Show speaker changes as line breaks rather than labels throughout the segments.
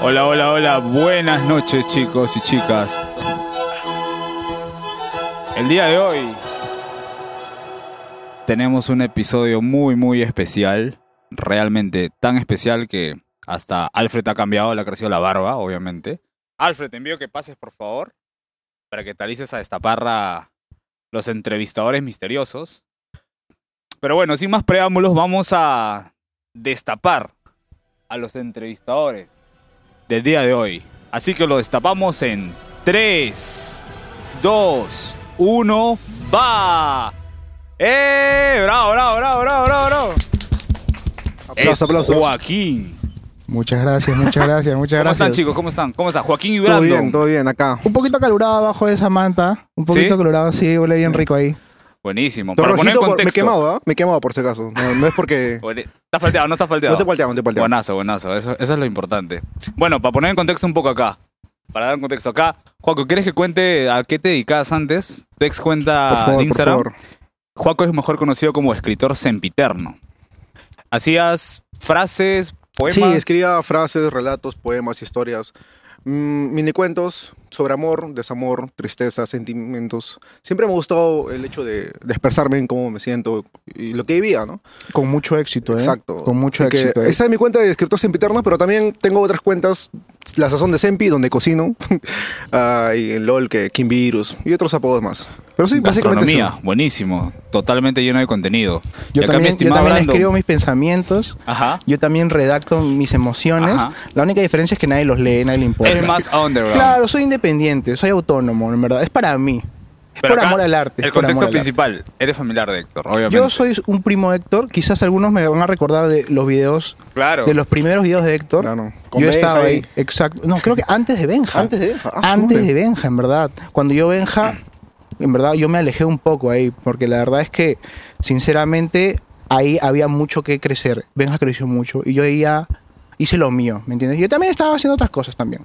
Hola, hola, hola, buenas noches chicos y chicas. El día de hoy tenemos un episodio muy, muy especial, realmente tan especial que hasta Alfred ha cambiado, le ha crecido la barba, obviamente. Alfred, te envío que pases, por favor, para que talices a destaparra los entrevistadores misteriosos. Pero bueno, sin más preámbulos, vamos a destapar a los entrevistadores del día de hoy. Así que lo destapamos en 3, 2, 1, ¡va! ¡Eh! ¡Bravo, bravo, bravo, bravo, bravo! bravo!
Aplausos,
Es
aplausos.
Joaquín.
Muchas gracias, muchas gracias, muchas
¿Cómo
gracias.
están, chicos? ¿Cómo están? ¿Cómo están? Joaquín y
Todo
Brandon.
bien, todo bien, acá.
Un poquito calurado abajo de esa manta. Un poquito
¿Sí?
calurado, sí, huele bien rico ahí.
Buenísimo.
Todo
Para poner en
rojito por- me he
contexto.
quemado, ¿ah? Me he quemado por si acaso. No, no es porque.
Oye, Estás falteado, no estás falteado.
No te palteamos, no te palteamos.
Buenazo, buenazo. Eso, eso es lo importante. Bueno, para poner en contexto un poco acá. Para dar un contexto acá. Juaco, ¿quieres que cuente a qué te dedicabas antes? Tu ex cuenta
Por favor,
de
por
Instagram.
favor.
Juaco es mejor conocido como escritor sempiterno. Hacías frases, poemas.
Sí, escribía frases, relatos, poemas, historias, mm, minicuentos sobre amor, desamor, tristeza, sentimientos. Siempre me ha gustado el hecho de, de expresarme en cómo me siento y lo que vivía, ¿no?
Con mucho éxito, ¿eh?
Exacto.
Con mucho
Así que
éxito. ¿eh?
Esa es mi cuenta de escritor sempiterno, pero también tengo otras cuentas, La Sazón de Sempi, donde cocino, ah, y el LOL, que King Virus, y otros apodos más. Pero sí, básicamente eso.
Gastronomía, buenísimo. Totalmente lleno de contenido.
Yo
Y acá mi
también, yo
estimado
también
Brandon.
escribo mis pensamientos.
Ajá.
Yo también redacto mis emociones.
Ajá.
La única diferencia es que nadie los lee, nadie le importa.
Es más underground.
Claro, soy independiente, soy autónomo, en verdad. Es para mí. Es
Pero
por
acá,
amor al arte.
El
es por amor
contexto
al arte.
principal. Eres familiar de Héctor, obviamente.
Yo soy un primo de Héctor. Quizás algunos me van a recordar de los videos,
Claro.
de los primeros videos de Héctor.
Claro. Con
Yo
Benja
estaba ahí.
ahí.
Exacto. No, creo que antes de Benja.
Antes de Benja. Ah,
antes de
hombre.
Benja, en verdad. Cuando yo Benja, en verdad, yo me alejé un poco ahí, porque la verdad es que, sinceramente, ahí había mucho que crecer. Benja creció mucho y yo ahí ya hice lo mío, ¿me entiendes? Yo también estaba haciendo otras cosas también.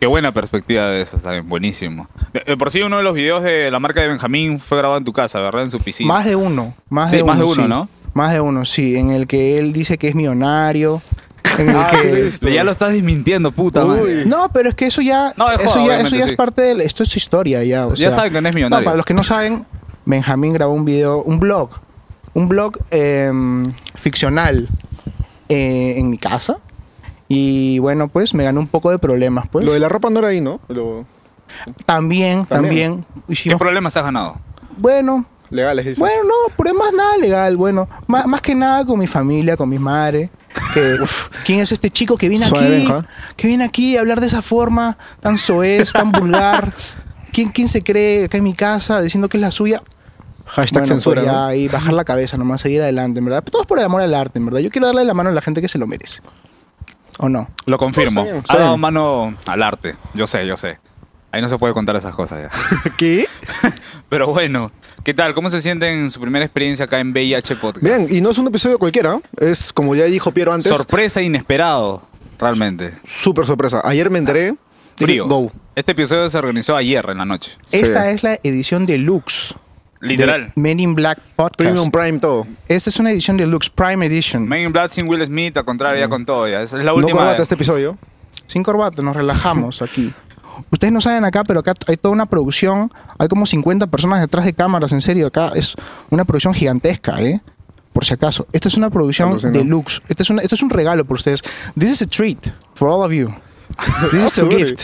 Qué buena perspectiva de eso, también. Buenísimo. De- de por sí, uno de los videos de la marca de Benjamín fue grabado en tu casa, ¿verdad? En su piscina.
Más de uno. Más
Sí,
de uno,
más de uno,
sí.
¿no?
Más de uno, sí. En el que él dice que es millonario. En el
Ah, sí,
que...
sí,
Le- Ya lo estás desmintiendo, puta madre.
No, pero es que eso ya,
No, de joda,
eso ya, eso
obviamente,
ya
sí.
es parte de esto es historia ya. o
Ya
sea.
saben que no es
No,
millonario.
para los que no saben, Benjamín grabó un video, un blog, un blog em, ficcional eh, en mi casa y bueno pues me ganó un poco de problemas pues.
Lo de la ropa no era ahí, ¿no? Lo-
También, también,
También.
¿Qué
hicimos-
problemas has ganado?
bueno,
legales, dices.
bueno, no, problemas nada legal, bueno, más, más que nada con mi familia, con mis madres. Que, ¿Quién es este chico que viene
Suave,
aquí?
Benja.
Que viene aquí a hablar de esa forma tan soez, tan vulgar. ¿Quién, ¿Quién se cree acá en mi casa diciendo que es la suya?
Hashtag
Bueno,
censura.
pues ya
¿no?
ahí bajar la cabeza nomás, seguir adelante, en verdad. Todo es por el amor al arte, en verdad. Yo quiero darle la mano a la gente que se lo merece. ¿O no?
Lo confirmo.
Está bien, está
ha dado
bien.
mano al arte. Yo sé, yo sé. Ahí no se puede contar esas cosas ya.
¿Qué?
Pero bueno, ¿qué tal? ¿Cómo se sienten en su primera experiencia acá en VIH Podcast?
Bien, y no es un episodio cualquiera. Es, como ya dijo Piero antes,
Sorpresa inesperado, realmente.
súper sorpresa. Ayer me enteré. Dije,
Frío.
Go.
Este episodio se organizó ayer en la noche.
Esta
Sí.
es la edición deluxe.
Literal.
de Men in Black Podcast.
Premium Prime, todo.
Esta es una edición deluxe, Prime Edition.
Men in Black sin Will Smith, al contrario, ya con todo. Ya. Esa Es la
Mm. No
última.
corbata este episodio.
Sin corbata, nos relajamos aquí. Ustedes no saben acá, pero acá hay toda una producción. Hay como 50 personas detrás de cámaras, en serio. Acá es una producción gigigantesca, ¿eh? Por si acaso. Esta es una producción
Alucina.
deluxe. Este es, una- esto es un regalo para ustedes. This is a treat for all of you. This is a
Absolutely.
gift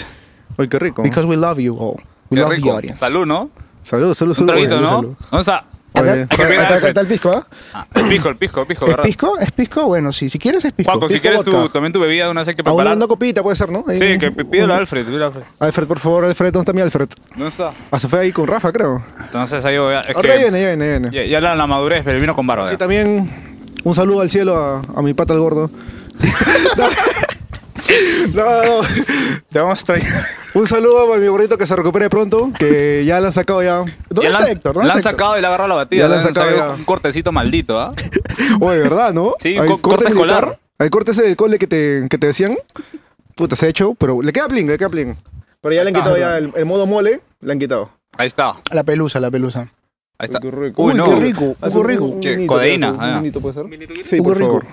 Ay, Ah, qué rico.
because we love you all. We
Qué
love
rico.
the audience.
Salud, ¿no?
Salud, salud,
Un
salud.
traguito, ¿no?
Salud.
Vamos a.
Oye,
Acá-
acá-
acá- acá- acá está el pisco, ¿ah?
Ah, el pisco, el pisco, el pisco,
¿Es
¿verdad?
pisco? ¿Es pisco? Bueno, sí. Si quieres, es pisco.
Juanco, si
Pisco
quieres tu,
vodka.
también tu bebida de una vez hay que
A Ah, una,
preparar.
una copita puede ser, ¿no? Ahí
Sí,
un-
que pi- pídelo a
un-
Alfred, pídelo a Alfred.
Alfred, por favor, Alfred, ¿dónde está mi Alfred?
¿Dónde está?
Ah, se fue ahí con Rafa, creo.
Entonces ahí voy a. es
Ahorita
que-
viene, ya viene, ya viene.
Ya, ya la, la madurez, pero vino con barba.
Sí,
Ah, ya.
también un saludo al cielo a, a mi pata el gordo. no, no, no.
Te vamos a traer.
Un saludo para mi gorrito que se recupere pronto, que ya la han sacado ya.
Ya
¿Dónde está
la han-
Héctor?
La
¿Dónde
han
está Héctor?
sacado y le agarró la batida.
Ya la han
le han
sacado
sacado
ya.
un cortecito maldito, ¿ah?
Oye, ¿verdad, no?
Sí,
Al
co- corte
militar,
escolar.
Al corte ese de cole que te, que te decían. Puta, se ha hecho, pero le queda pling, le queda pling. Pero ya le han
Ah,
quitado ya
verdad.
el, el modo mole, le han quitado.
Ahí está. Ahí
La pelusa, la pelusa.
está.
Uy, qué rico.
Uy,
Uy,
no.
qué rico.
Un rico, un rico.
Che,
minito,
codeína,
Un
ah.
minito, puede ser. Sí,
Un
por
rico.
favor.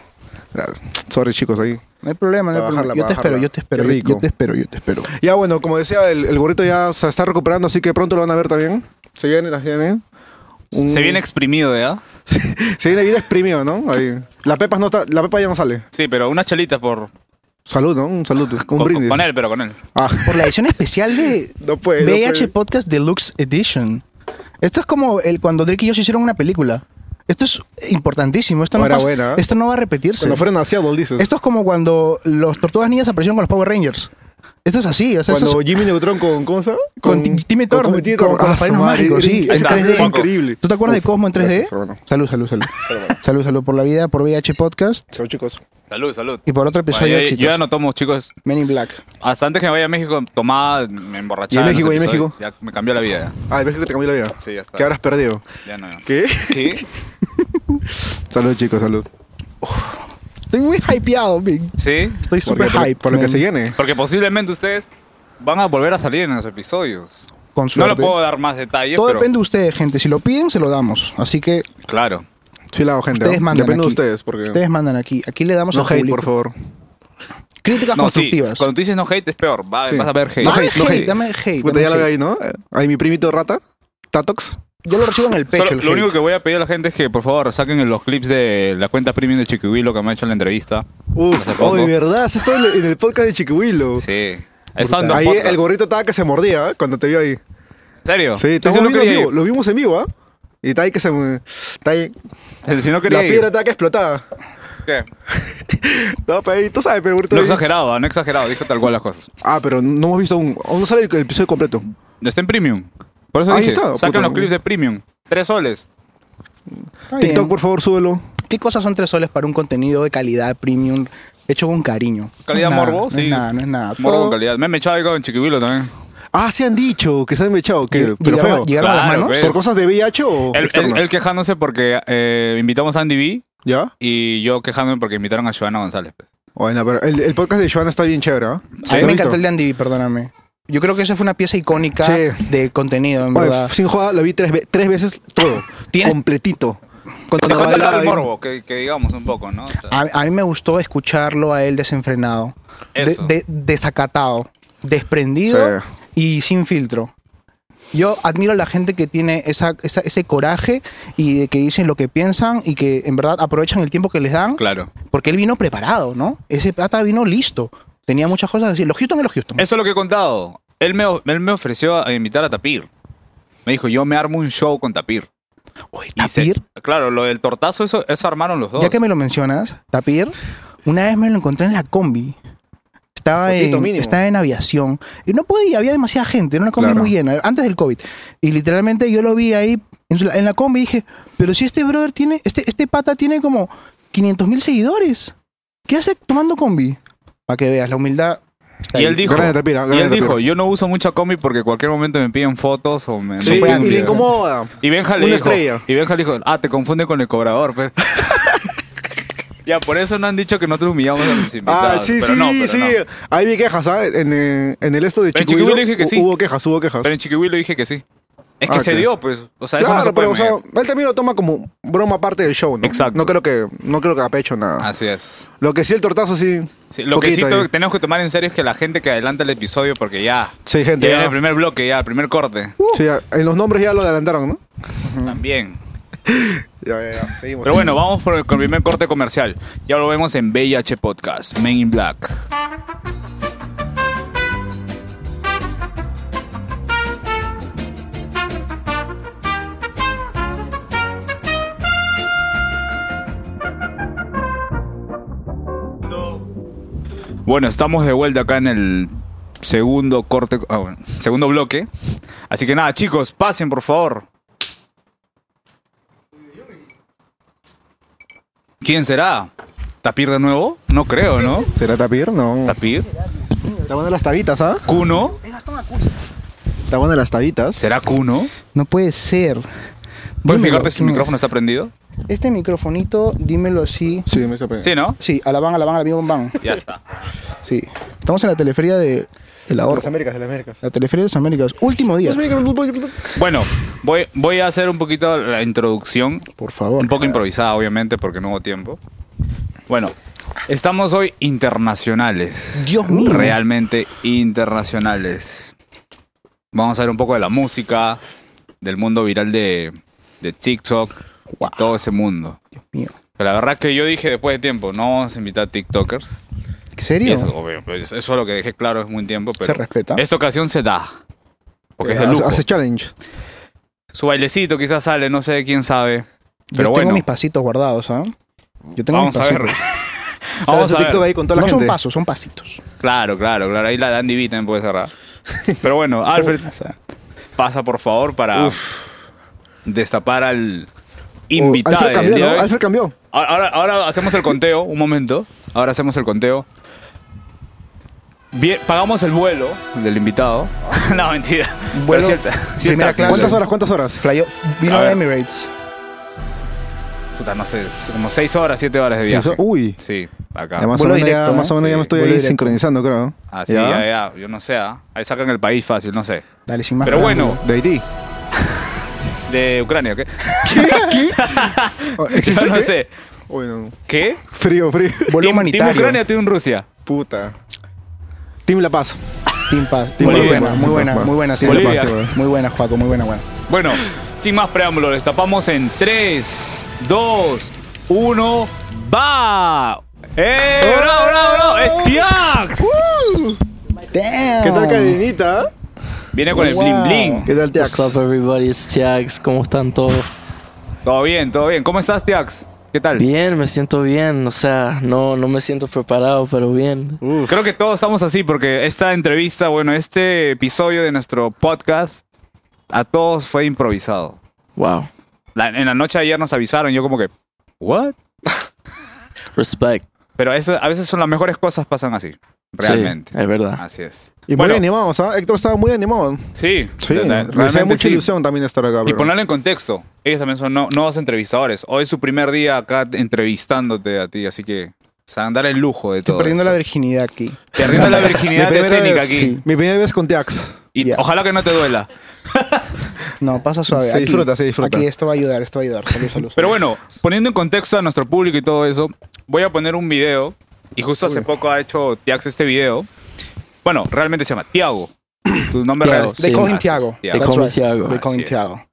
Gracias. Sorry, chicos, ahí.
No hay problema, no hay
Bajarla,
problema. Yo te
bajarla.
espero, yo te espero.
Qué
yo-
rico.
Yo te espero, yo te espero.
Ya, bueno, como decía, el, el burrito ya se está recuperando, así que pronto lo van a ver también. Se viene, la viene. Un-
Se viene exprimido, ¿ya?
Se viene bien exprimido, ¿no? Ahí. La, pepa no está, la pepa ya no sale.
Sí, pero unas chalitas por...
Salud, ¿no? Un saludo, un
Ah, con,
brindis.
con él, pero con él.
Ah,
Por la edición especial de
no puede. no
VH
puede.
Podcast Deluxe Edition. Esto es como el, cuando Drake y Josh hicieron una película. Esto es importantísimo. Esto no,
Ahora
pasa-
buena, ¿eh?
esto no va a repetirse.
Cuando fueron a Seattle, dices.
Esto es como cuando los Tortugas Ninjas aparecieron con los Power Rangers. Esto es así. O sea, eso
Cuando
es-
Jimmy Neutron con. ¿Cómo se llama?
Con Timmy
con-
Turner,
con Timmy
con- con
Turner.
los
Ah, su
padrinos
madre,
mágicos, sí,
increíble.
es 3D.
Increíble.
¿Tú te acuerdas de Cosmo en 3D?
gracias, hermano.
salud, salud, salud. salud, salud por la vida, por VH Podcast
Chao, chicos.
Salud, salud.
y por
pues
otro
Bueno,
episodio,
yo,
chicos.
yo ya no tomo, chicos.
Men in Black.
Hasta antes que me vaya a México, tomaba, me emborrachaba.
¿Y en
en los
México, y en
episodios. Ya me cambió la vida.
Ah, de México te cambió la vida.
Sí, ya está.
Que habrás perdido.
Ya no.
¿Qué?
¿Qué?
Salud, chicos, salud.
Estoy muy hypeado, men.
Sí.
Estoy
Porque-
súper hype.
Por lo que
men.
se viene.
Porque posiblemente ustedes van a volver a salir en los episodios.
Con
No
suerte.
le puedo dar más detalles,
Todo
pero...
depende de ustedes, gente. Si lo piden, se lo damos. Así que
Claro.
Sí, la hago, gente.
ustedes
¿no?
mandan
Depende de
aquí.
ustedes, porque.
Ustedes mandan aquí. Aquí le damos
No
al
hate,
público.
por favor.
Críticas
No, sí.
constructivas.
Cuando tú dices no hate es peor. Va-
Sí.
Vas a ver hate.
Dame
no hate, no hate.
dame hate.
Puta,
dame
ya la veo
hate.
ahí, ¿no? Ahí mi primito rata, Tatox.
Yo lo recibo en el pecho.
Solo-
el
lo
hate.
único que voy a pedir a la gente es que por favor saquen los clips de la cuenta premium de Chiquihuilo que me ha hecho en la entrevista. Hace
Uf,
poco.
oh, de verdad, eso está en el- en el podcast de Chiquihuilo.
Sí. Estaba en dos
ahí
podcasts.
el gorrito estaba que se mordía ¿eh? cuando te vio ahí.
¿En serio?
Sí,
Entonces, si
entonces lo,
no
vimos en
quería
vivo,
ir.
lo vimos en vivo, ¿ah? Y está ahí que se. Está ahí.
El- Si no
La
quería ir.
piedra estaba que explotaba.
¿Qué?
No, pero ahí, tú sabes, pero gorrito.
No
ahí-
exagerado, no exagerado. Dijo tal cual las cosas.
Ah, pero no hemos visto aún. Aún no sale el, el episodio completo.
Está en premium. Por eso
Ahí
dije,
está,
saquen
puta.
los clips de premium. Tres soles.
Está bien.
TikTok, por favor, súbelo.
¿Qué cosas son tres soles para un contenido de calidad premium hecho con cariño?
Calidad
No es nada,
morbo,
no
sí.
Es nada, no es nada.
Morro
Todo-
con calidad. Me he echado algo en Chiquihuilo también.
Ah, se han dicho que se han echado. que-
Lleg-
Pero
llegaron
feo. ¿Ah,
a- llegaron a las
Claro,
manos.
pues.
¿Por cosas de VIH o
Él, él-
externas?
él quejándose porque eh, invitamos a Andy B
¿Ya?
y yo quejándome porque invitaron a Joana González. pues.
Bueno, pero el, el podcast de Joana está bien chévere, ¿ah?
A mí
¿Lo
me
has visto?
encantó el de Andy, perdóname. Yo creo que esa fue una pieza icónica
Sí.
de contenido, en
Oye,
verdad.
sin joda, lo vi tres, ve- tres veces todo.
¿Tienes-
Completito.
Te
Cuando
cuenta
bailaba
el
ahí.
morbo, que, que digamos un poco, ¿no? O sea,
A, a mí me gustó escucharlo a él desenfrenado, de-
Eso.
de- desacatado, desprendido
Sí.
y sin filtro. Yo admiro a la gente que tiene esa- esa- ese coraje y de que dicen lo que piensan y que en verdad aprovechan el tiempo que les dan,
claro.
porque él vino preparado, ¿no? Ese pata vino listo. Tenía muchas cosas que decir. Los Houston es los Houston.
Eso es lo que he contado. Él me, él me ofreció a invitar a Tapir. Me dijo, yo me armo un show con Tapir.
Oye,
Y se-
Tapir,
claro, lo del tortazo, eso, eso armaron los dos.
ya que me lo mencionas, Tapir, una vez me lo encontré en la combi. Estaba
Fotito
en,
mínimo.
estaba en aviación y no podía, había demasiada gente, era una combi
Claro.
muy llena, antes del COVID. Y literalmente yo lo vi ahí en, su- en la combi y dije, pero si este brother tiene, este, este pata tiene como 500 mil seguidores, ¿qué hace tomando combi? Para que veas, la humildad. está
y
ahí.
él dijo,
Grande Tapir, ah,
y
grande
él dijo
Tapir.
yo no uso mucha combi porque cualquier momento me piden fotos o me...
Sí,
me
fue
piden
y
Andy.
le
video".
incomoda.
Y Benja le
Una
dijo,
estrella.
Y Benja le dijo, ah, te confunde con el cobrador, pe. ya, por eso no han dicho que nosotros humillamos a los
Ah,
invitados.
sí,
pero
sí,
no, pero
sí.
no.
Ahí vi quejas, ¿ah? En, eh, en el esto de
Pero en
Chiquihuilo
Chiquihuilo dije que
hu-
sí.
hubo quejas, hubo quejas.
Pero en Chiquihuilo dije que sí. Es que
Ah,
se
ok.
dio, pues. O sea, eso
claro,
no se puede
pero o
negar.
sea, él también lo toma como broma aparte del show, ¿no?
Exacto.
No creo que, no creo que a pecho nada.
Así es.
Lo que sí, el tortazo sí.
Sí, lo que sí
poquito
to-
ahí.
tenemos que tomar en serio es que la gente que adelanta el episodio, porque ya.
Sí,
Ya
gente.
viene el
Ya,
primer bloque, ya, el primer corte.
Sí, ya, en los nombres ya lo adelantaron, ¿no?
También.
Ya, ya, ya. Seguimos.
Pero bueno, vamos por el, con el primer corte comercial. Ya lo vemos en VIH Podcast, Men in Black. Bueno, estamos de vuelta acá en el segundo corte, ah, bueno, segundo bloque. Así que nada, chicos, pasen por favor. ¿Quién será? ¿Tapir de nuevo? No creo, ¿no?
¿Será Tapir? No.
¿Tapir?
Está buena las tabitas, ¿ah?
¿Cuno?
Está buena las tabitas.
¿Será Cuno?
No puede ser.
¿Puedes
Dímelo,
fijarte si el
¿quién es?
micrófono está prendido?
Este microfonito, dímelo así.
Sí, me hizo pegar.
Sí, ¿no?
Sí, a la van, a la van, a la van, van.
Ya está.
Sí. Estamos en la teleferia de El
De
Ahorro.
las Américas, de las Américas.
La teleferia de las Américas. Último día.
Bueno, voy, voy a hacer un poquito la introducción.
Por favor.
Un poco improvisada, obviamente, porque no hubo tiempo. Bueno, Estamos hoy internacionales.
Dios mío.
Realmente internacionales. Vamos a ver un poco de la música, del mundo viral de, de TikTok, y todo ese mundo.
mío.
Pero la verdad que yo dije después de tiempo, no vamos a invitar TikTokers.
¿En
Y
serio?
eso, obvio, pues, eso es lo que dejé claro es muy tiempo, pero
¿Se respeta? Eh,
esta ocasión se da. Porque es de
Hace-
lujo.
Hace challenge.
Su bailecito quizás sale, no sé quién sabe.
Yo
Pero
tengo
bueno,
mis pasitos guardados, ¿ah? Yo tengo
vamos
mis
a ver.
pasitos.
vamos
Sale
a
su
ver.
TikTok ahí con toda la
No son
gente.
pasos, son pasitos.
Claro, claro, claro. Ahí la Dandy B también puede cerrar. Pero bueno, Alfred,
O sea,
pasa por favor para destapar al
Oh,
invitado
Alfred
del
cambió,
día
¿no?
de hoy.
Alfred cambió.
Ahora, ahora- ahora hacemos el conteo, un momento. Ahora hacemos el conteo. Bien, pagamos el vuelo del invitado. no, mentira.
Vuelo,
Pero sí el- sí el
primera
taxi,
claro. clase.
¿Cuántas
sí.
horas? ¿Cuántas horas?
flyó- vino
A
de
ver.
Emirates.
Puta, no sé, es como 6 horas, 7 horas de viaje.
Sí,
uh.
eso- uy.
Sí, acá.
Ya más o
Vuelo
menos, ya-
directo, ¿no?
más o menos
Sí,
ya me estoy
vuelo
ahí
directo.
sincronizando, creo.
Así, Ah, ya, ya, yo no sé. ah. Ahí sacan el país fácil, no sé.
Dale, sin más.
Pero
preámbulo.
bueno,
De Haití.
de Ucrania, ¿qué?
Oh,
Yo no
qué?
sé.
Uy, no.
¿Qué?
Frío, frío.
Vuelo
Team-
humanitario.
Team Ucrania, Team Rusia.
Puta. Team La Paz.
Team Paz.
Team
muy
Bolivia.
buena, muy buena, muy buena. sí.
Bolivia.
Muy buena, Juaco, muy buena, buena.
Bueno, sin más preámbulo, destapamos en 3, 2, 1, ¡va! ¡Eh! ¡Bravo, bravo, bravo! ¡Es Tiax!
Damn.
¿Qué tal, cadenita?
Viene con el
Wow.
bling bling.
¿Qué tal,
What's
Tiax?
up everybody, it's Tiax, ¿cómo están todos?
Todo bien, todo bien. ¿Cómo estás, Tiax? ¿Qué tal?
Bien, me siento bien, o sea, no, no me siento preparado, pero bien.
Creo que todos estamos así porque esta entrevista, bueno, este episodio de nuestro podcast, a todos fue improvisado.
Wow,
La- en la noche de ayer nos avisaron, yo como que, ¿what?
respect.
Pero eso, a veces son las mejores cosas pasan así,
Sí, Eh.
realmente.
es verdad.
Así es.
Y muy
Bueno,
animados, ¿ah? Héctor estaba muy animado.
sí,
Sí,
de- de-
le hacía
realmente
mucha
sí.
ilusión también estar acá.
Y
pero-
ponerlo en contexto. Ellos también son no- nuevos entrevistadores. Hoy es su primer día acá entrevistándote a ti, así que se van a dar el lujo de todo.
Estoy perdiendo
esto.
la virginidad aquí.
Perdiendo la
Mi
virginidad
primera
escénica
vez-
aquí.
sí, Mi primera vez con Tiax.
Y
Ya.
ojalá que no te duela.
No, pasa suave.
Se
aquí,
disfruta, se disfruta.
Aquí esto va a ayudar, esto va a ayudar. Salud, salud, salud.
Pero bueno, poniendo en contexto a nuestro público y todo eso, voy a poner un video. Y justo hace poco ha hecho Tiax este video. Bueno, realmente se llama Tiago. Tu nombre
Tiago,
real es
sí.
They call him
Así es,
Tiago.
Tiago.
They call him Tiago.
They call
Así
him
es.
Tiago.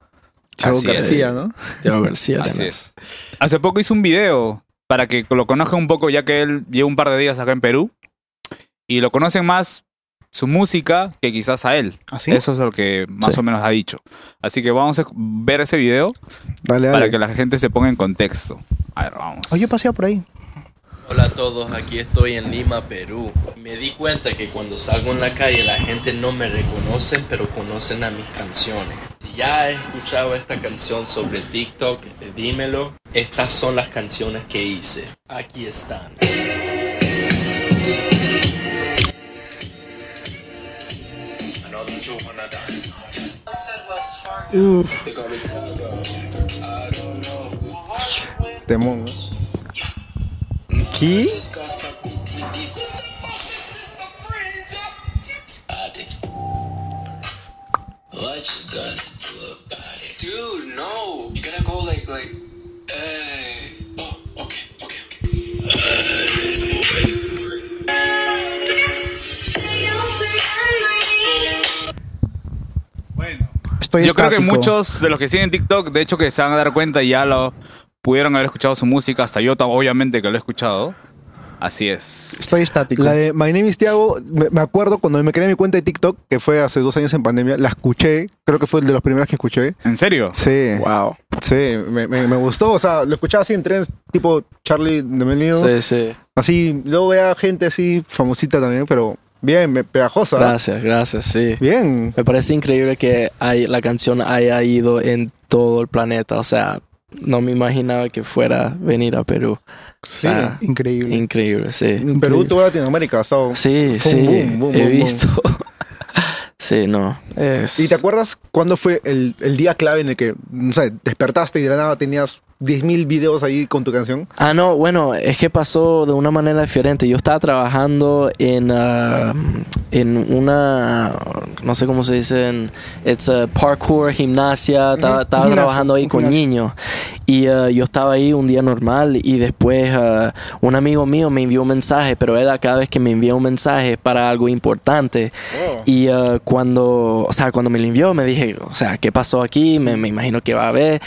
Así es.
García, ¿no?
Tiago García,
Así
ganas.
es. Hace poco hizo un video para que lo conozcan un poco, ya que él lleva un par de días acá en Perú y lo conocen más su música que quizás a él.
¿Así?
Eso es lo que más
Sí.
o menos ha dicho. Así que vamos a ver ese video
Dale,
para
dale.
que la gente se ponga en contexto. A ver, vamos.
Oye, Oh, pues, yo paseo por ahí.
Hola a todos, aquí estoy en Lima, Perú. Me di cuenta que cuando salgo en la calle la gente no me reconoce, pero conocen a mis canciones. Si ya he escuchado esta canción sobre TikTok, eh, dímelo. Estas son las canciones que hice. Aquí están.
Temón. ¿Qué?
What you gonna do about it? Dude, no. You gotta go like like hey. Oh, okay, okay, okay.
Estoy
Yo creo que
estático.
muchos de los que siguen TikTok, de hecho, que se van a dar cuenta ya lo pudieron haber escuchado su música. Hasta yo, ta- obviamente, que lo he escuchado. Así es.
Estoy estático.
La de My Name is Tiago, me, me acuerdo cuando me creé mi cuenta de TikTok, que fue hace dos años en pandemia, la escuché, creo que fue el de los primeros que escuché.
¿En serio?
Sí,
Wow.
sí, me, me- me gustó, o sea, lo escuchaba así en trenes tipo Charlie de Melino,
Sí, sí.
así, luego veía gente así famosita también, pero bien, me- pegajosa.
Gracias, gracias, sí.
Bien,
Me parece increíble que hay, la canción haya ido en todo el planeta, o sea, no me imaginaba que fuera a venir a Perú.
sí.
Ah.
Increíble.
Increíble, sí.
En Perú, toda Latinoamérica, ha estado-
Sí,
Fue un
sí,
boom, boom,
he
boom, boom.
visto. sí, no. es-
¿Y te acuerdas cuándo fue el, el día clave en el que, no sé, despertaste y de la nada tenías 10.000 videos ahí con tu canción?
Ah, no, bueno, es que pasó de una manera diferente. Yo estaba trabajando en, ah, en una, no sé cómo se dice, en, it's a parkour, gimnasia, estaba, estaba
gimnasio,
trabajando ahí
un
con
gimnasio.
niños. Y ah, yo estaba ahí un día normal y después ah, un amigo mío me envió un mensaje, pero él a cada vez que me envía un mensaje es para algo importante.
Oh.
Y ah, cuando, o sea, cuando me lo envió me dije, o sea, ¿qué pasó aquí? Me, me imagino que va a haber.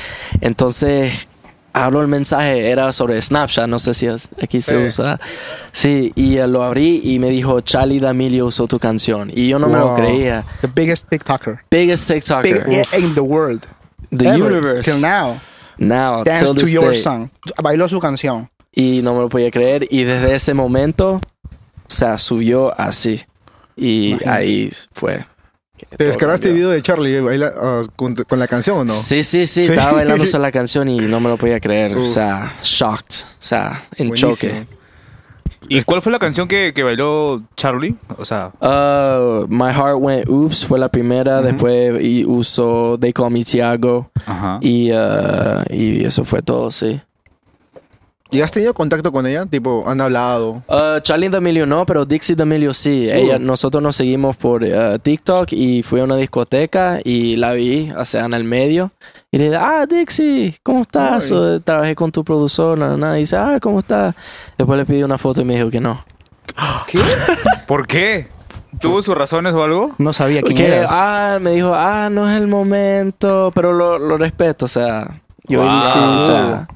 Entonces abro el mensaje, era sobre Snapchat, no sé si es- aquí se
Sí.
usa. Sí, y eh, lo abrí y me dijo, Charlie D'Amelio usó tu canción. Y yo no me lo
Wow.
creía.
The biggest TikToker.
Biggest TikToker
Big in the world.
the
Ever.
universe.
Till now.
Now,
Dance
till
to
this
your
day.
song. Bailó su canción.
Y no me lo podía creer. Y desde ese momento, o sea, subió así. Y ahí fue. que
¿Te
todo
descargaste el
cambió.
video de Charlie eh, baila- ah, con, con la canción o no?
Sí, sí, sí,
Sí.
Estaba bailando sola la canción y no me lo podía creer. O
Uf.
sea, shocked. O sea, en
Buenísimo.
choque.
¿Y cuál fue la canción que, que bailó Charlie? O sea,
Uh, My Heart Went Oops fue la primera. Después y usó They Call Me Tiago.
Ah.
ajá.
Y, uh, y eso fue todo, sí.
¿Y has tenido contacto con ella? Tipo, han hablado.
Uh, Charlie D'Amelio no, pero Dixie D'Amelio sí.
Uh.
Ella, nosotros nos seguimos por uh, TikTok y fui a una discoteca y la vi, o sea, en el medio. Y le dije, ah, Dixie, ¿cómo estás?
Ay.
O, Trabajé con tu productor, nada, nada. Y dice, ah, ¿cómo estás? Después le pedí una foto y me dijo que no.
¿Por qué? ¿Tuvo sus razones o algo?
No sabía quién
Que,
era.
ah, me dijo, ah, no es el momento, pero lo, lo respeto, o sea, yo
Wow.
sí, o sea,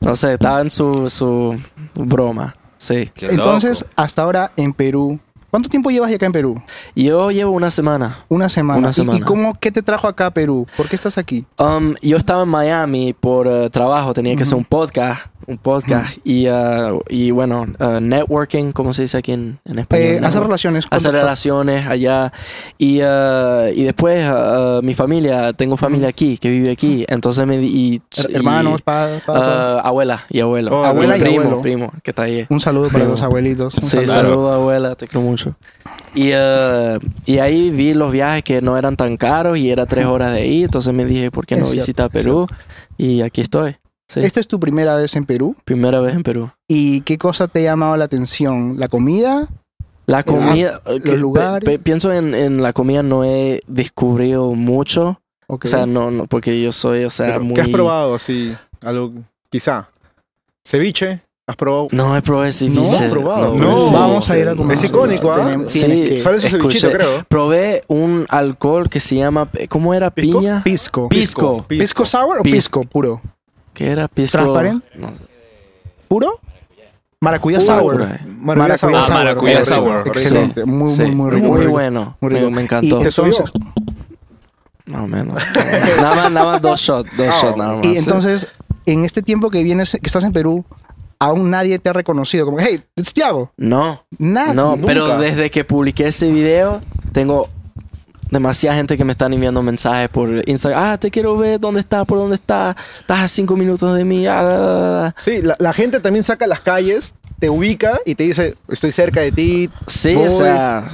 no sé, estaba en su, su broma, sí.
Qué
Entonces,
loco.
hasta ahora en Perú. ¿Cuánto tiempo llevas ya acá en Perú?
Yo llevo una semana.
Una semana.
Una
¿Y- ¿Y,
semana.
cómo, qué te trajo acá a Perú? ¿Por qué estás aquí?
Um, yo estaba en Miami por eh, trabajo, tenía que hacer un podcast, un podcast y, eh, y bueno, eh, networking, como se dice aquí en, en español.
Eh, hacer
Network.
relaciones.
Hacer relaciones allá y, eh, y después eh, eh, mi familia, tengo familia aquí, que vive aquí, entonces me di- y,
Her-
y,
Hermanos, padre,
eh, abuela y abuelo,
Oh,
Y
abuela y
primo,
abuelo.
primo, que está ahí.
Un saludo para
Sí.
los abuelitos. Un
Sí,
saludo.
saludo abuela, te quiero mucho. Y, eh, y ahí vi los viajes que no eran tan caros y era tres horas de ahí, entonces me dije, ¿por qué
Es
no
cierto,
visita
es
Perú? Y aquí estoy. Sí,
Esta es tu primera vez en Perú.
primera vez en Perú.
¿Y qué cosa te ha llamado la atención? ¿La comida?
La comida, eh, que pe-
ah, lugares.
pe- pienso en, en la comida, no he descubrido mucho,
Ok.
o sea, no, no, porque yo soy, o sea,
Pero,
muy...
¿Qué has probado así? Algo, quizá. ¿Ceviche? ¿Has probado?
No he probado ese
No,
biche.
he probado.
he
No.
probado.
Vamos a ir a comer.
Es icónico, ¿ah?
Tenemos-
Sí.
tienes que-
¿Sabes su
escuché.
cevichito, creo?
Probé un alcohol que se llama, ¿cómo era?
¿Pisco?
Piña.
Pisco.
Pisco.
¿Pisco sour o
Pis-
pisco puro?
¿Qué era? Pisco.
¿Transparente?
No,
¿Puro? Maracuyá
Puro,
sour.
puro.
Maracuyá sour.
Ah, maracuyá
Rico,
sour.
Excelente. Muy,
Sí,
muy, muy rico.
Muy
rico.
bueno.
Muy rico.
Me, me encantó.
Y
¿Te subió?
entonces,
Más o menos. nada, más, nada más dos shots. Dos shots nada más.
y entonces, en este tiempo que vienes, que estás en Perú, aún nadie te ha reconocido. Como, hey, it's Thiago.
No.
Nada.
No, pero
Ah, nunca.
desde que publiqué ese video, tengo demasiada gente que me están enviando mensajes por Instagram. Ah, te quiero ver. ¿Dónde está? ¿Por dónde está? Estás a cinco minutos de mí. ah, la, la, la, la".
Sí, la, la gente también saca las calles, te ubica y te dice, estoy cerca de ti.
Sí,
voy".
o sea.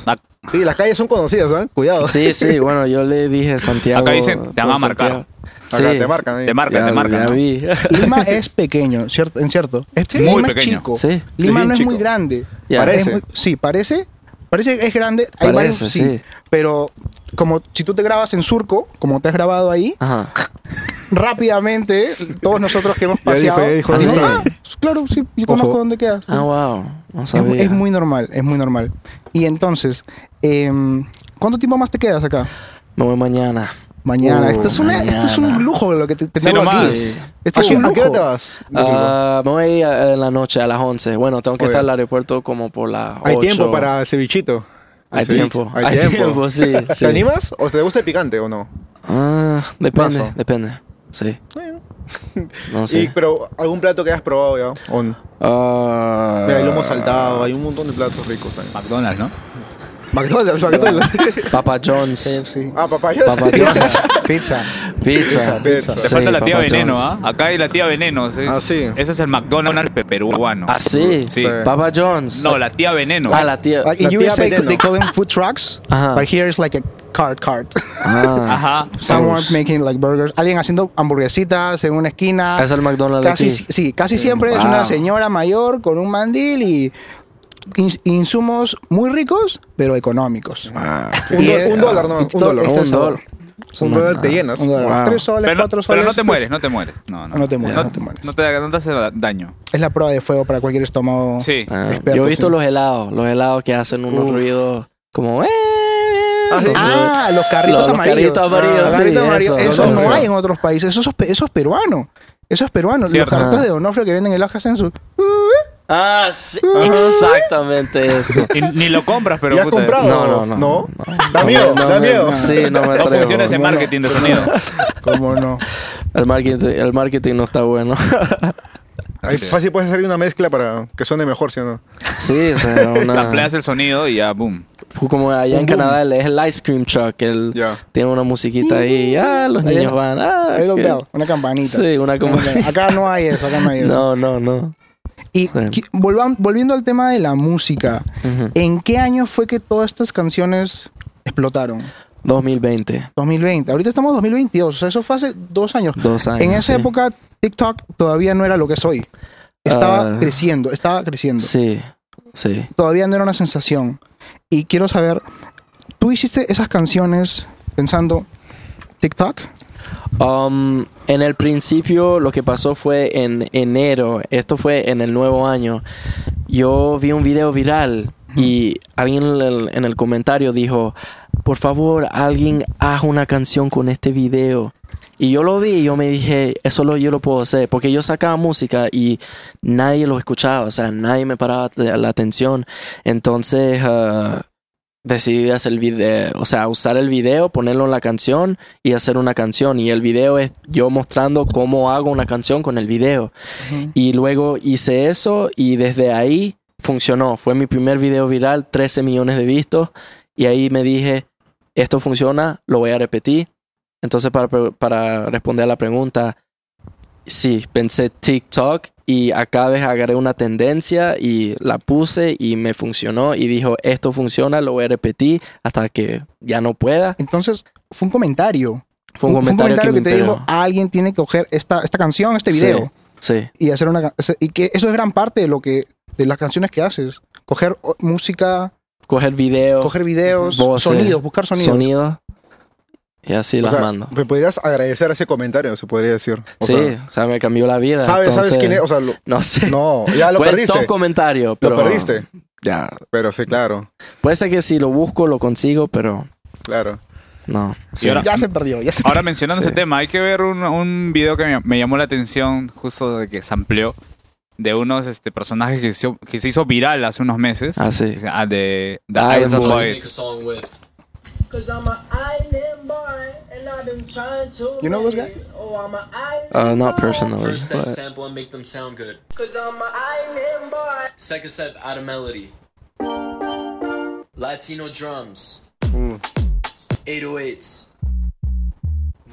Sí, las calles son conocidas, ¿ah? Cuidado.
Sí, sí. Bueno, yo le dije a Santiago.
Acá dicen, te van a
por
marcar.
Santiago.
Acá
Sí,
te marcan. ¿eh?
Te marca,
ya-
te marca.
ya
¿no?
vi.
Lima es pequeño, ¿cierto? En cierto. Es,
Muy
Lima
pequeño.
es chico.
Sí.
Lima
Es bien
no es
chico.
muy grande.
Ya.
Parece.
Es muy- sí, parece. Parece que es grande. Hay
Parece,
varios,
sí.
sí. Pero como si tú te grabas en surco, como te has grabado ahí,
Ajá.
rápidamente, todos nosotros que hemos
Ya dijo,
paseado.
ya dijo,
¿dónde
decimos,
está?
"Ah, claro, sí, yo
Ojo.
conozco dónde queda.
Ah, wow. No
es,
sabía.
es muy normal, es muy normal. Y entonces, em, ¿cuánto tiempo más te quedas acá?
Me voy mañana.
Mañana.
Uh,
esto, es una- esto es un
mañana.
lujo lo que te, tenemos
nomás.
aquí.
Sí.
Esto
¿A,
es
qué-
un
a qué hora
lujo.
te vas?
Ah, me voy a- en la noche a las 11. Bueno, tengo que
Oye.
estar al aeropuerto como por las 8.
Hay tiempo para cevichito.
Hay
Ceviche,
tiempo. Hay tiempo, sí,
¿Te
sí.
animas o te gusta el picante o no?
Ah, depende,
Mazo.
depende. Sí. No
Y,
sé.
pero algún plato que hayas probado ya. O no.
Ah,
Mira, hay lomo saltado, hay un montón de platos ricos también.
McDonald's, ¿no?
McDonald's, McDonald's.
Papa John's.
Sí.
ah, papaya.
Papa John's.
Pizza.
Pizza.
Pizza.
Te falta
Sí,
la tía
Papa
Veneno,
John's.
¿ah? Acá hay la tía Veneno. Es,
Ah, sí.
Ese es el McDonald's pe- peruano.
Ah, sí.
Sí.
Papa John's.
No, la tía Veneno.
Ah, la tía.
Like in
La tía
USA,
Veneno.
they call them food trucks,
Ajá.
but here it's like a cart cart.
Ah,
Ajá.
Someone
Vamos.
making like burgers. Alguien haciendo hamburguesitas en una esquina.
es el McDonald's de
Casi,
aquí.
sí, casi siempre es
Wow.
una señora mayor con un mandil y ins- insumos muy ricos, pero económicos.
Ah,
Un,
Y
do-
es-
un dólar, no,
y
un
todo-
dólar.
este es
un
el sabor.
dólar.
Un
una-
dólar te llenas.
Un dólar.
Wow.
Tres soles,
Pero no,
cuatro
pero
soles.
no te mueres, no te mueres. No, no,
No te mueres,
No,
no te mueres.
no te, no te hace daño.
Es la prueba de fuego para cualquier estómago.
Sí.
Ah,
Experto,
yo he visto
sí.
los helados, los helados que hacen unos
Uf.
ruidos como... eh,
Ah,
los-
Ah, los carritos
los
amarillos.
carritos amarillos,
Ah,
sí,
carritos amarillos.
eso,
Eso
los-
no
los-
hay en otros países. Eso es, pe- eso es peruano. Eso es peruano.
Cierto.
Los carritos
Ah.
de Donofrio que venden en los census.
Ah, sí, exactamente eso.
Y ni lo compras, pero
¿Ya has
puta,
comprado?
No, no, no.
¿No?
No
Da miedo,
me- no
da
me-
miedo.
Sí, no me
No
atrevo.
funciona ese marketing de sonido.
¿Cómo no?
El marketing, el marketing no está bueno.
Ahí
Sí.
fácil puedes hacer una mezcla para que suene mejor, ¿sí o no?
sí, o sea, una,
Sampleas el sonido y ya, boom.
como allá en
Un boom.
Canadá es el ice cream truck, el,
Ya.
tiene una musiquita ahí, ah, los
Mm. Ahí
niños
lo-
van, ah,
Ahí lo
que-
veo, una campanita.
sí, una como,
Acá no hay eso, acá no hay eso.
no, no, no.
Y
Sí.
qui- volvan- volviendo al tema de la música,
Ujú.
¿en qué año fue que todas estas canciones explotaron?
2020,
2020. Ahorita estamos en 2022, o sea, eso fue hace dos años.
dos años.
en esa
sí.
época, TikTok todavía no era lo que es hoy. Estaba
Ah.
creciendo, estaba creciendo.
Sí, sí.
Todavía no era una sensación. Y quiero saber, ¿tú hiciste esas canciones pensando TikTok?
Um, en el principio lo que pasó fue en enero, esto fue en el nuevo año. Yo vi un video viral y alguien en el, en el comentario dijo, por favor, alguien haz una canción con este video. Y yo lo vi y yo me dije, eso lo, yo lo puedo hacer, porque yo sacaba música y nadie lo escuchaba, o sea, nadie me paraba de- la atención. Entonces ah, decidí hacer el video, o sea, usar el video, ponerlo en la canción y hacer una canción. Y el video es yo mostrando cómo hago una canción con el video. Y luego hice eso y desde ahí funcionó. Fue mi primer video viral, 13 millones de vistos. Y ahí me dije, esto funciona, lo voy a repetir. Entonces, para, pre- para responder a la pregunta, sí, pensé TikTok y acá vez agarré una tendencia y la puse y me funcionó. Y dijo, esto funciona, lo voy a repetir hasta que ya no pueda.
Entonces, fue un comentario.
Fue un, comentario,
que,
me
te
enteró.
dijo, alguien tiene que coger esta, esta canción, este
Sí.
video.
Sí,
y hacer una ca- y que eso es gran parte de lo que de las canciones que haces coger o- música
coger video,
coger videos
Voces.
sonidos buscar sonidos
sonido. y así
O
las
sea,
mando.
Me podrías agradecer ese comentario, se podría decir. O
sí,
sea,
o sea, me cambió la vida.
¿Sabes, ¿Sabes
entonces,
quién es? O sea, lo-
No sé.
no, ya lo
Fue
perdiste.
top comentario,
Lo
pero
perdiste.
Ya.
Pero sí, claro,
Puede ser que si lo busco lo consigo, pero
claro.
no.
Y ahora,
ya se perdió ya se
ahora mencionando
Sí.
ese tema, hay que ver un, un video que me, me llamó la atención justo de que se amplió de unos este, personajes que se, hizo- que se hizo viral hace unos meses.
Ah, sí.
Ah, de The
Iron
Iron
Boys.
Let's make a
Boys.
song with.
Cause I'm an island boy and I've been trying to
You know
make
those guys?
it. Oh, I'm an
Uh,
island
not
boy.
personally.
First step,
but-
sample and make them sound good.
Cause I'm an island boy.
Second step, add a melody. Latino drums.
Hmm.
808s.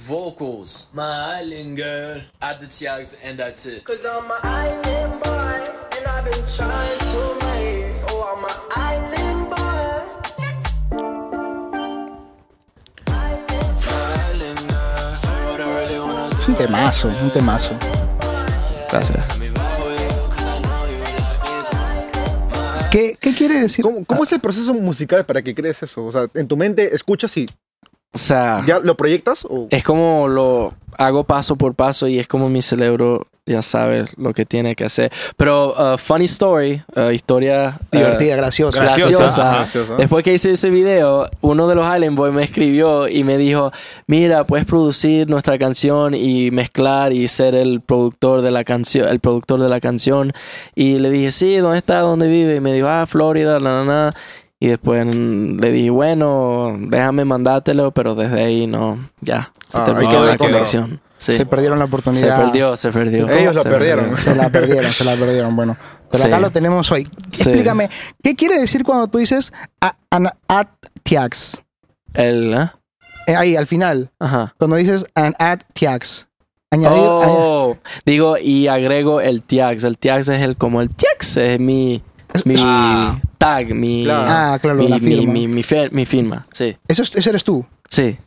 Vocals. My island girl. Add the Tiags, and that's it.
Cause I'm an island boy and I've been trying to make it. Oh, I'm an island boy.
es un temazo un temazo
Gracias.
qué, qué quiere decir
¿Cómo, cómo es el proceso musical para que crees eso? O sea, en tu mente escuchas y
O sea,
ya lo proyectas o
es como lo hago paso por paso y es como mi cerebro ya sabe lo que tiene que hacer. Pero uh, funny story, uh, historia uh,
divertida graciosa
Graciosa.
graciosa.
Ajá.
Graciosa.
Después que hice ese video, uno de los Island Boys me escribió y me dijo, mira, puedes producir nuestra canción y mezclar y ser el productor de la canción, el productor de la canción. Y le dije, sí, ¿dónde está? ¿Dónde vive? Y me dijo, ah, Florida, la, la, la. Y después mm, le dije, bueno, déjame mandártelo, pero desde ahí no, ya, se
Ah,
terminó
ahí quedó,
la
ahí quedó.
conexión. Sí.
se perdieron la
Se
oportunidad
perdió, se perdió.
Ellos lo
Se
perdieron.
perdió.
se la perdieron se la perdieron bueno pero acá
Sí.
lo tenemos hoy
Sí.
explícame qué quiere decir cuando tú dices a- an at tiax
El, ¿eh?
Eh, ahí al final
Ajá.
cuando dices an at tiax añadir añ-
Oh, digo y agrego el tiax. El tiax es el como el tiax es mi mi
Ah.
tag, mi
Claro.
ah claro
mi,
la
mi,
firma
mi, mi fir- mi firma. Sí,
Eso, es- eso eres tú
sí,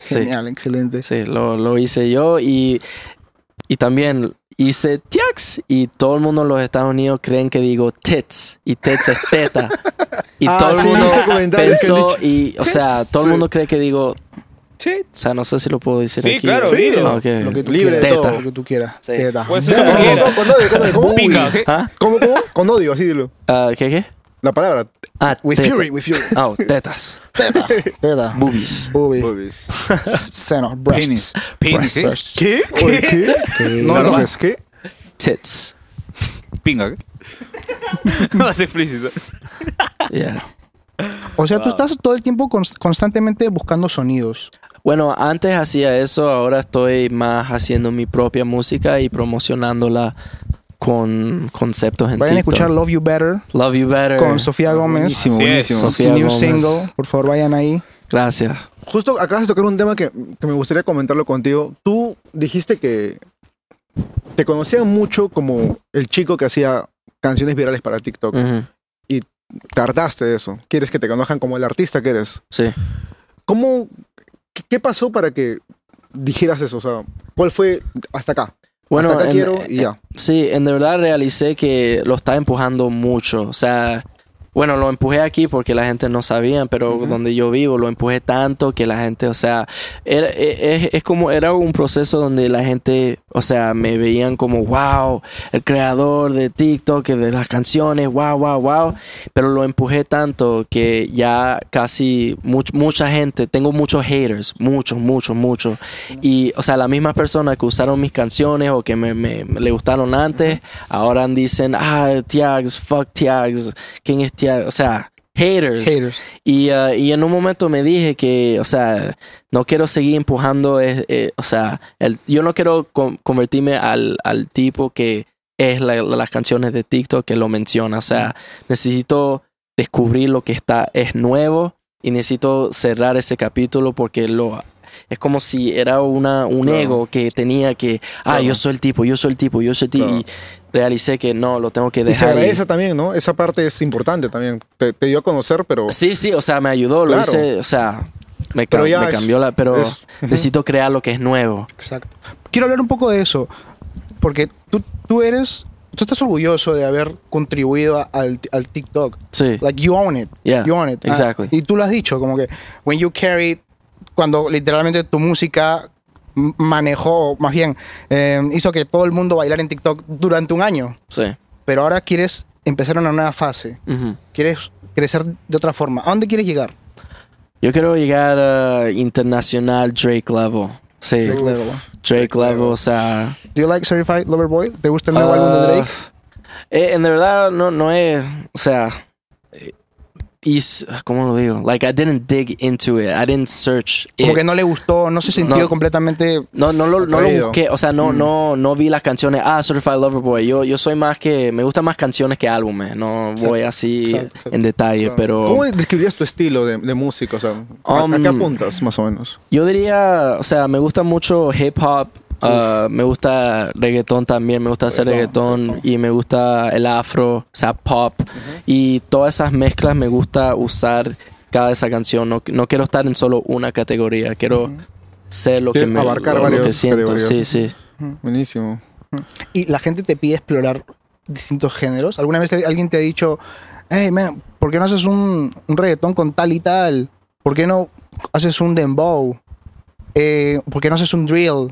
Sí.
genial excelente
sí. Lo, lo hice yo y y también hice tiax y todo el mundo en los Estados Unidos creen que digo tits y tits es teta y
Ah,
todo el
sí,
mundo
viste comentarios que han
pensó
dicho.
y o sea
Tits.
todo el
Sí.
mundo cree que digo
Sí.
O sea, no sé si lo puedo decir
Sí,
aquí.
claro, dilo.
Ah, ok.
Lo que tú
Libre de
quieras.
todo.
Lo que tú quieras.
Sí.
Teta.
Puedes ser como
Con-
quieras.
Con odio, con odio, con
Pinga.
Uy,
¿Ah?
¿Cómo, cómo? Con odio, así dilo.
Ah, ¿Qué, qué?
La palabra.
Ah,
With
teta.
fury, with fury.
Oh, tetas.
Teta.
Boobies.
Booby.
Boobies.
Seno.
Penis.
Breasts.
Penis. ¿qué?
Breasts.
¿Qué? Oye, ¿Qué?
¿Qué?
No,
Normal.
no, es que.
Tits.
Pinga. ¿qué? No es explícito.
Yeah.
O sea, tú estás todo el tiempo cons- constantemente buscando sonidos.
Bueno, antes hacía eso, ahora estoy más haciendo mi propia música y promocionándola con conceptos en
Vayan a
TikTok.
escuchar Love You Better
Love You Better.
con Sofía Gómez.
Así es.
Su
Eh. Sofía
new
Gómez.
single. Por favor, vayan ahí.
Gracias.
Justo acabas de tocar un tema que, que me gustaría comentarlo contigo. Tú dijiste que te conocían mucho como el chico que hacía canciones virales para TikTok.
Ujú,
Tardaste de eso. Quieres que te conozcan como el artista que eres.
Sí.
¿Cómo, qué, qué pasó para que dijeras eso? O sea, ¿cuál fue hasta acá?
Bueno,
hasta acá
en- e
quiero y ya.
Sí, en de verdad realicé que lo estaba empujando mucho. O sea, bueno, lo empujé aquí porque la gente no sabía, pero donde yo vivo lo empujé tanto que la gente, o sea, era- e- es, es como era un proceso donde la gente, o sea, me veían como, wow, el creador de TikTok, de las canciones, wow, wow, wow. Pero lo empujé tanto que ya casi much- mucha gente, tengo muchos haters, muchos, muchos, muchos. Y, o sea, las mismas personas que usaron mis canciones o que me, me- me le gustaron antes, ahora dicen, ah, Tiags, fuck Tiags, ¿quién es Tiags? O sea, haters.
Haters.
Y, uh, y en un momento me dije que, o sea, no quiero seguir empujando, eh, eh, o sea, el- yo no quiero con- convertirme al, al tipo que es la- la- las canciones de TikTok que lo menciona, o sea, necesito descubrir lo que está, es nuevo y necesito cerrar ese capítulo porque lo... Es como si era una, un
Claro.
ego que tenía que, ah,
Claro.
yo soy el tipo, yo soy el tipo, yo soy el tipo.
Claro.
Y realicé que no, lo tengo que
Y se
dejar. ir.
agradece también, ¿no? Esa parte es importante también. Te, te dio a conocer, pero
Sí, sí, o sea, me ayudó, lo
Claro.
hice, o sea, me,
Pero
cam-
ya
me
es-
cambió la, pero
es-
necesito crear lo que es nuevo.
Exacto. Quiero hablar un poco de eso, porque tú, tú eres, tú estás orgulloso de haber contribuido a- al, al TikTok.
Sí,
Like, you own it.
Yeah,
You own it. Ah,
exactly.
y tú lo has dicho, como que, when you carried, cuando literalmente tu música m- manejó, más bien, eh, hizo que todo el mundo bailara en TikTok durante un año.
sí.
Pero ahora quieres empezar una nueva fase.
Ujú.
Quieres crecer de otra forma. ¿A dónde quieres llegar?
Yo quiero llegar a internacional Drake level. Sí,
Drake
Drake,
level.
level, o sea...
Do you like Certified Lover Boy? ¿Te gusta el nuevo álbum de
ah,
Drake?
eh, en de verdad, no, no es, o sea... eh, is- ¿Cómo lo digo? Like, I didn't dig into it. I didn't search
Como
it.
que no le gustó, no se sintió
No.
completamente
No, no lo, no lo
Atraído. Mm.
busqué, o sea, no, no, no vi las canciones, ah, Certified Lover Boy, yo, yo soy más que, me gustan más canciones que álbumes, no voy así
exacto, exacto.
en detalle, pero
¿Cómo describirías tu estilo de, de música? O sea, ¿a, a
Um,
qué apuntas más o menos?
yo diría, o sea, me gusta mucho hip hop, ah, me gusta reggaetón también, me gusta hacer reggaetón, y me gusta el afro, o sea, pop, y todas esas mezclas me gusta usar cada esa canción, no, no quiero estar en solo una categoría, quiero ser lo que
Quieres
me
abarcar
lo, lo que
varias
siento,
categorías.
sí, sí.
Buenísimo.
y la gente te pide explorar distintos géneros. ¿Alguna vez te- alguien te ha dicho, hey, man, ¿por qué no haces un, un reggaetón con tal y tal? ¿Por qué no haces un dembow? Eh, ¿Por qué no haces un drill?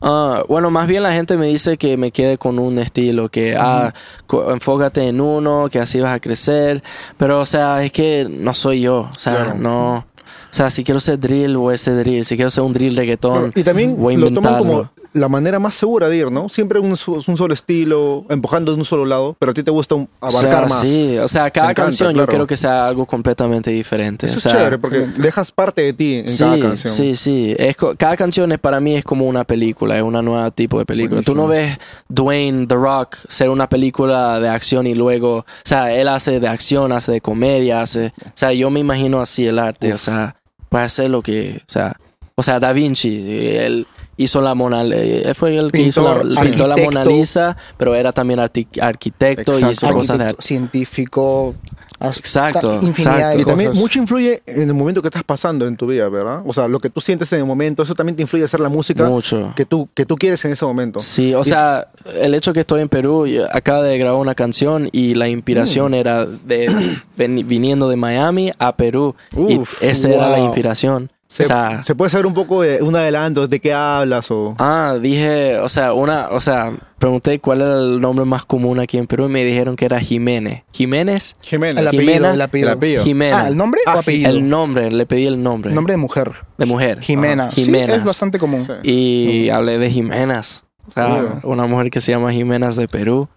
Ah, bueno, más bien la gente me dice que me quede con un estilo, que ah, co- enfócate en uno, que así vas a crecer. Pero, o sea, es que no soy yo. O sea,
Claro.
no. O sea, si quiero ser drill, voy a ser drill. Si quiero ser un drill reggaetón,
y también
voy a
lo toman
inventarlo.
como la manera más segura de ir, ¿no? Siempre un, su- un solo estilo, empujando de un solo lado, pero a ti te gusta un-
O sea,
abarcar más.
sí. O sea, cada
encanta,
canción yo
claro.
quiero que sea algo completamente diferente.
Eso
o
es
sea,
chévere, porque dejas parte de ti en
sí,
cada canción.
Sí, sí. Es co- cada canción es, para mí es como una película, es una nueva tipo de película. Tú no ves Dwayne The Rock ser una película de acción y luego, o sea, él hace de acción, hace de comedia, hace, o sea, yo me imagino así el arte, o sea, puede hacer lo que, o sea, o sea, Da Vinci, él hizo la Mona, eh, él fue el que hizo la,
Pintor,
pintó la
arquitecto.
Mona Lisa, pero era también arti- arquitecto y hizo cosas de
Arquitecto,
arte.
científico, hasta
Exacto,
infinidad
exacto.
de
Y también
cosas.
mucho influye en el momento que estás pasando en tu vida, ¿verdad? O sea, lo que tú sientes en el momento, eso también te influye a hacer la música
Mucho.
que tú que tú quieres en ese momento.
Sí, o
Y-
sea, el hecho que estoy en Perú, yo acabo de grabar una canción y la
Mm.
inspiración era de ven- viniendo de Miami a Perú. y
Uf,
esa era la
wow.
inspiración.
Se,
O sea-
se puede hacer un poco de un adelanto de qué hablas o.
Ah, dije, o sea, una, o sea, pregunté cuál era el nombre más común aquí en Perú y me dijeron que era Jiménez. ¿Jiménez?
Jiménez.
El apellido,
Jimena.
el apellido.
El apellido.
Jimena.
Ah, ¿el nombre o
Ah,
apellido?
El nombre, le pedí el nombre.
Nombre de mujer.
de mujer. Ah,
Jimena.
Ajá,
Sí,
Jimenas.
es bastante común.
Sí.
Y hablé de Jimenas. O sea, una mujer que se llama Jimenas de Perú.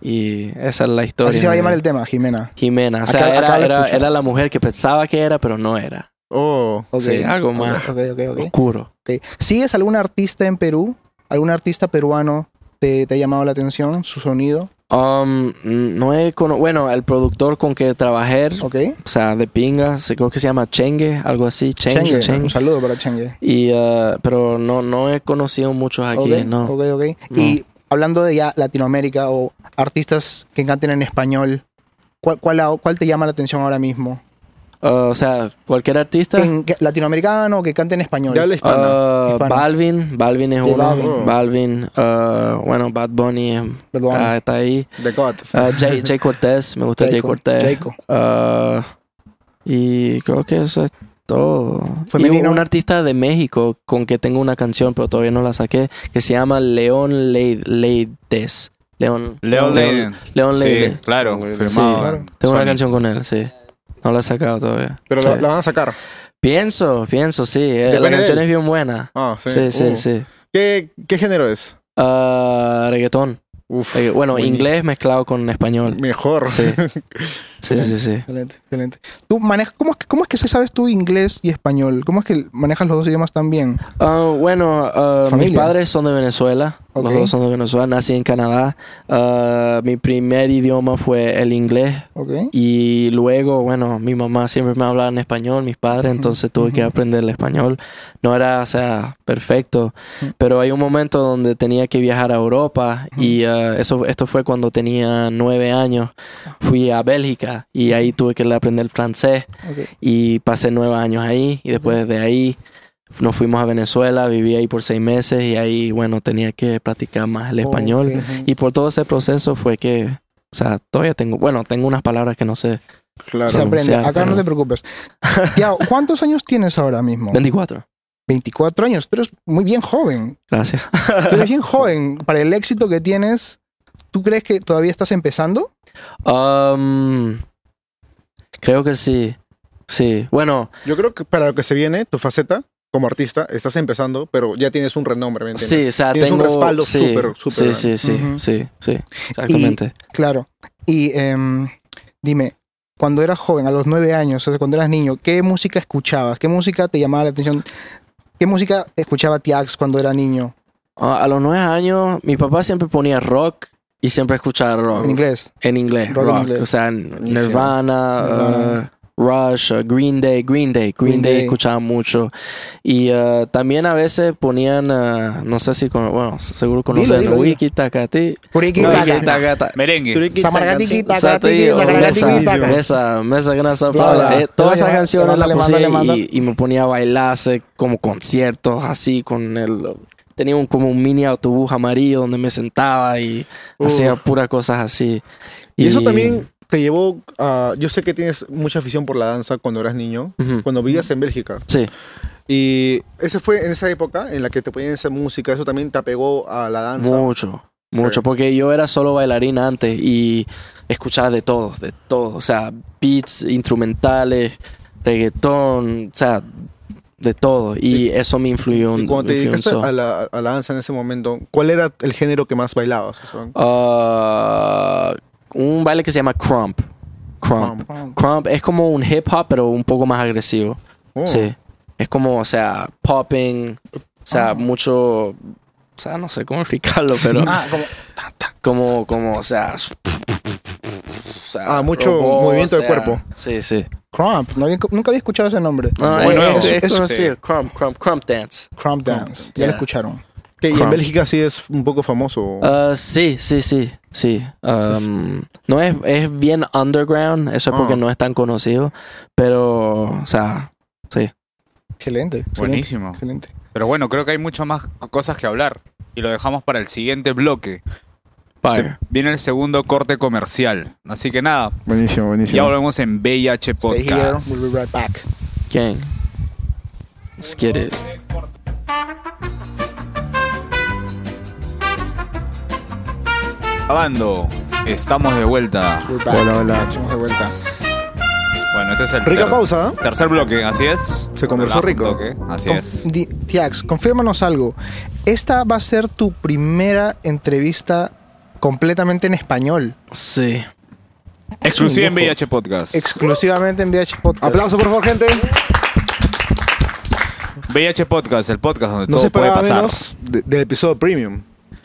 Y esa es la historia.
Así se va a llamar
¿no?
el tema, Jimena.
Jimena. O sea,
Acá-
era,
acá la
era-
escuché.
era la mujer que pensaba que era, pero no era.
Oh.
Sí, algo más
Ok, ok, ok.
oscuro.
ok. ¿Sigues algún artista en Perú? ¿Algún artista peruano te, te ha llamado la atención? ¿Su sonido?
Um, no he cono- bueno, el productor con que trabajé,
Ok.
o sea, de pinga, se- creo que se llama Chengue, algo así, Chengue,
Chenge.
Chengue.
Un saludo para Chenge.
Y, uh, pero no, no he conocido muchos aquí,
Ok,
no.
ok, ok. Y hablando de ya Latinoamérica o artistas que canten en español, ¿cuál, cuál, a- cuál te llama la atención ahora mismo?
Uh, o sea, cualquier artista.
En que- latinoamericano que cante en español.
Ya habla hispana.
Uh,
hispana.
Balvin, Balvin es
Ah, De
uno.
Balvin.
Balvin, uh, bueno, Bad Bunny eh,
Bad Bunny.
ah, está ahí.
The God.
Uh, Jay, Jay Cortés, me gusta Jay
Jayco,
Cortés.
Jayco.
Uh, y creo que eso es todo. Y
Femenino.
un artista de México con que tengo una canción, pero todavía no la saqué, que se llama León Leid- Leides. León
Leon Leiden.
León
Sí,
Leides.
claro,
Sí,
firmado.
claro.
en
Tengo una
Sony.
canción con él, sí. No la he sacado todavía.
Pero
Sí.
la, la van a sacar.
Pienso, pienso, sí. eh,
Depende
la
de
canción
él.
es bien buena.
Ah, sí.
Sí, sí,
Uh.
sí.
¿Qué, qué género es?
Ah, reggaetón.
Uf,
Eh, bueno,
buenísimo.
inglés mezclado con español.
Mejor.
Sí. Sí, sí, sí.
Excelente, excelente. ¿Tú manejas, cómo, es que- ¿Cómo es que se sabes tú inglés y español? ¿Cómo es que manejas los dos idiomas tan bien?
Ah, bueno, ah, mis
Familia.
padres son de Venezuela.
Ok.
Los dos son de Venezuela. Nací en Canadá. Ah, mi primer idioma fue el inglés.
¿Ok?
Y luego, bueno, mi mamá siempre me hablaba en español, mis padres, entonces tuve que aprender el español. No era, o sea, perfecto, pero hay un momento donde tenía que viajar a Europa y eh, eso, esto fue cuando tenía nueve años. Fui a Bélgica y ahí tuve que aprender el francés
Ok.
y pasé nueve años ahí y después de ahí nos fuimos a Venezuela, viví ahí por seis meses y ahí, bueno, tenía que practicar más el español.
Ok.
Y por todo ese proceso fue que, o sea, todavía tengo, bueno, tengo unas palabras que no sé.
Claro.
Se aprende.
pronunciar,
Acá no
pero-
te preocupes. Tiago, ¿cuántos años tienes ahora mismo?
24.
24 años. Tú eres muy bien joven.
Gracias.
Tú eres bien joven. Para el éxito que tienes, ¿tú crees que todavía estás empezando?
Um, creo que sí. Sí. Bueno,
Yo creo que para lo que se viene, tu faceta como artista, estás empezando, pero ya tienes un renombre, ¿me entiendes?
sí, o sea,
Tienes
tengo.
un respaldo
sí,
súper, súper
Sí,
grande.
sí, sí,
Ujú.
sí, sí. Exactamente.
Claro. Y em, dime, cuando eras joven, a los 9 años, o sea, cuando eras niño, ¿qué música escuchabas? ¿Qué música te llamaba la atención? ¿Qué música escuchaba Tiax cuando era niño?
A a los nueve años, mi papá siempre ponía rock y siempre escuchaba rock.
En inglés.
En inglés,
Rock
rock.
en inglés.
O sea, Nirvana,
Nirvana.
uh, Rush, uh, Green Day, Green Day, Green,
Green
Day,
Day.
escuchaba mucho. Y uh, también a veces ponían, uh, no sé si, con, bueno, seguro conocen,
dilo, dilo.
Wiki Takati.
Puriki,
Wiki
taca.
Takata.
Merengue.
Samargatiqui, taca, tiqui, sacaragatiqui, taca.
Mesa, mesa, gran
Claro,
zapada.
ya.
Eh, Todas
Ya,
esas
ya,
canciones
le
las
manda,
puse
le manda.
y, y me ponía a bailar, hacer como conciertos así con el... Tenía un, como un mini autobús amarillo donde me sentaba y hacía puras cosas así.
Y eso también te llevó a... Yo sé que tienes mucha afición por la danza cuando eras niño,
Ujú.
cuando vivías en Bélgica.
Sí.
Y eso fue en esa época en la que te ponían esa música, eso también te apegó a la danza.
Mucho, mucho,
Sí.
porque yo era solo bailarín antes y escuchaba de todo, de todo, o sea, beats, instrumentales, reggaetón, o sea, de todo, y, eso me influyó.
y cuando te dedicaste
influenció.
a la, a la danza en ese momento, ¿cuál era el género que más bailabas? O sea,
Ah, un baile que se llama crump. Crump. Crump es como un hip hop, pero un poco más agresivo.
oh,
Sí. Es como, o sea, popping, o
Ah.
sea, mucho... O sea, no sé cómo explicarlo, pero...
Ah, como
como, como, o sea. s- o sea,
Ah, mucho movimiento del cuerpo.
Sí, sí.
Crump. No había- nunca había escuchado ese nombre.
Ah, No,
Bueno,
es,
es-
este
es-
es conocido. Crump, crump, crump dance.
Crump Dance. Ya
Yeah.
lo escucharon.
Que- y en
Crump.
Bélgica sí es un poco famoso.
Ah, sí, sí, sí, sí. Um, no es, es bien underground, eso es porque
Ah.
no es tan conocido, pero, o sea,
Excelente. excelente,
Buenísimo.
Excelente.
Pero bueno, creo que hay muchas más co- cosas que hablar. Y lo dejamos para el siguiente bloque. Se-
fire.
viene el segundo corte comercial. Así que nada,
buenísimo, buenísimo.
ya volvemos en VIH
Stay here.
Podcast.
We'll be right back.
Gang. Let's get it.
Acabando, estamos de vuelta.
Hola, hola.
Estamos de vuelta.
Bueno, este es el
Rica
ter-
pausa, ¿eh?
tercer bloque, así es.
Se conversó
Relaja un
rico.
toque, Así es.
Di- Tiax, confírmanos algo. Esta va a ser tu primera entrevista completamente en español,
Sí.
Exclusiva en
lujo.
VIH Podcast.
exclusivamente en VH Podcast.
Aplauso, por favor, gente.
VIH Podcast, el podcast donde
No
todo
se
puede
para
pasar.
menos de- del episodio premium.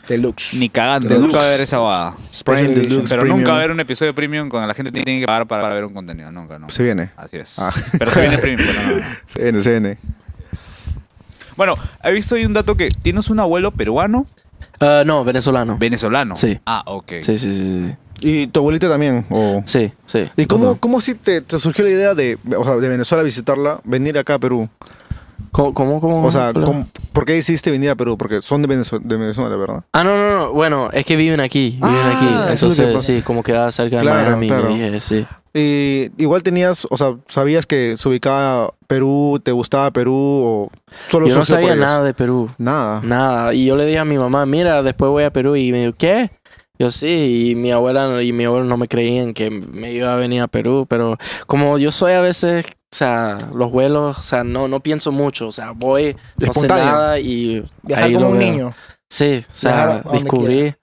Deluxe.
Ni cagante,
Deluxe.
nunca va a ver esa bada.
Special
Pero
Deluxe
nunca
Premium.
va a ver un episodio premium cuando la gente tiene que pagar para, para ver un contenido. Nunca, no.
Se viene.
Así es.
Ah.
Pero se viene premium. pero no.
Se viene, se viene.
Bueno, he visto hoy un dato que tienes un abuelo peruano,
Ah, no, venezolano.
venezolano.
Sí.
Ah, ok.
Sí, sí, sí, sí.
¿Y tu abuelita también? o-
Sí, sí.
¿Y cómo,
Ojo.
cómo si te, te surgió la idea de, o sea, de Venezuela visitarla, venir acá a Perú?
¿Cómo, cómo, cómo?
O sea,
Hola.
¿cómo- ¿por qué decidiste venir a Perú? Porque son de Venezuela, de Venezuela ¿verdad?
Ah, no, no, no. Bueno, es que viven aquí. Viven
Ah, eso es
aquí.
lo que
Entonces,
pasa.
sí, pues. como queda cerca de
Claro,
Miami,
claro.
me dije, sí.
Y igual tenías, o sea, ¿sabías que se ubicaba Perú, te gustaba Perú o solo
Yo no
surgió por
sabía
ellos?
nada de Perú.
Nada.
Nada. Y yo le dije a mi mamá, mira, después voy a Perú. Y me dijo, ¿qué? Yo sí, y mi abuela y mi abuelo no me creían que me iba a venir a Perú, pero como yo soy a veces, o sea, los vuelos, o sea, no, no pienso mucho, o sea, voy, no sé
Espontáneo.
nada y
Viajar
ahí
como
lo
un
veo.
niño.
Sí, o
Viajar a
sea,
donde
descubrí.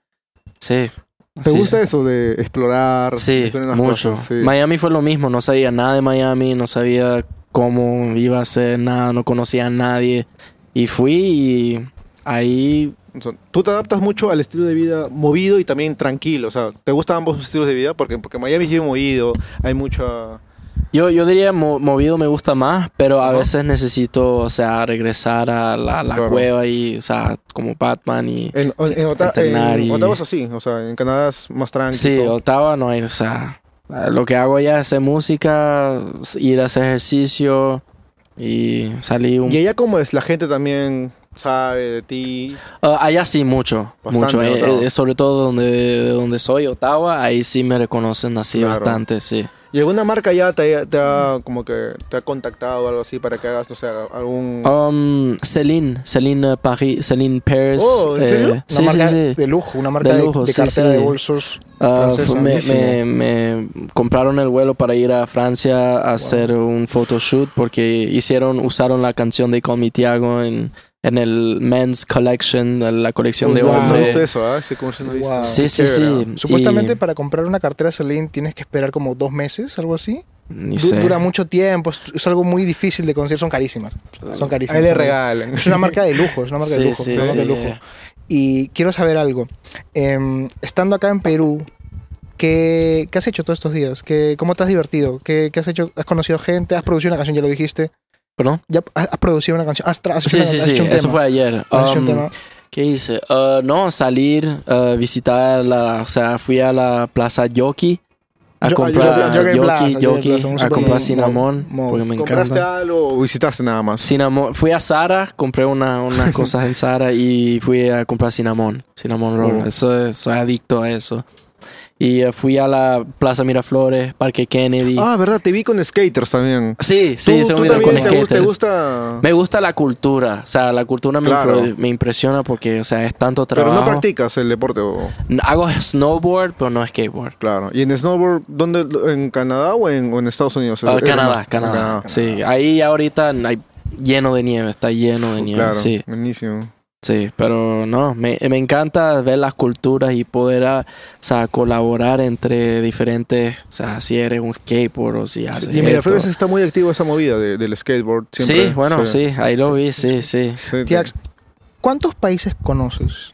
Sí.
¿Te
Mm, Sí,
gusta
sí.
eso de explorar?
Sí,
explorar las
mucho.
cosas? Sí.
Miami fue lo mismo, no sabía nada de Miami, no sabía cómo iba a ser nada, no conocía a nadie. Y fui y ahí
O sea, Tú te adaptas mucho al estilo de vida movido y también tranquilo. O sea, ¿te gustan ambos estilos de vida? Porque, porque Miami es bien movido, hay mucha...
Yo, yo diría mo- movido me gusta más, pero a veces necesito, o sea, regresar a la, la
Claro.
cueva y, o sea, como Batman y...
En, en, en Ota-
Alternar
en
y-
Ottawa es así, o sea, en Canadá es más
Sí,
tranquilo.
Ottawa no hay, o sea, lo que hago allá es hacer música, ir a hacer ejercicio y salir un...
y allá como es, la gente también sabe de ti.
Ah, allá sí, mucho,
Bastante,
mucho. Eh,
Ottawa.
eh, sobre todo donde, donde soy, Ottawa, ahí sí me reconocen así
Claro.
bastante, sí.
¿Y alguna marca ya te, te ha como que te ha contactado o algo así para que hagas, no sé, algún...
Um, Celine, Celine eh, Paris, Celine Paris.
Oh, ¿en serio?
Una
sí,
marca
sí, sí.
de lujo, una marca
De
de,
lujo,
de
sí,
cartera
sí.
de bolsos.
Ah,
francesa,
fue- me,
buenísimo.
me- me compraron el vuelo para ir a Francia a hacer un photoshoot porque hicieron, usaron la canción de Call Me Tiago en, en el Men's Collection, en la colección de
Wow.
Me
hombres.
gustó eso, ¿ah? Ese curso no he visto.
Wow.
Sí,
Qué
sí, sí.
chévere, ¿ah?
Y-
Supuestamente para comprar una cartera Celine tienes que esperar como dos meses, algo así.
ni
Du-
sé.
Dura mucho tiempo, es, es algo muy difícil de conseguir, son carísimas. Son carísimas.
Ahí le regalan.
Es una marca de lujo, es una marca de
Sí,
lujo.
sí,
es una marca de
sí,
lujo.
yeah.
Y quiero saber algo. Em, estando acá en Perú, ¿qué, qué has hecho todos estos días? ¿Qué, ¿Cómo te has divertido? ¿Qué, qué has hecho? ¿Has conocido gente? ¿Has producido una canción? Ya lo dijiste.
¿Perdón?
¿Ya has, has producido una canción? ¿Has, tra- has hecho
Sí,
una-
sí,
has
sí.
hecho un
Eso
tema?
fue ayer.
¿Has hecho un
Um,
tema?
¿Qué hice? Ah, no, salir, ah, visitar la. O sea, fui a la Plaza Yoki a
Yo-
comprar
Yoki- Yoki
Yoki,
Plaza, Yoki Plaza,
Yoki,
un
a
supermercado.
comprar cinnamon
Mo-
porque me
¿Compraste
encanta.
algo o visitaste nada más?
Cinnamon. Fui a Zara, compré una, unas cosas en Zara y fui a comprar cinnamon, cinnamon roll.
Oh.
Eso es- soy adicto a eso. Y eh, fui a la Plaza Miraflores, Parque Kennedy.
Ah, verdad, te vi con skaters también.
sí, sí,
Tú-
se
tú
me
también
con
te, gu- te
skaters.
gusta...
Me gusta la cultura, o sea, la cultura me,
Claro.
impre- me impresiona porque, o sea, es tanto
Pero
trabajo.
no practicas el deporte, o-
Hago snowboard, pero no skateboard.
claro. ¿Y en snowboard, dónde? ¿En Canadá o en, o en Estados Unidos?
Ah,
Es- es
Canadá,
más-
Canadá,
Canadá.
Sí, ahí ahorita hay lleno de nieve, está lleno de nieve.
Claro,
Sí,
buenísimo.
sí, pero no, me, me encanta ver las culturas y poder ah, o sea, colaborar entre diferentes, o sea, si eres un skateboard o si haces
y en Miraflores
esto.
está muy activo esa movida de- del skateboard. siempre.
Sí, bueno, sí. ahí lo vi, sí, sí.
Sí,
Tiax, ¿cuántos países conoces?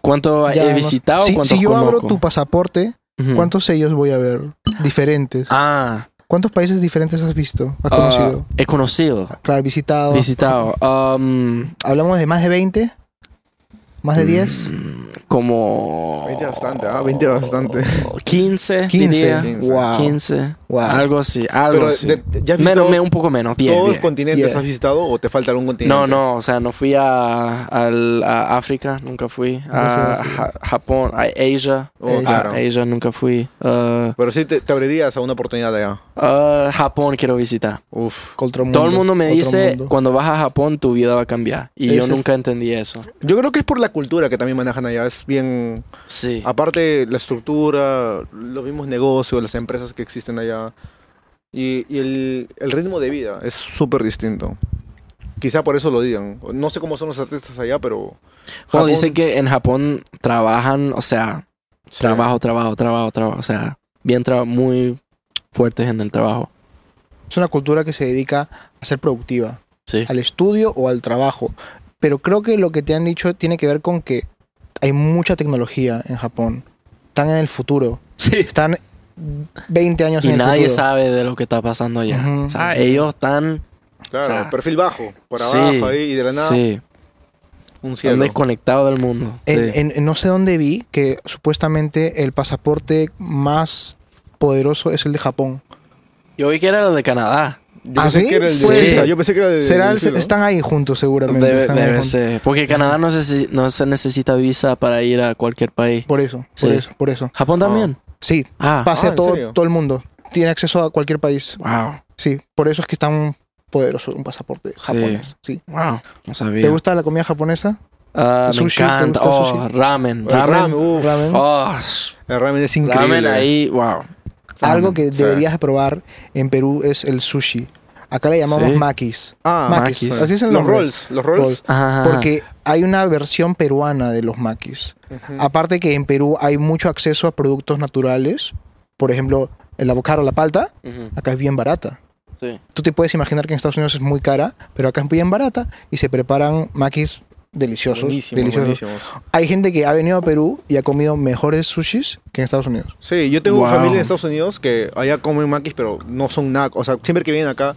¿Cuánto
Ya,
he
¿no?
visitado?
Si,
¿Cuántos
si yo abro
conozco?
tu pasaporte,
Ujú.
¿cuántos sellos voy a ver? Diferentes.
Ah,
¿Cuántos países diferentes has visto? ¿Has
ah,
conocido?
he conocido,
Claro, visitado.
visitado. Um,
Hablamos de más de 20. ¿Más de 10?
Mm, Como...
20 bastante, ah, 20
Oh.
bastante.
15,
15,
diría.
15.
Wow.
15.
Wow.
Algo así, algo
Pero,
así.
de- ¿ya has
Menos,
visto
me- un poco menos, 10.
¿Todos los
10.
continentes
Yeah.
has visitado o te falta algún continente?
No, no, o sea, no fui a, al- a África, nunca fui. A Ja- Japón, a Asia,
Oh,
a
claro.
Asia nunca fui. Uh,
Pero sí te, te abrirías a una oportunidad allá.
uh, Japón quiero visitar.
Uf.
Otro
Todo el mundo me
otro
dice,
mundo.
cuando vas a Japón, tu vida va a cambiar. Y yo
Ese-
nunca entendí eso.
Yo creo que es por la cultura que también manejan allá. Es bien.
Sí.
Aparte, la estructura, los mismos negocios, las empresas que existen allá. Y, y el, el ritmo de vida es súper distinto. Quizá por eso lo digan. No sé cómo son los artistas allá, pero.
Bueno,
Japón-
dice que en Japón trabajan, o sea,
Sí.
trabajo, trabajo, trabajo, trabajo. O sea, bien tra- muy fuertes en el trabajo.
Es una cultura que se dedica a ser productiva,
Sí.
al estudio o al trabajo. Pero creo que lo que te han dicho tiene que ver con que hay mucha tecnología en Japón. Están en el futuro.
Sí.
Están 20 años
Y
en el futuro.
nadie sabe de lo que está pasando allá.
Ujú.
O sea, ellos están,
Claro,
o sea,
perfil bajo, por
Ah. sí,
abajo ahí, y de la nada,
sí,
un
están
cielo.
desconectados del mundo.
En-
Sí.
en- en no sé dónde vi que supuestamente el pasaporte más poderoso es el de Japón.
Yo vi que era el de Canadá.
Yo
¿Ah,
pensé
sí?
que era el de
Puede
Suiza,
ser.
yo pensé que era el de
Será,
del cielo.
están ahí juntos seguramente.
Debe,
están ahí
debe
juntos.
ser. Porque Canadá no se, si- no se necesita visa para ir a cualquier país.
Por eso, por
Sí.
eso, por eso.
Japón también.
Sí,
Ah,
pase
Ah,
a
¿en
todo,
serio?
todo el mundo. Tiene acceso a cualquier país.
wow.
Sí, por eso es que es tan poderoso un pasaporte japonés. Sí.
Wow, no sabía.
¿Te gusta la comida japonesa?
Ah, me
sushi? ¿Te
encanta.
gusta
Oh,
sushi?
ramen.
El ramen,
Ramen.
uf,
Ramen.
Oh,
el ramen es increíble.
ramen ahí, wow. Ah,
Algo que
sí.
deberías de probar en Perú es el sushi. Acá le llamamos
Sí.
makis.
Ah,
makis.
makis.
Así es el
los
nombre.
rolls, los rolls.
Rolls.
Ajá, ajá.
Porque hay una versión peruana de los makis. Aparte que en Perú hay mucho acceso a productos naturales. Por ejemplo, el avocado, la palta,
Ujú,
acá es bien barata.
sí.
tú te puedes imaginar que en Estados Unidos es muy cara, pero acá es bien barata y se preparan maquis deliciosos.
Buenísimo,
deliciosos.
buenísimo.
Hay gente que ha venido a Perú y ha comido mejores sushis que en Estados Unidos.
Sí, yo tengo
Wow.
familia en Estados Unidos que allá comen maquis, pero no son nada. O sea, siempre que vienen acá,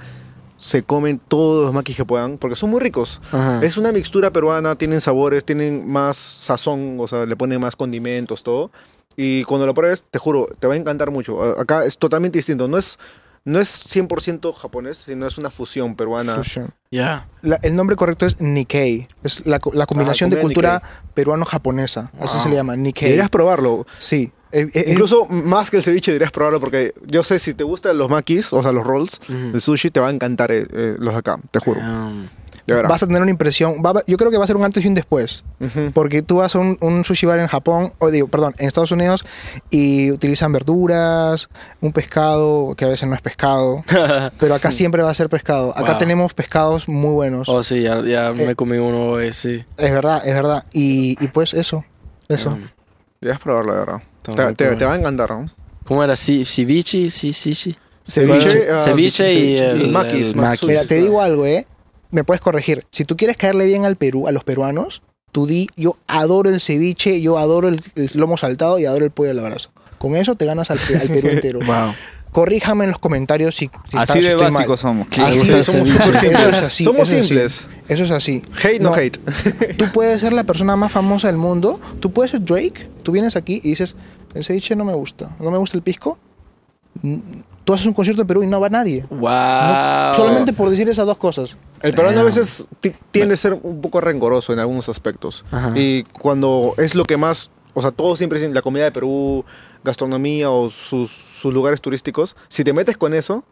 se comen todos los maquis que puedan, porque son muy ricos.
Ajá.
Es una mixtura peruana, tienen sabores, tienen más sazón, o sea, le ponen más condimentos, todo. Y cuando lo pruebes, te juro, te va a encantar mucho. A- Acá es totalmente distinto. No es, no es 100% japonés, sino es una fusión peruana.
Sushi.
Yeah.
La- el nombre correcto es Nikkei. Es la, co- la combinación de
comida
cultura peruano-japonesa. Así se le llama, Nikkei.
Deberías probarlo.
Sí. Eh, eh, eh,
Incluso más que el ceviche deberías probarlo porque yo sé si te gustan los maquis, o sea, los rolls,
Ujú.
el sushi te va a encantar eh, eh, los de acá, te juro.
Um,
De verdad.
vas a tener una impresión. va- va- yo creo que va a ser un antes y un después.
Ujú.
Porque tú vas a un, un sushi bar en Japón, o digo, perdón, en Estados Unidos, y utilizan verduras, un pescado, que a veces no es pescado, pero acá siempre va a ser pescado. Acá
Wow.
tenemos pescados muy buenos.
oh, sí, ya, ya me
Eh.
comí uno hoy, sí.
Es verdad, es verdad. Y, y pues eso, eso.
Um,
Deberías probarlo, de verdad.
Tengo
Te,
que
te-
probar.
te va a encantar, ¿no?
¿Cómo era? Sí, ceviche, sí, sí, sí.
Ceviche, ah,
ceviche y
ceviche.
el,
Y maquis,
el
maquis.
Mira, te
claro.
digo algo, ¿eh? Me puedes corregir. Si tú quieres caerle bien al Perú, a los peruanos, tú di, yo adoro el ceviche, yo adoro el, el lomo saltado y adoro el pollo al abrazo. Con eso te ganas al, pe- al Perú entero.
Wow.
Corríjame en los comentarios si, si
Así
estás-
de
estoy mal.
básicos somos.
Me
Así
gusta el
Ah, es, somos súper
ceviche.
simples. Eso
Eso
es así,
Somos
eso es así.
simples.
Eso es así.
Hate, no,
No.
hate.
Tú puedes ser la persona más famosa del mundo. Tú puedes ser Drake. Tú vienes aquí y dices, el ceviche no me gusta. No me gusta el pisco. Mm, Tú haces un concierto en Perú y no va nadie.
Wow.
Solamente por decir esas dos cosas.
El peruano a
Damn.
veces ti- tiende a ser un poco rencoroso en algunos aspectos.
Ajá.
Y cuando es lo que más, o sea, todos siempre dicen la comida de Perú, gastronomía o sus, sus lugares turísticos, si te metes con eso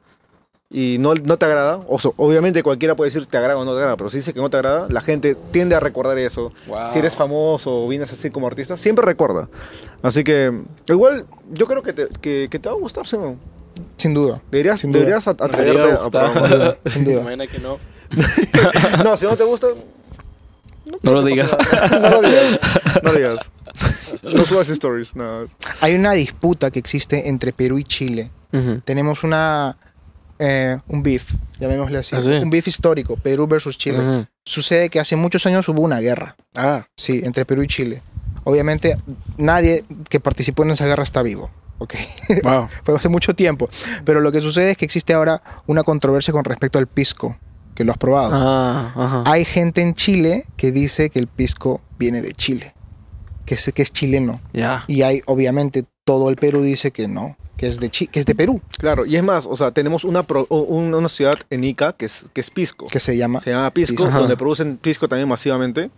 y no, no te agrada, o so- obviamente cualquiera puede decir te agrada o no te agrada, pero si dice que no te agrada, la gente tiende a recordar eso.
Wow.
Si eres famoso o vienes así como artista, siempre recuerda. Así que igual yo creo que te, que, que te va a gustar, ¿sí o no?
Sin duda.
Deberías,
Sin duda.
deberías at-
Me había
atreverte a
gustado.
probar.
Sin duda.
Imagina que no.
No, si no te gusta,
No lo digas.
no lo digas. No lo digas. No subas stories. No.
Hay una disputa que existe entre Perú y Chile.
Ujú.
Tenemos una... eh, un beef, llamémosle así.
¿Ah, sí?
Un beef histórico, Perú versus Chile.
Ujú.
Sucede que hace muchos años hubo una guerra.
Ah,
Sí, entre Perú y Chile. Obviamente nadie que participó en esa guerra está vivo. ok.
wow.
Fue hace mucho tiempo. Pero lo que sucede es que existe ahora una controversia con respecto al pisco. que lo has probado.
Ah, ajá.
Hay gente en Chile que dice que el pisco viene de Chile, que es, que es chileno.
Ya.
Y hay, obviamente, todo el Perú dice que no, que es de, Chi- que es de Perú,
Claro, y es más, o sea, tenemos una, pro- o- una, una ciudad en Ica que es, que es Pisco.
que se llama...
se llama Pisco,
Pisco.
donde
Ajá.
producen Pisco también masivamente.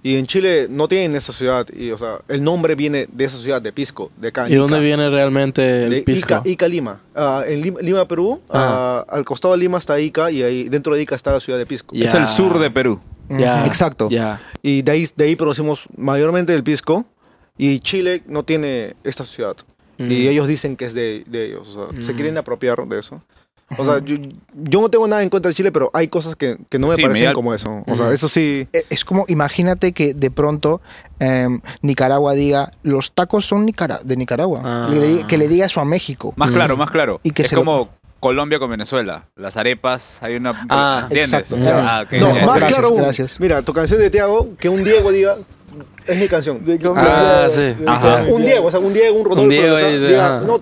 Y en Chile no tienen esa ciudad, y, o sea, el nombre viene de esa ciudad, de Pisco, de acá. en
¿Y dónde
Ica.
viene realmente el
De
pisco?
Ica, Ica, Lima. Ah, en Lima, Lima, Perú,
Ajá.
ah, al costado de Lima está Ica y ahí dentro de Ica está la ciudad de Pisco.
Ya.
Es el sur de Perú.
Ujú.
Ya.
Exacto.
Ya.
Y de ahí, de ahí producimos mayormente el pisco. Y Chile no tiene esta ciudad. Y
Mm.
ellos dicen que es de, de ellos. O sea, se
Mm.
quieren apropiar de eso. O sea, yo, yo no tengo nada en contra de Chile, pero hay cosas que, que no me
Sí,
parecen
mira-
como eso. O sea,
Ujú.
eso sí.
Eh, Es como, imagínate que de pronto em, Nicaragua diga, los tacos son Nicara- de Nicaragua.
Ah.
Y le di- que le diga eso a México.
Más
Mm.
claro, más claro.
Y que
es
se lo-
como Colombia con Venezuela. Las arepas, hay una...
Ah,
¿Entiendes?
exacto.
Ah, ok,
Eh,
No,
ya,
más
ya.
gracias,
claro. aún.
gracias.
Mira, tu canción de Tiago, que un Diego diga, es mi canción.
Ah, sí.
Ajá.
Un Diego, o sea, un Diego, un Rodolfo.
Diego
o sea,
y-
diga,
ajá.
no,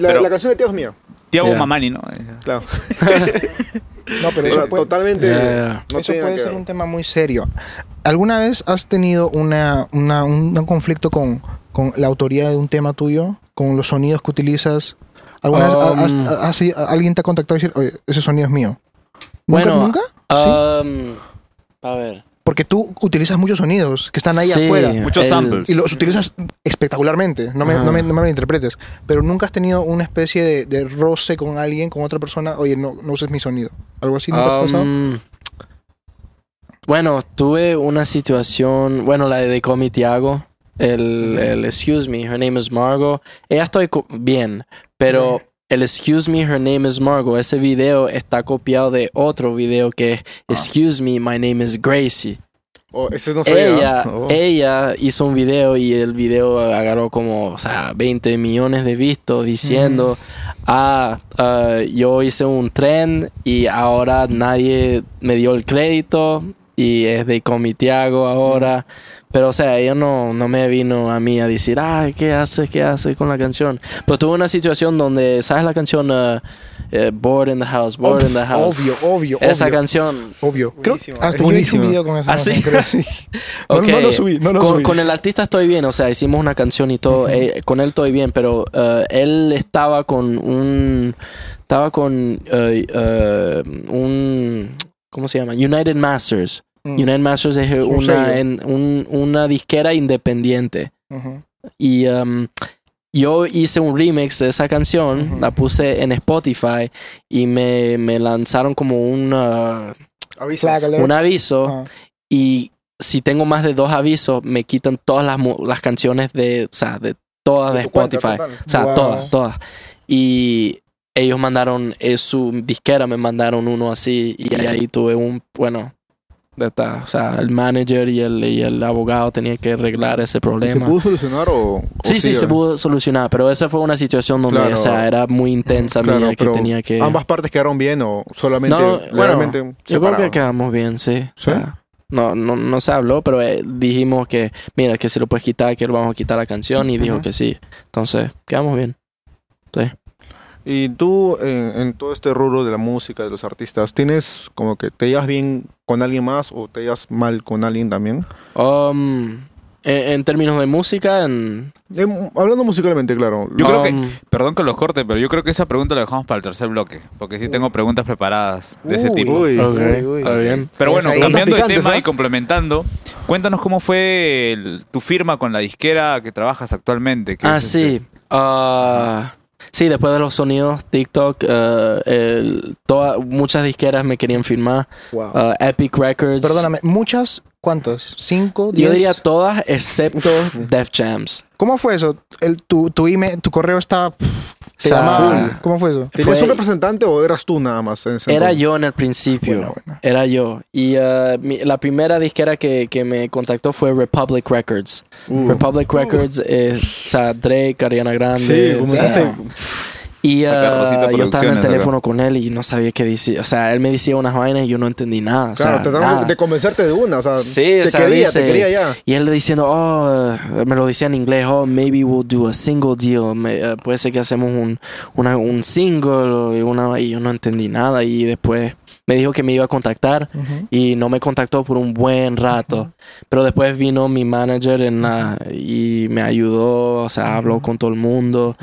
la,
Pero-
la canción de Tiago es mía.
Tiago
Ya.
Mamani, ¿no?
Claro.
No, pero
O
eso
sea,
puede-
totalmente.
Ya, ya.
No
Eso
tiene nada
puede
que
ser
ver.
un tema muy serio. ¿Alguna vez has tenido una, una- un, un conflicto con, con la autoría de un tema tuyo? ¿Con los sonidos que utilizas? ¿Alguna
Um,
vez has- has- has- alguien te ha contactado y decir, oye, ese sonido es mío? ¿Nunca?
Bueno,
¿Nunca? ¿Sí?
Um, a ver.
Porque tú utilizas muchos sonidos que están ahí
Sí,
afuera.
Muchos
el-
samples.
Y los utilizas espectacularmente, no me,
Ajá.
no, me, no me malinterpretes. Pero nunca has tenido una especie de, de roce con alguien, con otra persona. Oye, no, no uses mi sonido. ¿Algo así nunca te ha pasado?
Um, bueno, tuve una situación, bueno, la de Comi Tiago, el, el excuse me, her name is Margo. Ella estoy co- bien, pero el excuse me, her name is Margo, ese video está copiado de otro video que es excuse me, my name is Gracie.
Oh, ese no sabía.
Ella,
Oh.
ella hizo un video y el video agarró como, o sea, 20 millones de vistos diciendo,
Mm.
ah, ah, yo hice un tren y ahora nadie me dio el crédito y es de Comitiago ahora.
Mm.
Pero, o sea, ella no, no me vino a mí a decir, ah, ¿qué haces? ¿Qué haces con la canción? Pero tuve una situación donde, ¿sabes la canción? ah, eh, Bored in the House, Bored in the House.
Obvio, obvio,
Esa
obvio.
canción.
Obvio. Creo que
Buenísimo.
hasta yo hice
Es
un
buenísimo.
video con esa.
¿Ah, sí?
canción, creo, sí. No,
Ok.
no lo subí, no lo
con,
subí.
con el artista estoy bien, o sea, hicimos una canción y todo, eh, con él estoy bien, pero eh, él estaba con un, estaba con eh, eh, un, ¿cómo se llama? United Masters.
Mm.
United Masters es eh,
Un sello.
una, en- un- una disquera independiente.
Ujú.
Y um, yo hice un remix de esa canción,
Ujú.
la puse en Spotify y me, me lanzaron como un, uh,
Avisa.
Flag alert.
un aviso
Ajá.
y si tengo más de dos avisos, me quitan todas las, mu- las canciones de, o sea, de todas de
Tu cuenta,
Spotify.
total.
O sea,
Wow.
todas, todas. Y ellos mandaron, eh, su disquera me mandaron uno así y ahí tuve un, bueno, de esta- o sea, el manager y el, y el abogado tenían que arreglar ese
¿Se
problema.
pudo solucionar o.? o
Sí, sí,
sigue?
se pudo solucionar, pero esa fue una situación donde,
Claro.
o sea, era muy intensa
Claro,
mía que
pero
tenía que...
Eh, ¿Ambas partes quedaron bien o solamente.?
No,
legalmente
Yo creo que
separadas?
quedamos bien, sí. O
¿Sí?
sea, no, no, no se habló, pero eh, dijimos que, mira, que si lo puedes quitar, que lo vamos a quitar la canción, y dijo
Ujú.
que sí. Entonces, quedamos bien.
Y tú, en, en todo este rubro de la música, de los artistas, ¿tienes como que te llevas bien con alguien más o te llevas mal con alguien también?
Um, en, en términos de música, en...
Eh, hablando musicalmente, claro.
Yo creo que-
um,
Perdón que los corte, pero yo creo que esa pregunta la dejamos para el tercer bloque, porque sí tengo preguntas preparadas de ese
Uy,
tipo.
uy.
ok,
Uy, uy.
está bien.
Pero bueno,
Ahí.
cambiando de
Picantes,
tema
¿ah?
y complementando, cuéntanos cómo fue el- tu firma con la disquera que trabajas actualmente. que
Ah,
es, este,
sí. Ah, sí, después de los sonidos, TikTok, eh, el- toda- muchas disqueras me querían firmar. Ah, Epic Records.
Perdóname, muchas, ¿cuántas? ¿Cinco?
Yo
diez?
diría todas excepto Def Jams.
¿Cómo fue eso? El, tu, tu, email, tu correo está. pff, te
O sea,
llamaban. ¿Cómo fue eso?
¿Tenías
fue-
un representante o eras tú nada más? en ese
Era
entonces?
yo en el principio.
Bueno, bueno.
Era yo. Y eh, mi- la primera disquera que, que me contactó fue Republic Records.
Uh.
Republic Records, eh, o sea, Drake, Ariana Grande.
Sí,
o
como
sea,
dijiste,
y eh,
Acá Rosita
yo estaba en
Producciones,
el
acá.
teléfono con él y no sabía qué decía. O sea, él me decía unas vainas y yo no entendí nada. o sea,
Claro, trataron
nada.
de convencerte de una, o sea,
Sí, o
te
sea,
quería,
dice-
te quería ya.
Y él diciendo, oh, eh, me lo decía en inglés, oh, maybe we'll do a single deal. Me- eh, puede ser que hacemos un, una- un single o una, y yo no entendí nada. Y después me dijo que me iba a contactar y no me contactó por un buen rato. Pero después vino mi manager en la- y me ayudó, o sea, habló con todo el mundo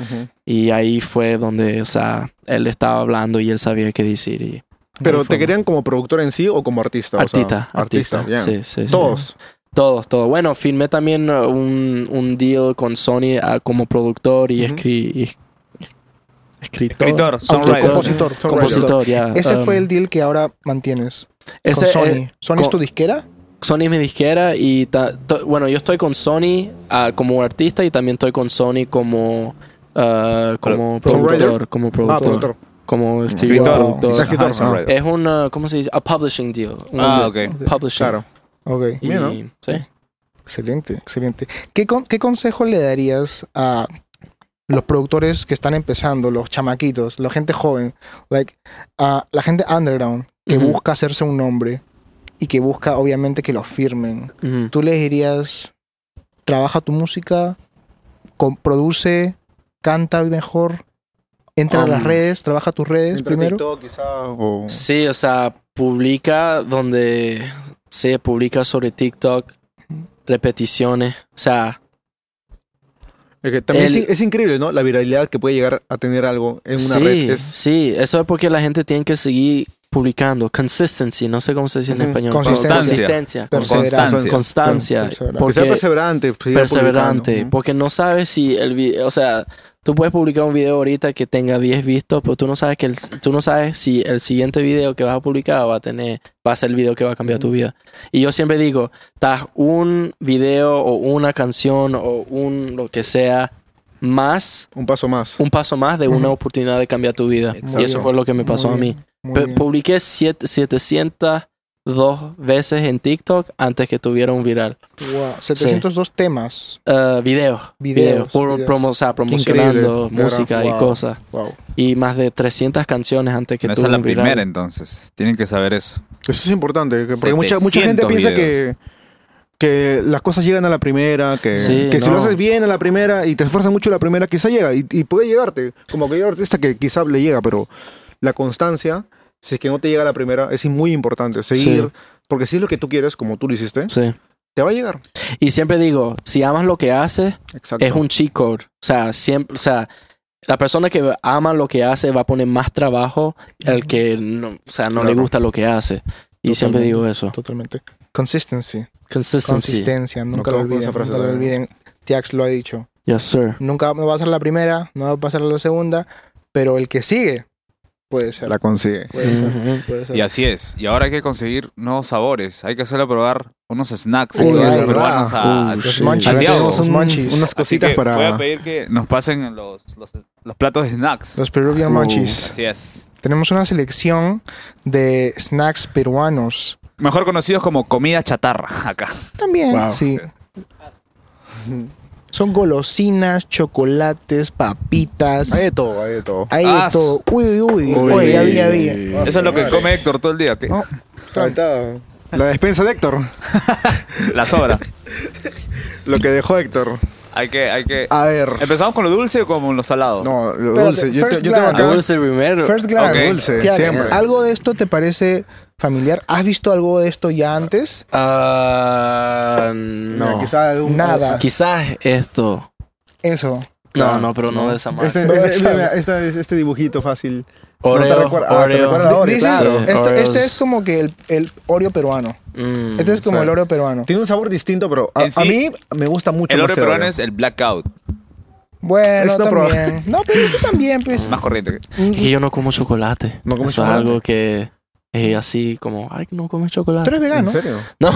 y ahí fue donde, o sea, él estaba hablando y él sabía qué decir. Y
Pero
ahí
te
fue.
querían como productor en sí o como artista. O sea,
Artista, artista.
bien.
Sí, sí, Ah, sí.
Todos. Ah,
Todos, todos. Bueno, firmé también uh, un, un deal con Sony ah, como productor y,
Ujú.
escri- y- escritor.
Escritor,
Songwriter.
songwriter.
Compositor.
Compositor, ya.
Ese
Um,
fue el deal que ahora mantienes
ese,
con Sony.
eh,
¿Sony es
con-
tu disquera?
Sony es mi disquera y ta- to- bueno, yo estoy con Sony ah, como artista y también estoy con Sony como ah, como productor,
Songwriter.
como
Ah,
productor,
productor.
como escritor,
Escritor.
productor.
Escritor.
Ajá, songwriter.
Es un ah, ¿cómo se dice? A publishing deal. Un
Ah, ok.
Publishing.
Claro.
Ok.
Y-
Mira.
sí.
Excelente, excelente. ¿Qué, con- ¿Qué consejo le darías a los productores que están empezando, los chamaquitos, la gente joven, like, a la gente underground que
Ujú.
busca hacerse un nombre y que busca obviamente que lo firmen?
Ujú.
¿Tú les dirías, trabaja tu música, com- produce, canta mejor, entra a las
Um,
redes, trabaja tus redes
Entra
primero?
TikTok, quizá, o-
Sí, o sea, publica donde se publica sobre TikTok, repeticiones, o sea,
Es que también
El-
es, es increíble, ¿no? La viralidad que puede llegar a tener algo en una
sí,
red. Es,
sí, eso es porque la gente tiene que seguir publicando, consistency, no sé cómo se dice en
Ujú.
español,
Consistencia.
consistencia,
Perseverancia.
Constancia.
constancia,
Perseverancia.
que sea
porque
perseverante. siga
perseverante,
publicando.
porque no sabes si el video, o sea, tú puedes publicar un video ahorita que tenga 10 vistos, pero tú no sabes que el, tú no sabes si el siguiente video que vas a publicar va a tener va a ser el video que va a cambiar tu vida. Y yo siempre digo, estás un video o una canción o un lo que sea más
Un paso más.
un paso más de una
Ujú.
oportunidad de cambiar tu vida.
Exacto.
Y eso fue lo que me pasó a
Muy
mí.
bien, muy
Pe-
bien.
Publiqué siete- 702 veces en TikTok antes que tuviera un viral.
Wow, 702 temas.
Eh, video.
Videos,
Video. Por,
videos.
promo- o sea,
increíble,
promocionando
de verdad.
música y
Wow.
cosas.
Wow.
Y más de 300 canciones antes que
No,
tuviera
esa es la
un viral.
primera entonces. Tienen que saber eso.
Eso es importante. que- Porque mucha,
700
mucha gente piensa que,
videos.
que las cosas llegan a la primera, que,
Sí,
que si
no.
lo haces bien a la primera y te esfuerzas mucho a la primera, quizá llega. Y, y puede llegarte. Como que hay artista que quizá le llega, pero la constancia, si es que no te llega a la primera, es muy importante. Seguir. Porque si es lo que tú quieres, como tú lo hiciste,
Sí.
te va a llegar.
Y siempre digo, si amas lo que haces,
Exacto.
es un cheat code. O sea, siempre, o sea, la persona que ama lo que hace va a poner más trabajo al que no, o sea, no le
Claro.
gusta lo que hace. Y siempre
Totalmente.
digo eso.
Totalmente. Consistency.
Consistency.
Consistencia. Nunca
acabo
lo
con
olviden.
esa frase
Nunca lo
todavía.
olviden. Tiax lo ha dicho.
Yes, sir.
Nunca no va a ser la primera, no va a pasar a la segunda, pero el que sigue puede ser.
La consigue.
Puede ser,
Ujú.
puede ser.
Y así es. Y ahora hay que conseguir nuevos sabores. Hay que hacerlo probar unos snacks
Uy,
y todo
ahí
eso
va.
peruanos a,
Uy,
Los
Sí.
munchies.
Al diablo.
Tenemos un
Son
munchies.
unas
Así
cositas
que
para.
Voy a pedir que nos pasen los, los, los platos de snacks.
Los Peruvian
Uh.
Munchies.
Así es.
Tenemos una selección de snacks peruanos.
Mejor conocidos como comida chatarra acá.
También,
Wow.
sí. Son golosinas, chocolates, papitas.
Hay de todo, hay de todo.
Hay
Ah,
de todo. Uy, uy, uy.
Uy.
Oye, ya vi, ya vi.
Eso es lo que come Héctor todo el día. ¿qué?
No.
Ah, Ahí está. La despensa de Héctor.
La sobra.
Lo que dejó Héctor.
Hay que, hay que.
A ver.
¿Empezamos con lo dulce o con lo salado?
No, lo
Espérate,
dulce. Yo, te-
first
yo tengo
glance.
acá.
Dulce primero.
First glance.
Ok.
Dulce,
Tiax,
siempre.
¿Algo de esto te parece familiar? ¿Has visto algo de esto ya antes?
Ah,
Mira,
no.
quizá algún-
Nada.
Quizás esto.
Eso.
No, no, pero no de esa
Este,
manera.
No,
este-
esa-
mira, esta es- este dibujito fácil.
Oreo.
no te recuerda- ah, te
Oreo.
recuerda ahora,
This is-
claro.
este,
Oreos.
este es como que el, el Oreo peruano.
Mm,
Este es como
sí.
el Oreo peruano.
Tiene un sabor distinto, pero a,
En sí,
a mí me gusta mucho.
el
más
oro
que
peruano
Oreo.
es el blackout.
Bueno,
Es no proba- Ah,
también. No, pero este también, pues.
Más corriente.
Es que yo no como chocolate.
No comes
Eso es
chocolate.
algo que es así como, ay, no comes
Tú
chocolate.
eres vegano.
¿En serio?
No.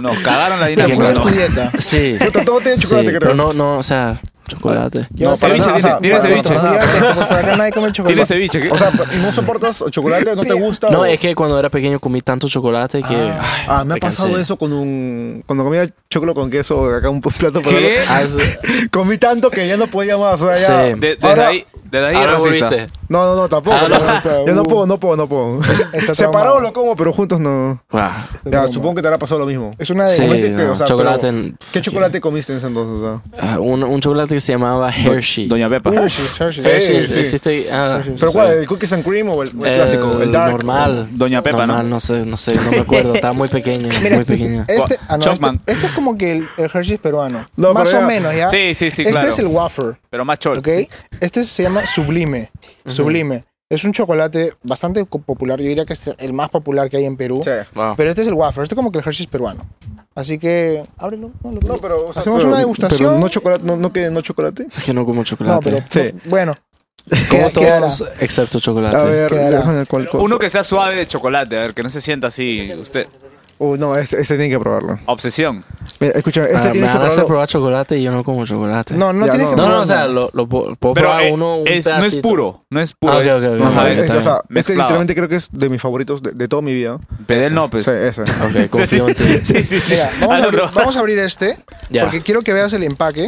No, cagaron la
Porque
dinámica.
Pero cuidas
no.
¿no?
tu dieta.
Sí.
Puta, todo tiene
sí,
chocolate, creo.
pero no, no, o sea, chocolate.
Ya
No,
sé,
para
ceviche
nada, o
tiene-
sea,
tiene
para-
ceviche.
para nada.
dieta, porque acá nadie come
Tiene
chocolate.
ceviche. ¿qué?
O sea, ¿no soportas o chocolate? ¿No te gusta?
No,
o-
es que cuando era pequeño comí tanto chocolate que. ay,
Ah, me ha pasado
cansé.
eso con un. Cuando comía chocolate con queso, acá un plato
¿Qué?
Ah, es-
Comí tanto que ya no podía más. O sea, ya.
Sí.
De-
Ah,
desde
Ahora-
ahí, desde ahí
Ahora
racista.
volviste.
No, no, no, tampoco. Yo
Uh,
no puedo, no puedo, no puedo.
Está
Separado
traumado.
lo como, pero juntos no.
Wow.
Está
Ya,
traumado.
supongo que te habrá pasado lo mismo.
Es una de
Sí,
Comiste que,
no,
o sea,
chocolate.
pero-
en-
¿Qué chocolate comiste en ese entonces? O sea?
Ah, un, un chocolate que se llamaba Hershey.
Doña Pepa.
Hershey's, Hershey's.
Hershey,
Sí, sí.
existe, ah,
Hershey's.
¿Pero cuál? ¿El cookies and cream o el, o el
eh,
clásico? El dark.
normal.
Doña Pepa, ¿no?
normal, ¿no? sé, no sé, no me acuerdo. Estaba muy pequeña,
Mira,
muy pequeña.
Este, ah, no, este,
Chapman.
este es como que el, el Hershey's peruano.
No,
Más o
pero ya-
menos, ¿ya?
Sí, sí, sí,
Este
claro.
es el wafer,
Pero más chol.
¿ok? Este se llama Sublime. Sublime. Es un chocolate bastante co- popular. Yo diría que es el más popular que hay en Perú.
Sí.
Wow.
Pero este es el wafer. Este es como que el Hershey's peruano. Así que, ábrelo. No, lo-
No, pero. o sea,
Hacemos
pero-
una degustación.
Pero no chocolate, no, no que no chocolate.
Es que no como
No,
chocolate.
pero
Sí.
bueno.
como
queda- quedará.
todos, excepto chocolate.
A ver,
Quedará.
déjame ver cuál- cuál-
Uno que sea suave de chocolate, a ver, que no se sienta así. Usted,
Uh, no, este, este tiene que probarlo.
obsesión.
Mira, escucha,
Ah,
este
me
tiene que
van a hacer
probarlo.
probar chocolate y yo no como chocolate.
No, no
Ya,
tienes
no.
que
no, no,
probar
o sea,
nada.
lo, lo puedo puedo
Pero
probar
eh,
uno, un
es- no es
pedacito.
puro, no es puro.
Ah, ok,
es-
ok, ok,
ajá,
ok,
es
Es, o sea, es que
mezclado.
literalmente creo que es de mis favoritos de, de toda mi vida.
Pedel no, pues.
Sí, ese.
Ok, confío en ti.
Sí, sí, sí.
Mira, vamos,
Ah,
a
no,
abrir,
no.
vamos a abrir este.
Ya.
Porque quiero que veas el empaque.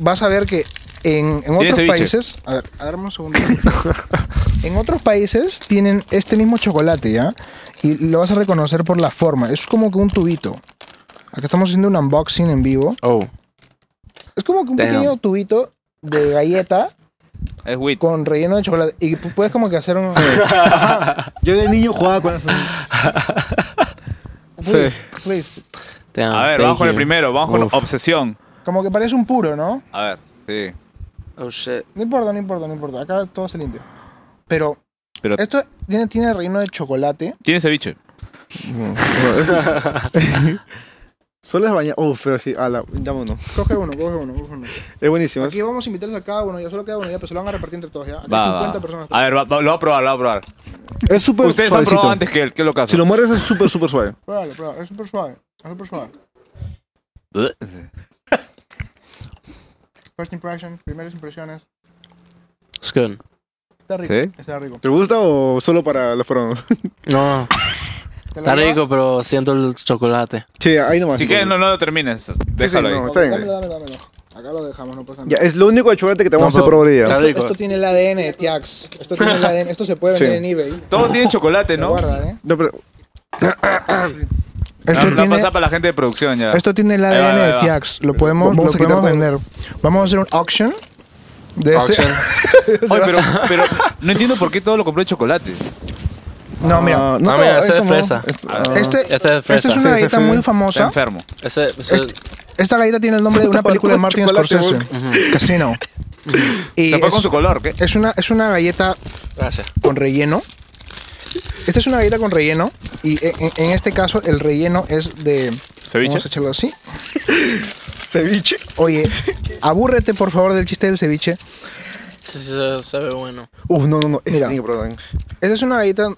Vas a ver que en, en otros
ceviche?
países. A ver, agarrame un segundo. en otros países tienen este mismo chocolate, ¿ya? Y lo vas a reconocer por la forma. Es como que un tubito. Acá estamos haciendo un unboxing en vivo.
Oh,
Es como que un
Damn.
pequeño tubito de galleta
Es wheat.
con relleno de chocolate. Y pu- puedes como que hacer un.
Yo de niño jugaba con eso.
Please, please.
damn,
A ver,
thank
vamos con el
you.
primero, vamos con
Uf.
obsesión.
Como que parece un puro, ¿no?
A ver, sí.
Oh, shit.
No importa, no importa, no importa. Acá todo se limpia. Pero
Pero
esto tiene, tiene relleno de chocolate.
tiene ceviche.
Solo es bañar. Uf, pero sí, ala, dame uno.
Coge uno, coge uno, coge uno.
Es buenísimo. es-
Aquí vamos a invitarles a cada uno, ya solo queda uno, ya, pero se lo van a repartir entre todos, ¿ya? Aquí
Va, Ah.
50
va.
personas.
A ver, va- va- lo voy a probar, lo voy a probar.
Es súper
Ustedes han
Pues, suavecito.
probado antes que él, ¿qué lo caso?
Si lo mueres es súper, súper suave.
Pruébalo, pruébalo, es súper suave, es súper suave. First impression, primeras impresiones.
It's good.
Está rico,
¿Sí?
está rico.
¿Te gusta o solo para los peruanos?
No,
¿Te la
está
llevas?
rico, pero siento el chocolate.
Sí, ahí nomás.
Si quieres, no, no lo termines. Déjalo
no.
ahí.
Ok,
Está bien.
Dámelo, dámelo, dámelo. Acá lo dejamos, no pasa nada.
Ya, es lo único de chocolate que te vamos a hacer
No, pero-
probar hoy día.
Está rico.
Esto tiene el ADN de Tiax. Esto tiene el ADN, esto se puede
Sí.
vender en eBay.
Todo tiene chocolate,
Lo
¿no?
guarda, ¿eh?
No, pero-
Ah,
Esto
La
tiene,
pasa para la gente de producción ya.
esto tiene el
Ahí va,
ADN
ahí
de
va.
Tiax. Lo podemos,
Vamos
lo
a quitar
podemos
todo.
vender. Vamos a hacer un auction de este.
Oye, pero, pero no entiendo por qué todo lo compró de chocolate.
No, mira.
Ah,
Ah,
no, todo,
mira, ese
esto ah,
es
no.
fresa.
Ah.
Este,
Esta es
esta es
fresa.
una
Sí,
galleta
sí, sí.
muy
Está
famosa.
enfermo.
Ese, ese-
Est- Esta galleta tiene el nombre de una película de Martin
Chocolate,
Scorsese, Casino. Y
Se fue
es,
con su color, ¿qué?
es una, es una galleta
Gracias.
con relleno. Esta es una galleta con relleno. Y en, en- en este caso, el relleno es de.
¿Ceviche?
Vamos a echarlo así.
Ceviche.
Oye, abúrrete por favor del chiste del ceviche.
Sí, sí, se, se ve bueno.
Uf, no, no, no. Este
Mira.
tiene que probar también.
Esta es una galleta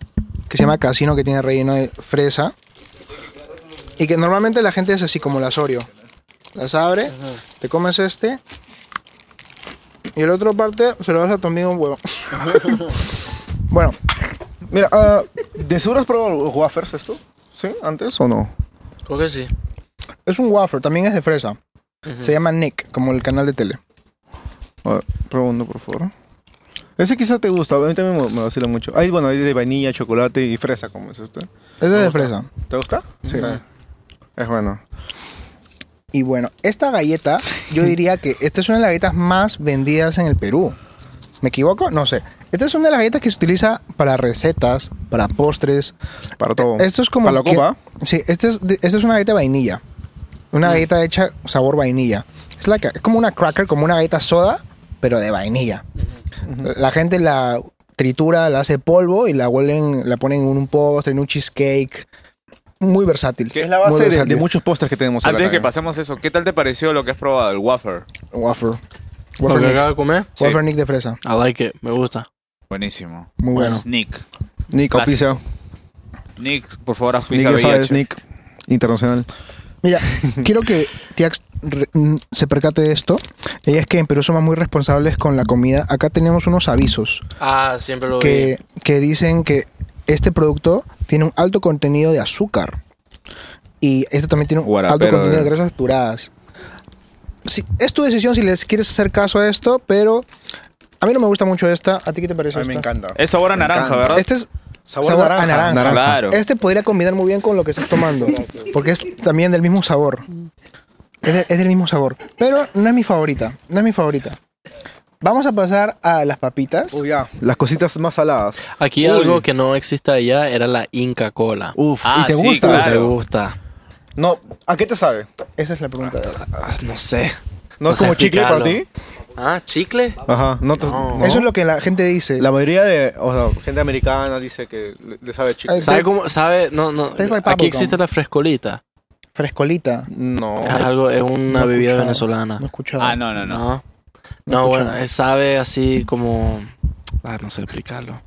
que se llama Casino, que tiene relleno de fresa. Y que normalmente la gente es así como las Oreo. Las abre, te comes este. Y el otro parte se lo vas a tu amigo un huevo. bueno,
Mira, ah, ¿de seguro has probado los wafers esto? ¿Sí? ¿Antes o no?
Creo que sí.
es un wafer, también es de fresa. Se llama Nick, como el canal de tele.
A ver, prueba uno, por favor. Ese quizás te gusta, a mí también me, me vacila mucho. Hay, bueno, hay de vainilla, chocolate y fresa, como es este.
Es de fresa.
¿Te gusta? Sí. Es bueno.
Y bueno, esta galleta, yo diría que esta es una de las galletas más vendidas en el Perú. ¿Me equivoco? No sé. Esta es una de las galletas que se utiliza para recetas, para postres,
Para todo.
Eh, Esto es como.
Para la
que-
copa.
sí, esta es, de- esta es una galleta de vainilla. Una galleta hecha sabor vainilla. Es, la que- es como una cracker, como una galleta soda, pero de vainilla. La gente la tritura, la hace polvo y la huelen, la ponen en un postre, en un cheesecake. Muy versátil.
Que es
La
Muy
base de,
versátil.
de muchos postres que tenemos.
Antes de que
pase.
pasemos eso, ¿qué tal te pareció lo que has probado? El wafer.
Wafer.
Lo
Wafer
que
Nick.
acabo de comer.
Sí.
Wafer Nick de fresa.
I like it. Me gusta.
Buenísimo.
Muy bueno.
Sneak.
Nick,
Clásico.
auspicia.
Nick, por favor,
Nick,
auspicia
ya sabes,
VIH.
Nick. Internacional.
Mira, quiero que Tiax re- mm, se percate de esto. Ella es que en Perú somos muy responsables con la comida. Acá tenemos unos avisos.
Ah, siempre lo
que, que dicen que este producto tiene un alto contenido de azúcar. Y este también tiene un
Guarapero,
alto contenido
eh.
de grasas saturadas. Sí, es tu decisión si les quieres hacer caso a esto, pero a mí no me gusta mucho esta. ¿A ti qué te parece? esta?
encanta.
Es sabor a naranja, ¿verdad?
Este es sabor, a naranja.
Claro.
Este podría combinar muy bien con lo que estás tomando, porque es también del mismo sabor. Es, de- es del mismo sabor. Pero no es mi favorita. No es mi favorita. Vamos a pasar a las papitas.
Oh, ya. Las cositas más saladas.
Aquí algo que no existe allá era la Inca Cola.
Uf,
Ah,
¿y te
sí,
gusta?
claro.
¿Te gusta?
No, ¿a qué te sabe?
Esa es la pregunta. de ahora.
Ah, no sé.
¿No
No
es
sé
como chicle para ti?
explicarlo. Ah, chicle.
Ajá, no te- ¿no?
Eso es lo que la gente dice.
La mayoría de o sea, gente americana dice que le, le sabe chicle.
Ay,
¿Sabe
Taste-
cómo? ¿Sabe? No, no.
Tastes like
Aquí
bubblegum.
existe la frescolita.
Frescolita.
No.
Es algo, es
No
una
he
bebida
escuchado,
venezolana.
No he escuchado.
Ah, no, no, no.
No.
No
No,
he
bueno,
escuchado.
eh, sabe así como. Ah, no sé explicarlo.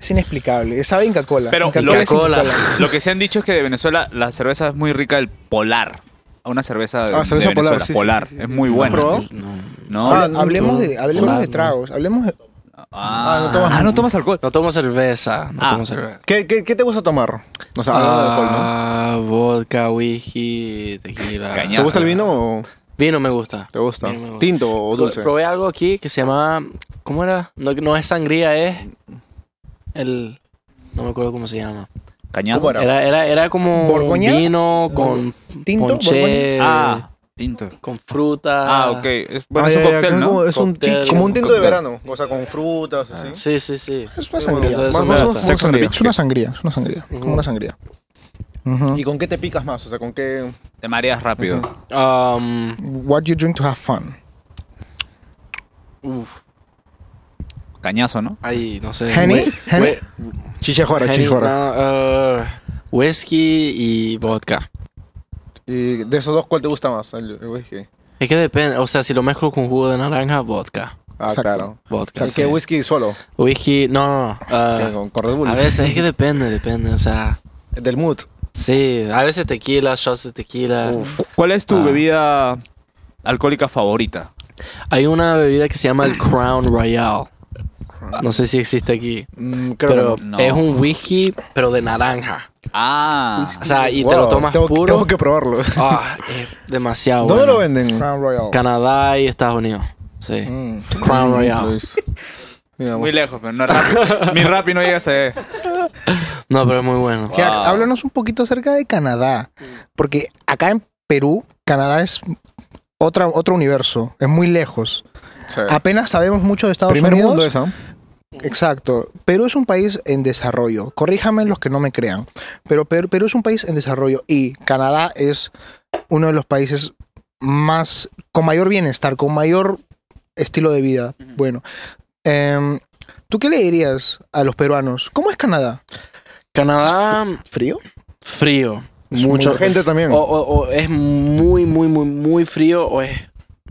Es inexplicable. Sabe Inca Cola.
Pero
Inca
lo-
Cola es Inca
Coca-Cola.
Cola.
Lo que se han dicho es que de Venezuela la cerveza es muy rica, el polar. Una cerveza,
Ah,
de
cerveza polar,
Venezuela, polar,
sí, sí, sí, sí,
es
sí.
muy
¿La
buena.
probó?
No,
No,
Habla-
ah,
hablemos
mucho.
de, hablemos
Hola,
de
no.
tragos. Hablemos de.
ah, no tomas, alcohol.
no tomo cerveza. No
Ah.
tomo cerveza.
¿Qué, qué, qué te gusta tomar? O sea, hablando de alcohol, ¿no?
Ah, vodka, whisky, tequila.
Caña.
¿Te gusta el vino o
Vino me gusta.
te gusta?
Vino me gusta.
¿Tinto o dulce?
Probé algo aquí que se llama. ¿Cómo era? No, no es sangría, es. El. No me acuerdo cómo se llama.
Cañazo.
¿Cómo era?
Era, era, era como
¿Borgoña?
vino con
¿Tinto?
ponche,
Eh,
Ah, tinto.
con fruta.
Ah, ok. Es, bueno,
Ah,
es un
ya, ya,
cóctel,
como-
¿no?
Es un
Cóctel.
chi- como un tinto de
Cóctel.
verano, o sea, con frutas, así.
Sí, sí, sí.
Es una
Sí, bueno,
sangría.
eso- eso
Más-
me
más
gusta.
una-
Sexo
una sangría.
en
Es una sangría. Es una sangría.
Ujú.
Como una sangría. Ujú.
¿Y con qué te picas más? O sea, ¿con qué...?
Te mareas rápido.
Um,
What you drink to have fun.
uf,
Cañazo, ¿no?
ahí, no sé.
¿Henny?
Whi-
¿Henny?
whi-
Chichejora,
Henny, no, uh, whisky y vodka.
¿Y de esos dos cuál te gusta más? El, el whisky.
Es que depende. O sea, si lo mezclo con jugo de naranja, vodka.
Ah,
Exacto.
claro.
Vodka.
¿El que
sí.
whisky solo?
Whisky, no, no,
Eh,
no.
con
uh,
con Red Bull.
a veces es que depende, depende. O sea,
Del mood.
sí. A veces tequila, shots de tequila.
¿Cuál es tu
Ah.
bebida alcohólica favorita?
Hay una bebida que se llama el Crown Royal. No sé si existe aquí.
Mm, creo
Pero
que no.
es un whisky, pero de naranja.
Ah,
O sea, y
Wow,
te lo tomas
tengo,
puro.
Tengo que probarlo.
Ah, es demasiado
¿Dónde
bueno.
lo venden?
Crown Royal.
Canadá y Estados Unidos. Sí.
Mm.
Crown Royal.
Luis. Mira,
muy lejos, pero no rap. Mi rap y no llega hasta
No, pero es muy bueno.
Tiax,
Wow.
háblanos un poquito acerca de Canadá. Porque acá en Perú, Canadá es otra, otro universo. Es muy lejos.
sí.
Apenas sabemos mucho de Estados
Primer
Unidos.
mundo esa.
Exacto. Perú es un país en desarrollo. Corríjame los que no me crean. Pero Per- Perú, es un país en desarrollo y Canadá es uno de los países más con mayor bienestar, con mayor estilo de vida. Bueno, em, ¿tú qué le dirías a los peruanos? ¿Cómo es Canadá?
Canadá,
¿Frío?
frío.
Es
Mucho. Oh,
Mucha gente también.
O, o- o es muy, muy, muy, muy frío o es...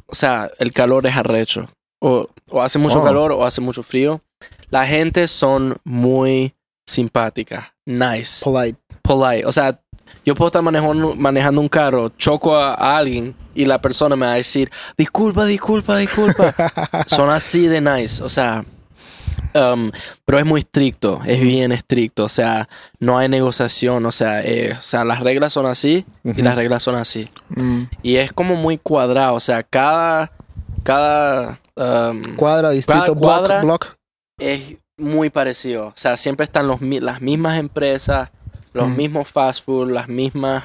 O sea, el calor es arrecho. O, o hace mucho
Oh.
calor o hace mucho frío. La gente son muy simpática. Nice.
Polite.
polite. O sea, yo puedo estar manejando, manejando un carro, choco a, a alguien y la persona me va a decir, disculpa, disculpa, disculpa. Son así de nice. O sea, um, pero es muy estricto, es bien estricto. O sea, no hay negociación. O sea, eh, o sea las reglas son así y
Ujú.
las reglas son así.
Mm.
Y es como muy cuadrado. O sea, cada... cada um,
Cuadra, distrito, block,
cuadra.
block.
es muy parecido. O sea, siempre están los, mi- las mismas empresas, los
Mm.
mismos fast food, las mismas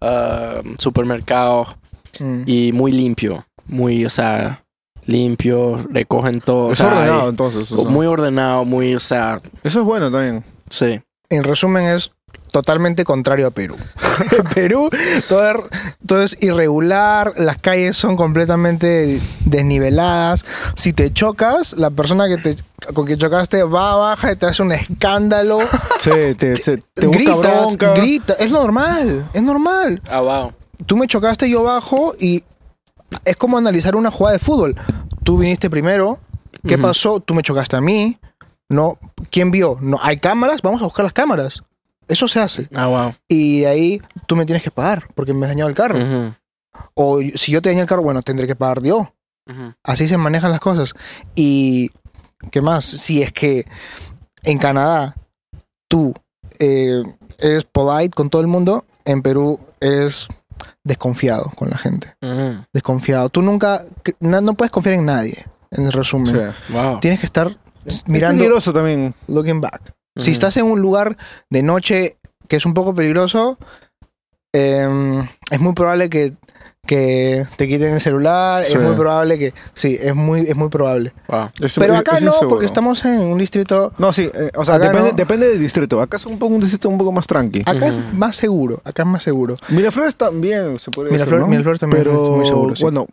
ah, supermercados
Mm.
y muy limpio. Muy, o sea, limpio, recogen todo. o
es
sea,
ordenado
y-
entonces. o sea.
muy ordenado, muy, o sea,
Eso es bueno también.
sí.
En resumen es totalmente contrario a Perú. Perú todo, er- todo es irregular, las calles son completamente desniveladas. Si te chocas, la persona que te, con que chocaste va, baja y te hace un escándalo.
Sí, te, se- te busca
gritas,
bronca.
grita. Es normal, es normal.
Ah, wow.
Tú me chocaste, yo bajo y es como analizar una jugada de fútbol. Tú viniste primero, ¿qué
Ujú.
pasó? Tú me chocaste a mí. No, ¿quién vio? No, hay cámaras, vamos a buscar las cámaras. Eso se hace
Ah, wow.
y de ahí tú me tienes que pagar porque me has dañado el carro.
Ujú,
O y- si yo te dañé el carro, bueno, tendré que pagar yo.
ujú.
Así se manejan las cosas. Y, ¿qué más? Si es que en Canadá tú eh, eres polite con todo el mundo, en Perú eres desconfiado con la gente.
Ujú.
Desconfiado. Tú nunca, que- na- no puedes confiar en nadie, en resumen.
Sí.
Wow.
Tienes que estar
Es
mirando
peligroso también.
looking back. Si
Ujú.
estás en un lugar de noche que es un poco peligroso, eh, es muy em, probable que que te quiten el celular,
Sí.
es muy probable que... Sí, es muy, es muy probable.
Wow.
Es-
Pero
es-
acá
es
no,
inseguro.
porque estamos en un distrito...
No, sí, eh, o sea,
Acá
depende,
no.
depende del distrito. Acá es un poco un distrito un poco más tranqui.
Acá es más seguro, acá es más seguro.
Miraflores también se
Miraflores-
puede decir, ¿no?
Miraflores también
Pero,
es muy seguro, sí.
Bueno,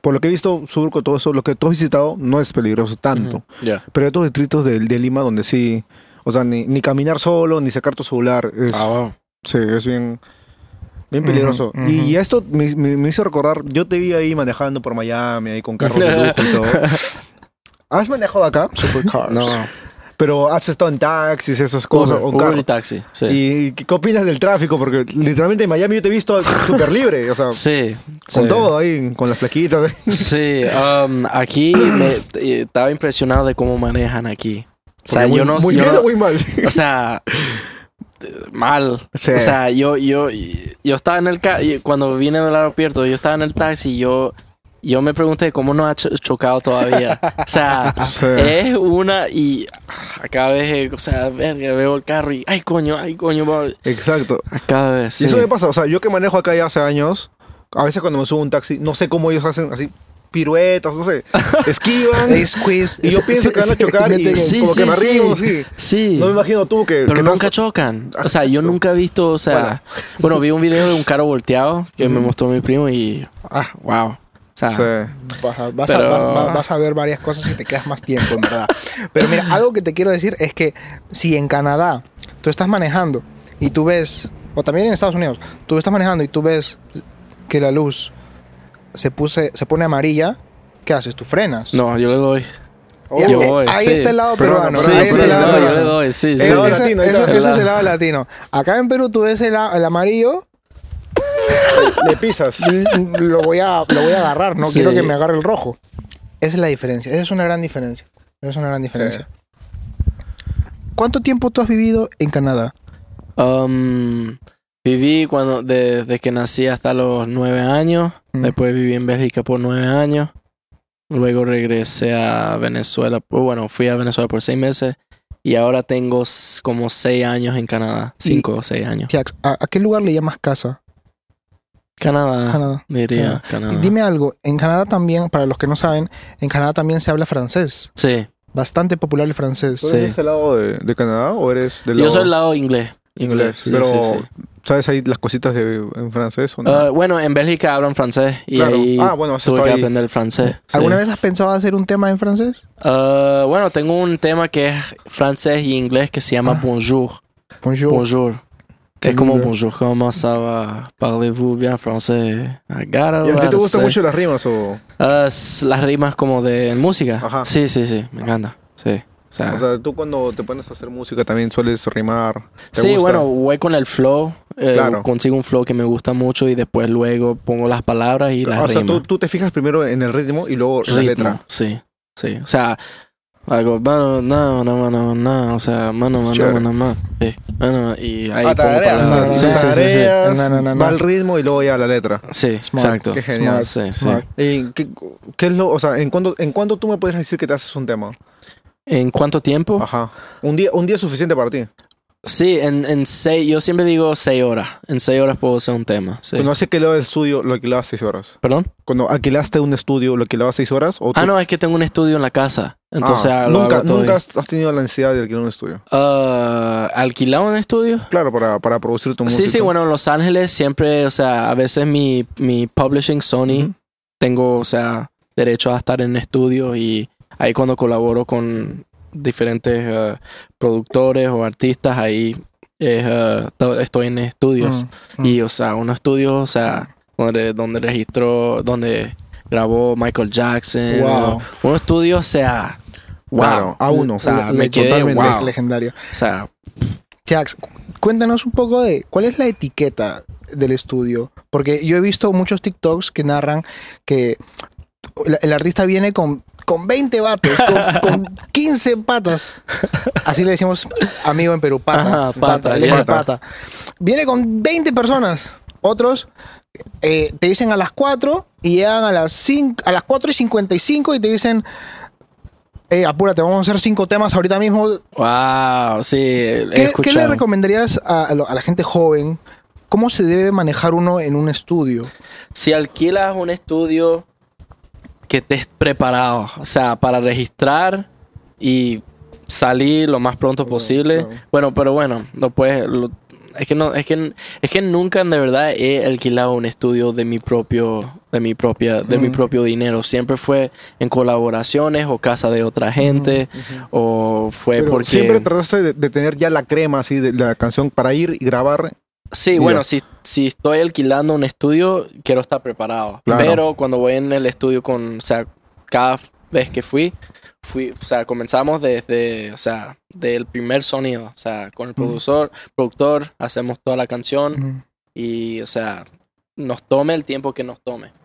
por lo que he visto, Surco, todo eso, lo que tú has visitado no es peligroso tanto.
Ya.
Pero hay otros distritos de, de Lima donde sí, o sea, ni, ni caminar solo, ni sacar tu celular, es,
Ah, wow.
sí, es bien, bien peligroso.
Ujú,
Y,
ujú.
y esto me, me- me hizo recordar, yo te vi ahí manejando por Miami, ahí con carros de lujo y todo. ¿Has manejado acá?
Supercars. No.
Pero has estado en taxis, esas cosas,
Uber,
o en
Uber
carro.
y taxi. Sí.
¿Y qué qué opinas del tráfico? Porque literalmente en Miami yo te he visto súper libre, o sea,
sí.
con
sí.
todo ahí, con las flaquitas.
Sí, um, aquí me, eh, estaba impresionado de cómo manejan aquí. O sea,
Porque muy,
yo no
muy
yo
bien
no-
o muy mal.
O sea, eh, mal.
Sí.
O sea, yo, yo, yo estaba en el ca- y cuando vine del aeropuerto, yo estaba en el taxi y yo, yo me pregunté cómo no ha cho- chocado todavía. O sea,
Sí.
es una y ah, cada vez, eh, o sea, verga, veo el carro y ay coño, ay coño, va-
Exacto.
cada vez.
Y eso
sí.
me pasa, o sea, yo que manejo acá ya hace años, a veces cuando me subo a un taxi, no sé cómo ellos hacen así piruetas, no sé, esquivan.
Es quiz.
y yo pienso que van a chocar y
Sí,
como
sí,
que me
sí.
río, sí.
Sí.
No me imagino tú que...
Pero
que
nunca
estás-
chocan. O sea,
Exacto.
yo nunca he visto, o sea, Ah, bueno, vi un video de un carro volteado que me mostró mi primo y ah, wow. O sea,
Sí.
Vas a, vas,
Pero-
a, vas- vas- vas a ver varias cosas y te quedas más tiempo, en verdad. Pero mira, algo que te quiero decir es que si en Canadá tú estás manejando y tú ves, o también en Estados Unidos, tú estás manejando y tú ves que la luz se, puse, se pone amarilla, ¿qué haces? Tú frenas.
no, yo le doy.
Oh,
Y-
yo
eh,
voy,
ahí
sí.
está el lado
Pero-
peruano.
pero-
ahí
sí,
está
sí,
el
Ah, no,
lado
yo
peruano.
le doy, sí,
Ese-
sí.
lado
ese-
latino, ahí
eso-
está.
ese
El lado-
es el lado latino. Acá en Perú tú ves el, a- el amarillo,
Le pisas.
lo voy a, lo voy a agarrar, no
Sí.
quiero que me agarre el rojo. Esa es la diferencia, esa es una gran diferencia. Esa es una gran diferencia. ¿Cuánto tiempo tú has vivido en Canadá?
Um, viví cuando de- desde que nací hasta los nueve años.
Mm.
Después viví en Bélgica por nueve años. Luego regresé a Venezuela. pues, Bueno, fui a Venezuela por seis meses. Y ahora tengo s- como seis años en Canadá. Cinco o seis años.
Tiax, ¿A, a qué lugar le llamas casa?
Canadá,
Canadá.
diría.
Y
Canadá.
dime algo, en Canadá también, para los que no saben, en Canadá también se habla francés.
Sí.
Bastante popular el francés.
¿Tú eres del lado de, de Canadá o eres del lado
Yo soy el lado inglés.
inglés?
Sí,
pero,
sí, sí.
¿sabes ahí las cositas de, en francés o no?
Uh, bueno, en Bélgica hablan francés y
Claro.
ahí
Ah, bueno, eso
tuve
está
que
ahí.
aprender el francés. sí.
¿Alguna vez has pensado hacer un tema en francés?
Uh, bueno, tengo un tema que es francés y inglés que se llama
Ah.
Bonjour.
Bonjour.
Bonjour.
Qué
Es como
lindo.
bonjour, comment ça va? Parlez-vous bien français? I gotta
¿Y a ti te
learn,
gustan
sí.
mucho las rimas o...?
Ah, s- las rimas como de música.
Ajá.
Sí, sí, sí, me encanta. Sí. O sea,
O sea, tú cuando te pones a hacer música también sueles rimar. ¿Te
sí,
gusta?
bueno, voy con el flow. eh,
Claro.
Consigo un flow que me gusta mucho y después luego pongo las palabras y las
Ah, o sea,
rimas.
tú, tú te fijas primero en el ritmo y luego la
Ritmo,
letra.
Sí, sí. O sea, algo, mano, no, no, mano, no, o sea, mano, mano,
Chévere.
mano, mano, sí, mano, y ahí
Ah,
pongo
tareas.
palabras.
sí,
Sí, sí, sí, sí.
Tareas,
No, no, no, no.
va al ritmo y luego ya la letra.
Sí,
Smart.
exacto.
Qué genial.
Sí, sí.
Smart.
¿Y qué, qué es lo, o sea, en cuánto, en cuánto tú me puedes decir que te haces un tema?
¿En cuánto tiempo?
Ajá. Un día, un día es suficiente para ti.
Sí, en, en seis, yo siempre digo seis horas. En seis horas puedo hacer un tema. Sí.
Cuando has alquilado el estudio, lo alquilabas seis horas.
¿Perdón?
Cuando alquilaste un estudio, lo alquilabas seis horas o tú-
Ah, no, es que tengo un estudio en la casa. Entonces
Ah,
ah, lo
nunca,
hago todo
nunca
ahí.
has has tenido la necesidad de alquilar un estudio.
Ah, ¿Alquilado un estudio?
Claro, para, para producir tu música.
Sí, sí, bueno, en Los Ángeles siempre, o sea, a veces mi, mi publishing Sony,
Ujú.
tengo, o sea, derecho a estar en estudio y ahí cuando colaboro con diferentes eh, productores o artistas, ahí es, eh, to- estoy en estudios.
Mm, mm.
Y, o sea, unos estudios, o sea, donde, donde registró, donde grabó Michael Jackson.
Wow.
Un estudio, o sea, wow.
Claro, a uno.
O sea,
Ah,
Le-
me quedé,
totalmente.
wow.
Legendario.
O sea,
Jax, cu- cuéntanos un poco de cuál es la etiqueta del estudio, porque yo he visto muchos TikToks que narran que el, el artista viene con, con 20 vatos, con, con 15 patas. Así le decimos, amigo en Perú, pata.
Ajá,
pata,
pata,
él es
ya.
el pata. Viene con 20 personas. Otros eh, te dicen a las 4 y llegan a las, 5, a las 4 y 55 y te dicen, eh, apúrate, vamos a hacer 5 temas ahorita mismo,
wow, sí. he
¿Qué, qué
escuchado.
le recomendarías a, a lo- a la gente joven ¿Cómo se debe manejar uno en un estudio?
si alquilas un estudio que estés preparado, o sea, para registrar y salir lo más pronto posible. Bueno, pero bueno, lo puedes lo- es que no es que es que nunca de verdad he alquilado un estudio de mi propio de mi propia de mi propio dinero, siempre fue en colaboraciones o casa de otra gente o fue
Pero
porque
Siempre trataste de, de tener ya la crema así de, de la canción para ir y grabar.
Sí,
Diga.
bueno, si, si estoy alquilando un estudio, quiero estar preparado.
Claro.
Pero cuando voy en el estudio con, o sea, cada vez que fui, fui, o sea, comenzamos desde, o sea, del primer sonido, o sea, con el productor, productor, hacemos toda la canción y, o sea, nos tome el tiempo que nos tome.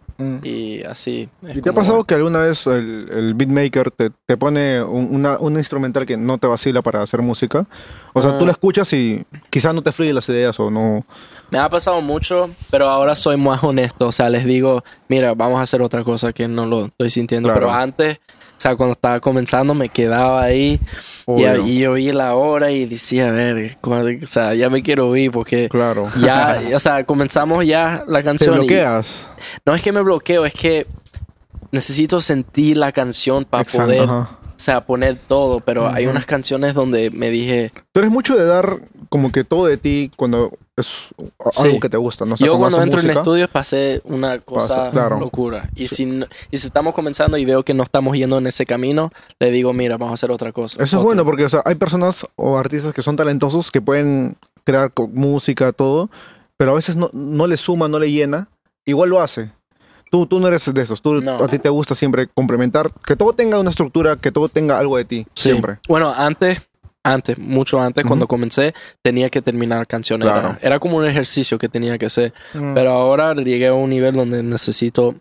Y así. es
¿Y te ha
como-
pasado que alguna vez el, el beatmaker te, te pone un, una- un instrumental que no te vacila para hacer música? O sea,
Ah.
tú la escuchas y quizás no te fluyen las ideas o no.
Me ha pasado mucho, pero ahora soy más honesto. O sea, les digo, mira, vamos a hacer otra cosa que no lo estoy sintiendo.
Claro.
Pero antes, o sea, cuando estaba comenzando, me quedaba ahí y,
Obvio.
y yo vi la hora y decía, a ver, cuál- o sea, ya me quiero ir porque
Claro.
ya, o sea, comenzamos ya la
Te
canción. y-
bloqueas.
no es que me bloqueo, es que necesito sentir la canción para
Exacto,
poder, o
ajá.
sea, poner todo. Pero hay unas canciones donde me dije,
Tú eres mucho de dar como que todo de ti cuando es a-
Sí.
algo que te gusta. ¿no? O sea,
Yo cuando
haces
entro en
música,
estudios pasé una cosa
Pasa, claro.
locura. Y, si, no- y si estamos comenzando y veo que no estamos yendo en ese camino, le digo, mira, vamos a hacer otra cosa.
Eso es
Otro.
bueno porque o sea, hay personas o artistas que son talentosos que pueden crear co- música, todo, pero a veces no, no le suma, no le llena. Igual lo hace. Tú, tú no eres de esos. Tú,
No.
A ti te gusta siempre complementar, que todo tenga una estructura, que todo tenga algo de ti,
Sí.
siempre.
Bueno, antes, antes, mucho antes, cuando comencé, tenía que terminar canciones. Era-
Claro.
Era, como un ejercicio que tenía que hacer. Pero ahora llegué a un nivel donde necesito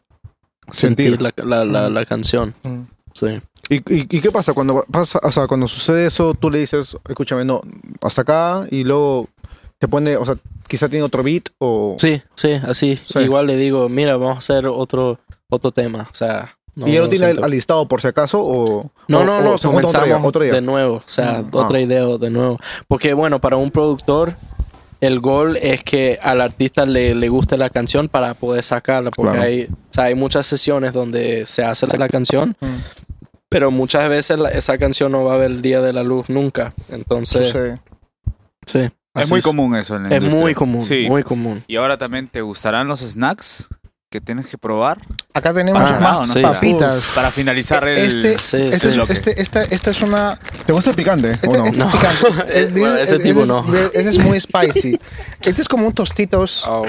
sentir,
Sentir.
la, la- la- la canción.
Mm.
Sí.
¿Y, y, y qué pasa cuando pasa, o sea, cuando sucede eso, tú le dices, escúchame, no, hasta acá y luego te pone, o sea, quizá tiene otro beat o...
sí, sí, así.
Sí.
Igual le digo, mira, vamos a hacer otro, otro tema. O sea, no-
¿Y ya
no
lo tiene
siento-
alistado por si acaso o...?
No,
o-
no,
o
no,
se junta otro día,
comenzamos
otro día?
de nuevo, o sea,
Ah.
otra idea de nuevo. Porque bueno, para un productor el gol es que al artista le, le guste la canción para poder sacarla, porque
Claro.
hay, o sea, hay muchas sesiones donde se hace la canción,
Mm.
pero muchas veces la- esa canción no va a ver el día de la luz nunca. Entonces,
Sucede.
sí.
Es
así
muy común eso en la
Es
industria.
muy común,
Sí.
muy común.
Y ahora también, ¿te gustarán los snacks que tienes que probar?
Acá tenemos
Ah,
más
sí.
papitas.
Para finalizar el...
Este,
Sí,
este-
sí.
este- esta, esta es una.
¿Te gusta el picante o
Este,
no?
este
No.
es picante.
Eh, bueno, ese
es-
tipo
es-
no.
Ese es muy spicy. Este es como un tostitos
Oh, wow.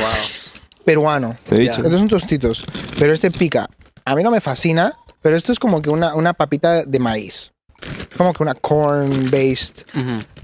peruano.
Te he dicho.
Estos son tostitos, pero este pica. A mí no me fascina, pero esto es como que una, una papita de maíz. Como que una corn-based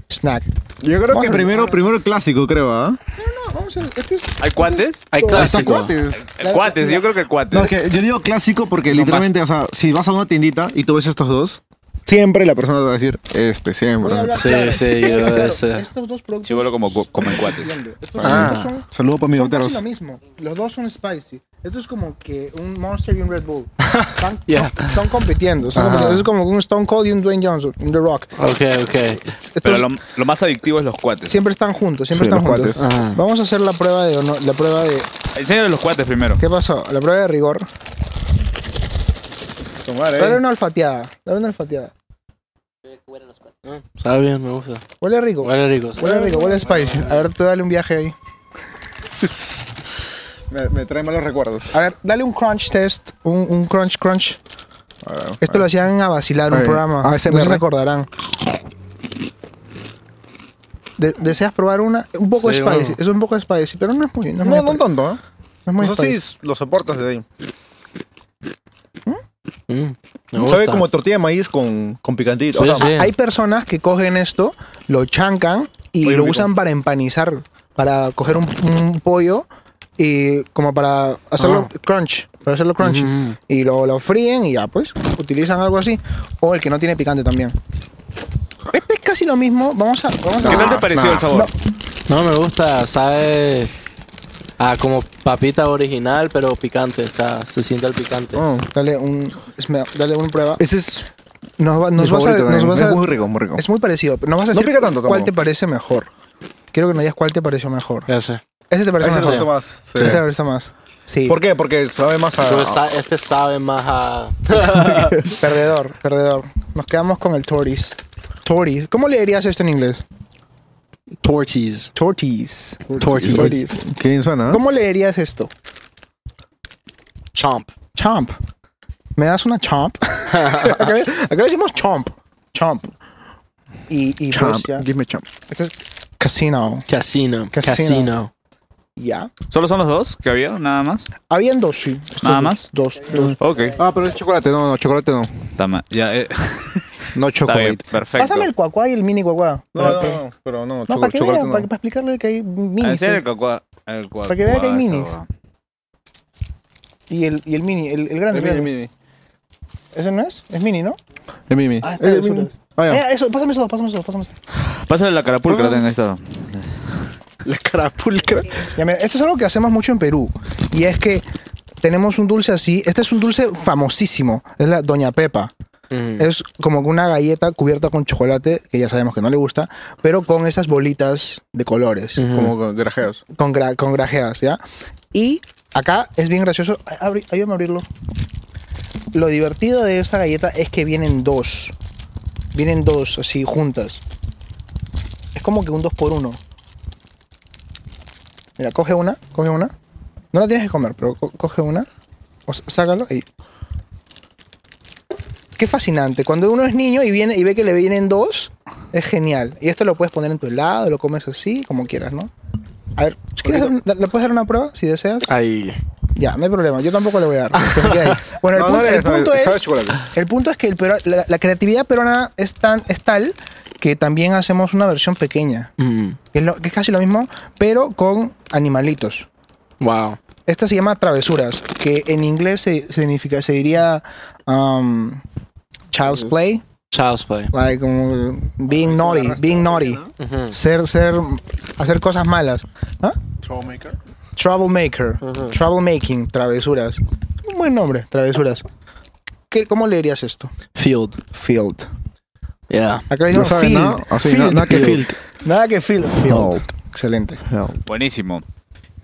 snack.
Yo creo
Bueno.
que primero, primero el clásico, creo, ¿ah?
No, vamos a ver. Este es
¿Hay cuates?
Hay clásico.
El cuates, yo creo que el cuates.
No, es que yo digo clásico porque literalmente, o sea, si vas a una tiendita y tú ves estos dos, siempre la persona te va a decir, este, siempre.
Voy a hablar
Sí,
claro.
sí,
Voy a hablar
yo
claro.
ese.
Estos dos productos.
Chivolo como, cu- como en cuates.
Entiendo. Estos
Ah.
productos son
Saludos para mis
son casi
boteros.
lo mismo. Los dos son spicy. Esto es como que un Monster y un Red Bull. Están, son- están compitiendo. son compitiendo. Es como un Stone Cold y un Dwayne Johnson, un The Rock.
Ok, ok.
Estos
Pero lo, lo más adictivo es los cuates.
siempre están juntos, siempre
Sí,
están
los
juntos.
cuates. Ajá.
Vamos a hacer la prueba de honor- la prueba de
Enséñale los cuates primero.
¿Qué pasó? La prueba de rigor. Dale
eh,
una olfateada. Dale una olfateada.
Sabe bien, me gusta.
Huele rico. Huele,
Huele rico.
rico, huele spicy. A ver, tú dale un viaje ahí.
Me, me trae malos recuerdos.
A ver, dale un crunch test. Un, un crunch crunch. Esto lo hacían a vacilar un
Ahí.
programa. No se
ASMR.
recordarán. De- ¿Deseas probar una? Un poco
Sí,
spicy.
bueno.
Es un poco spicy, pero no es muy. No, es muy
No, no
spicy.
tonto, ¿eh?
No es muy
o sea,
spicy.
sí, lo soportas de ahí.
Mm, me
Sabe
gusta.
como tortilla de maíz con, con picantito.
Sí,
o sea,
sí.
Hay personas que cogen esto, lo chancan y
Oye,
lo
rico.
usan para empanizar, para coger un, un pollo y como para hacerlo
Ah.
crunch, para hacerlo crunchy.
Mm-hmm.
Ujú.
Y lo, lo fríen y ya, pues, utilizan algo así. O el que no tiene picante también. Este es casi lo mismo. Vamos a... Vamos a
¿Qué tal te pareció el sabor?
No, me gusta, sabe a como papita original, pero picante, o sea, se siente el picante.
oh,
Dale un... smell, Dale una prueba.
Ese es
Nos, va-
mi
nos vas a...
favorito
nos
también.
vas
Es
a-
muy rico, muy rico.
es muy parecido. pero Nos vas a
No
decir
pica tanto
cuál
tampoco.
te parece mejor. Quiero que nos digas cuál te pareció mejor.
Ya sé.
Ese te parece
Ese
más.
te gustó más. sí.
Ese te parece más. Sí.
¿Por qué? Porque sabe más a...
Pero sa- este sabe más a...
Perdedor, perdedor. Nos quedamos con el Tortoise. Tortoise. ¿Cómo leerías esto en inglés?
Torches.
Tortoise.
Tortoise.
Pues, ¿Qué bien suena? ¿eh?
¿Cómo leerías esto?
Chomp.
Chomp. ¿Me das una chomp? acá, acá decimos chomp. Chomp. Y, y pues
Champ.
ya.
Give me champ.
Este es casino.
Casino.
Casino.
Casino.
Ya.
¿Solo son los dos que había? ¿Nada más?
Habían dos, sí. Estos
¿Nada
dos,
más?
Dos, dos.
Ok.
Ah, pero es chocolate. No, no, chocolate no.
Tama- ya, eh,
No
está bien,
chocolate.
perfecto.
Pásame el cuacuá y el mini cuacuá.
No,
Para
no,
que-
no, no, pero no,
No,
cho-
para que
chocolate
vea,
no.
para, para explicarle que hay
Ah, ¿en
minis.
serio el
pues.
cacua- el cua-
Para que vea que hay
cua-
minis.
esa hueá?
Y el, y el mini, el, el grande.
El mini,
grande.
mini.
¿Ese no es? Es mini, ¿no?
El mini.
Ah, está
El
bien,
mini.
solo.
Ah, ya.
Eh, eso, pásame esos dos, pásame esos dos, pásame esos dos.
Pásale la carapulcra, tengo esta.
La carapulcra.
Ya, mira, esto es algo que hacemos mucho en Perú. Y es que tenemos un dulce así. Este es un dulce famosísimo. Es la Doña Pepa.
Mm.
Es como que una galleta cubierta con chocolate, que ya sabemos que no le gusta, pero con estas bolitas de colores,
Ujú.
Como con grajeos.
con, gra- con grajeas, ¿ya? Y acá es bien gracioso. Ay, abri- ayúdame a abrirlo. Lo divertido de esta galleta es que vienen dos. Vienen dos así juntas. Es como que un dos por uno. Mira, coge una, coge una. No la tienes que comer, pero co- coge una. O s- sácalo y. Qué fascinante. Cuando uno es niño y viene y ve que le vienen dos, es genial. Y esto lo puedes poner en tu helado, lo comes así, como quieras, ¿no? A ver, si ¿quieres dar un- ¿le puedes dar una prueba si deseas?
Ahí.
Ya, no hay problema. Yo tampoco le voy a dar. que se quede ahí. Bueno, el,
No, no
punto,
le des,
el
no le
punto
des, sabe
es,
chocolate.
el punto es que el peru- la, la creatividad peruana es, tan, es tal que también hacemos una versión pequeña,
Mm.
que es, lo- que es casi lo mismo, pero con animalitos.
Wow.
Esta se llama travesuras, que en inglés se, significa, se diría um, child's
Pues
play,
Child's play.
like como being naughty, being naughty,
Ujú.
ser, ser, hacer cosas malas. ¿Ah?
Troublemaker.
Troublemaker. Troublemaking. Travesuras. Un buen nombre, travesuras. ¿Qué- ¿Cómo leerías esto?
Field.
Field.
Yeah.
Acá le
No
decimos
sabe
field.
nada, así, nada- nada que field.
Nada que field. Field.
Field.
Excelente.
Buenísimo.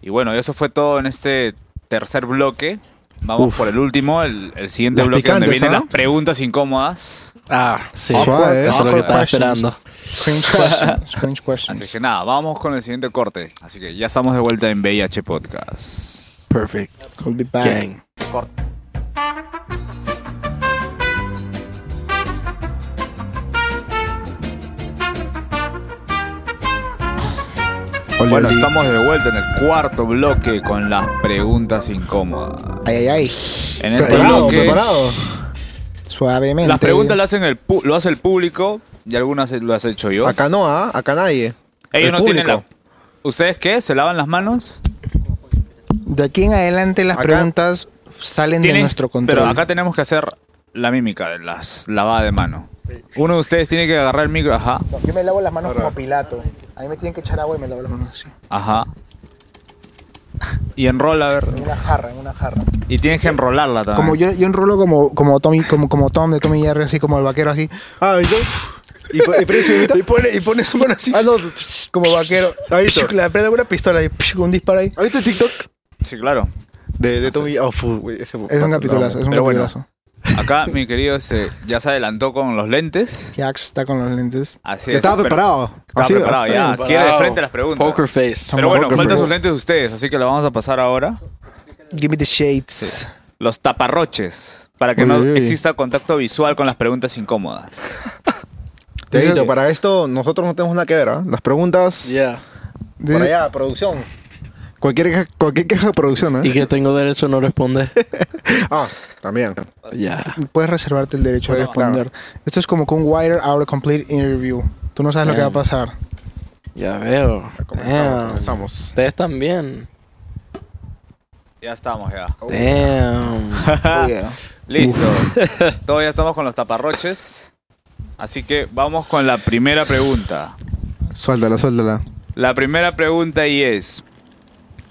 Y bueno, eso fue todo en este tercer bloque. Vamos por el último, el, el siguiente
Las
bloque donde
picantes,
vienen
¿ah?
las preguntas incómodas.
Ah, sí.
Suave,
Eso es lo que
awkward
estaba
questions.
esperando.
Cringe questions. Cringe
Así
questions.
que nada, vamos con el siguiente corte. Así que ya estamos de vuelta en VIH Podcast.
Perfect.
We'll be back.
Gang.
Bueno, estamos de vuelta en el cuarto bloque con las preguntas incómodadas.
Ay, ay, ay.
En este
Preparado,
bloque,
preparado.
Suavemente.
las preguntas lo, hacen el pu- lo hace el público y algunas lo has hecho yo.
Acá no, ¿ah? Acá nadie.
Ellos
el
no tienen la...
público.
¿Ustedes qué? ¿Se lavan las manos?
De aquí en adelante las
Acá-
preguntas salen de
Tienes-
nuestro control.
Pero acá tenemos que hacer la mímica, de las lavadas de mano. Uno de ustedes tiene que agarrar el micro, ajá,
Yo me lavo las manos como Pilato. A mí me tienen que echar agua y me lavo las manos así.
ajá. Y enrola, a ver.
En una jarra, en una jarra.
Y tienes que enrolarla también.
Como yo, yo enrolo como, como Tommy, como, como Tom de Tommy y Jerry, así como el vaquero así.
Ah, ¿y yo? ¿Y, y, Prince imita?
Y pone, y pone su mano así.
Ah, no.
Como vaquero.
Ahí está.
Le prende una pistola y un disparo ahí.
¿Has visto el TikTok?
Sí, claro.
De, de Tommy. Oh, fu, güey, ese
Es un capitulazo, es un
pero bueno.
capitulazo.
Acá mi querido este ya se adelantó con los lentes.
Jax está con los lentes.
Así
Que
es,
estaba
pero-
preparado.
Estaba
Así,
preparado,
así.
ya.
Preparado.
Quiere de frente las preguntas.
Poker face.
Pero bueno,
Poker
faltan
face.
sus lentes de ustedes, así que lo vamos a pasar ahora.
Give me the shades.
Los taparroches, para que
Uy,
no
uy, uy.
exista contacto visual con las preguntas incómodas.
Te
Dice
digo,
que-
para esto nosotros no tenemos nada que ver, ¿ah? Las preguntas.
Yeah.
Para
Dice-
allá, producción. Cualquier queja, cualquier queja de producción,
Y
¿eh?
que tengo derecho a no responder.
Ah, también.
Yeah.
Puedes reservarte el derecho a
Puedes,
responder. Esto es como con un wire out of complete interview. Tú no sabes lo que va a
Damn.
pasar.
Ya veo.
Comenzamos.
Damn.
comenzamos.
Ustedes también.
Ya estamos, ya.
Damn.
Listo. Todavía estamos con los taparroches. Así que vamos con la primera pregunta.
Suéltala, suéltala.
La primera pregunta y es,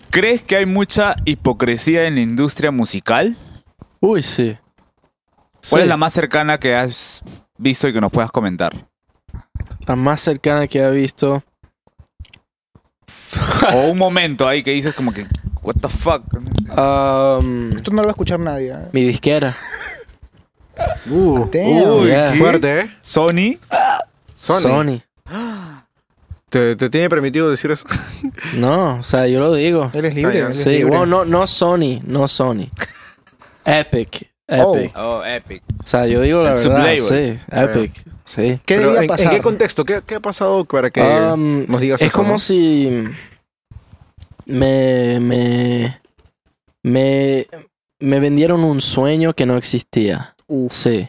¿crees que hay mucha hipocresía en la industria musical?
Uy, sí.
¿Cuál
Sí.
es la más cercana que has visto y que nos puedas comentar?
La más cercana que he visto.
o un momento ahí que dices como que, what the fuck.
Um,
Esto no lo va a escuchar nadie. ¿eh? Ah,
mi disquera.
Uh,
Damn.
Uy,
yeah.
¿qué?
fuerte, ¿eh?
Sony,
Sony.
Sony.
¿Te, te tiene permitido decir eso?
No, o sea, yo lo digo.
Él es libre.
Ah, ya.
él es
Sí,
libre.
bueno, no, no Sony, no Sony. Epic,
Oh.
Epic.
oh, Epic.
O sea, yo digo la
El
verdad,
sublabel.
sí, Epic, sí.
¿Qué
Pero,
debía
¿en, en
pasar?
qué contexto? ¿Qué, qué ha pasado para que
Um,
nos digas
es
eso,
como
no?
si me, me, me, me vendieron un sueño que no existía. Sí.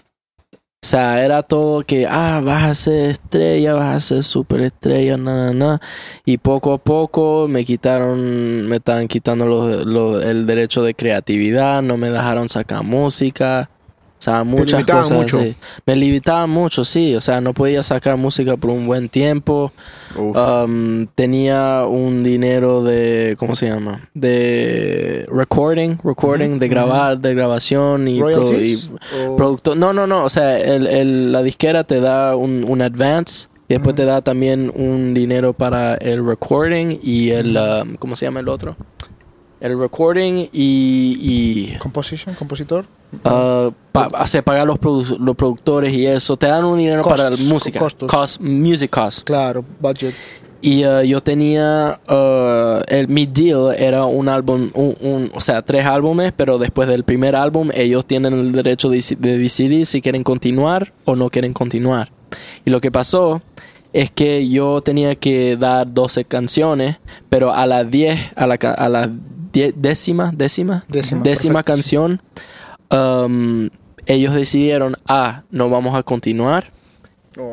O sea, era todo que, ah, vas a ser estrella, vas a ser superestrella, na, na, na. Y poco a poco me quitaron, me estaban quitando los- los- el derecho de creatividad, no me dejaron sacar música. O sea, muchas
limitaban
cosas.
mucho.
así. Me limitaban mucho, sí. O sea, no podía sacar música por un buen tiempo.
Uf.
Um, tenía un dinero de, ¿cómo se llama? De recording, recording, de grabar, de grabación y, pro-
¿Royalties?
y
O-
producto. No, no, no. O sea, el, el- la disquera te da un, un advance y después te da también un dinero para el recording y el, um, ¿cómo se llama el otro? El recording y, y
Composition, compositor.
Uh, pa- hace pagar los, produ- los productores y eso. Te dan un dinero
Costs,
para la música.
costos.
Cost, music cost.
Claro, budget.
Y uh, yo tenía. uh, el, mi deal era un álbum. Un, un- o sea, tres álbumes, pero después del primer álbum, ellos tienen el derecho de, deci- de decidir si quieren continuar o no quieren continuar. Y lo que pasó es que yo tenía que dar 12 canciones, pero a las 10, a la, ca- a las die- décima, décima,
Décima, perfecto, sí.
canción, um, ellos decidieron, ah, no vamos a continuar.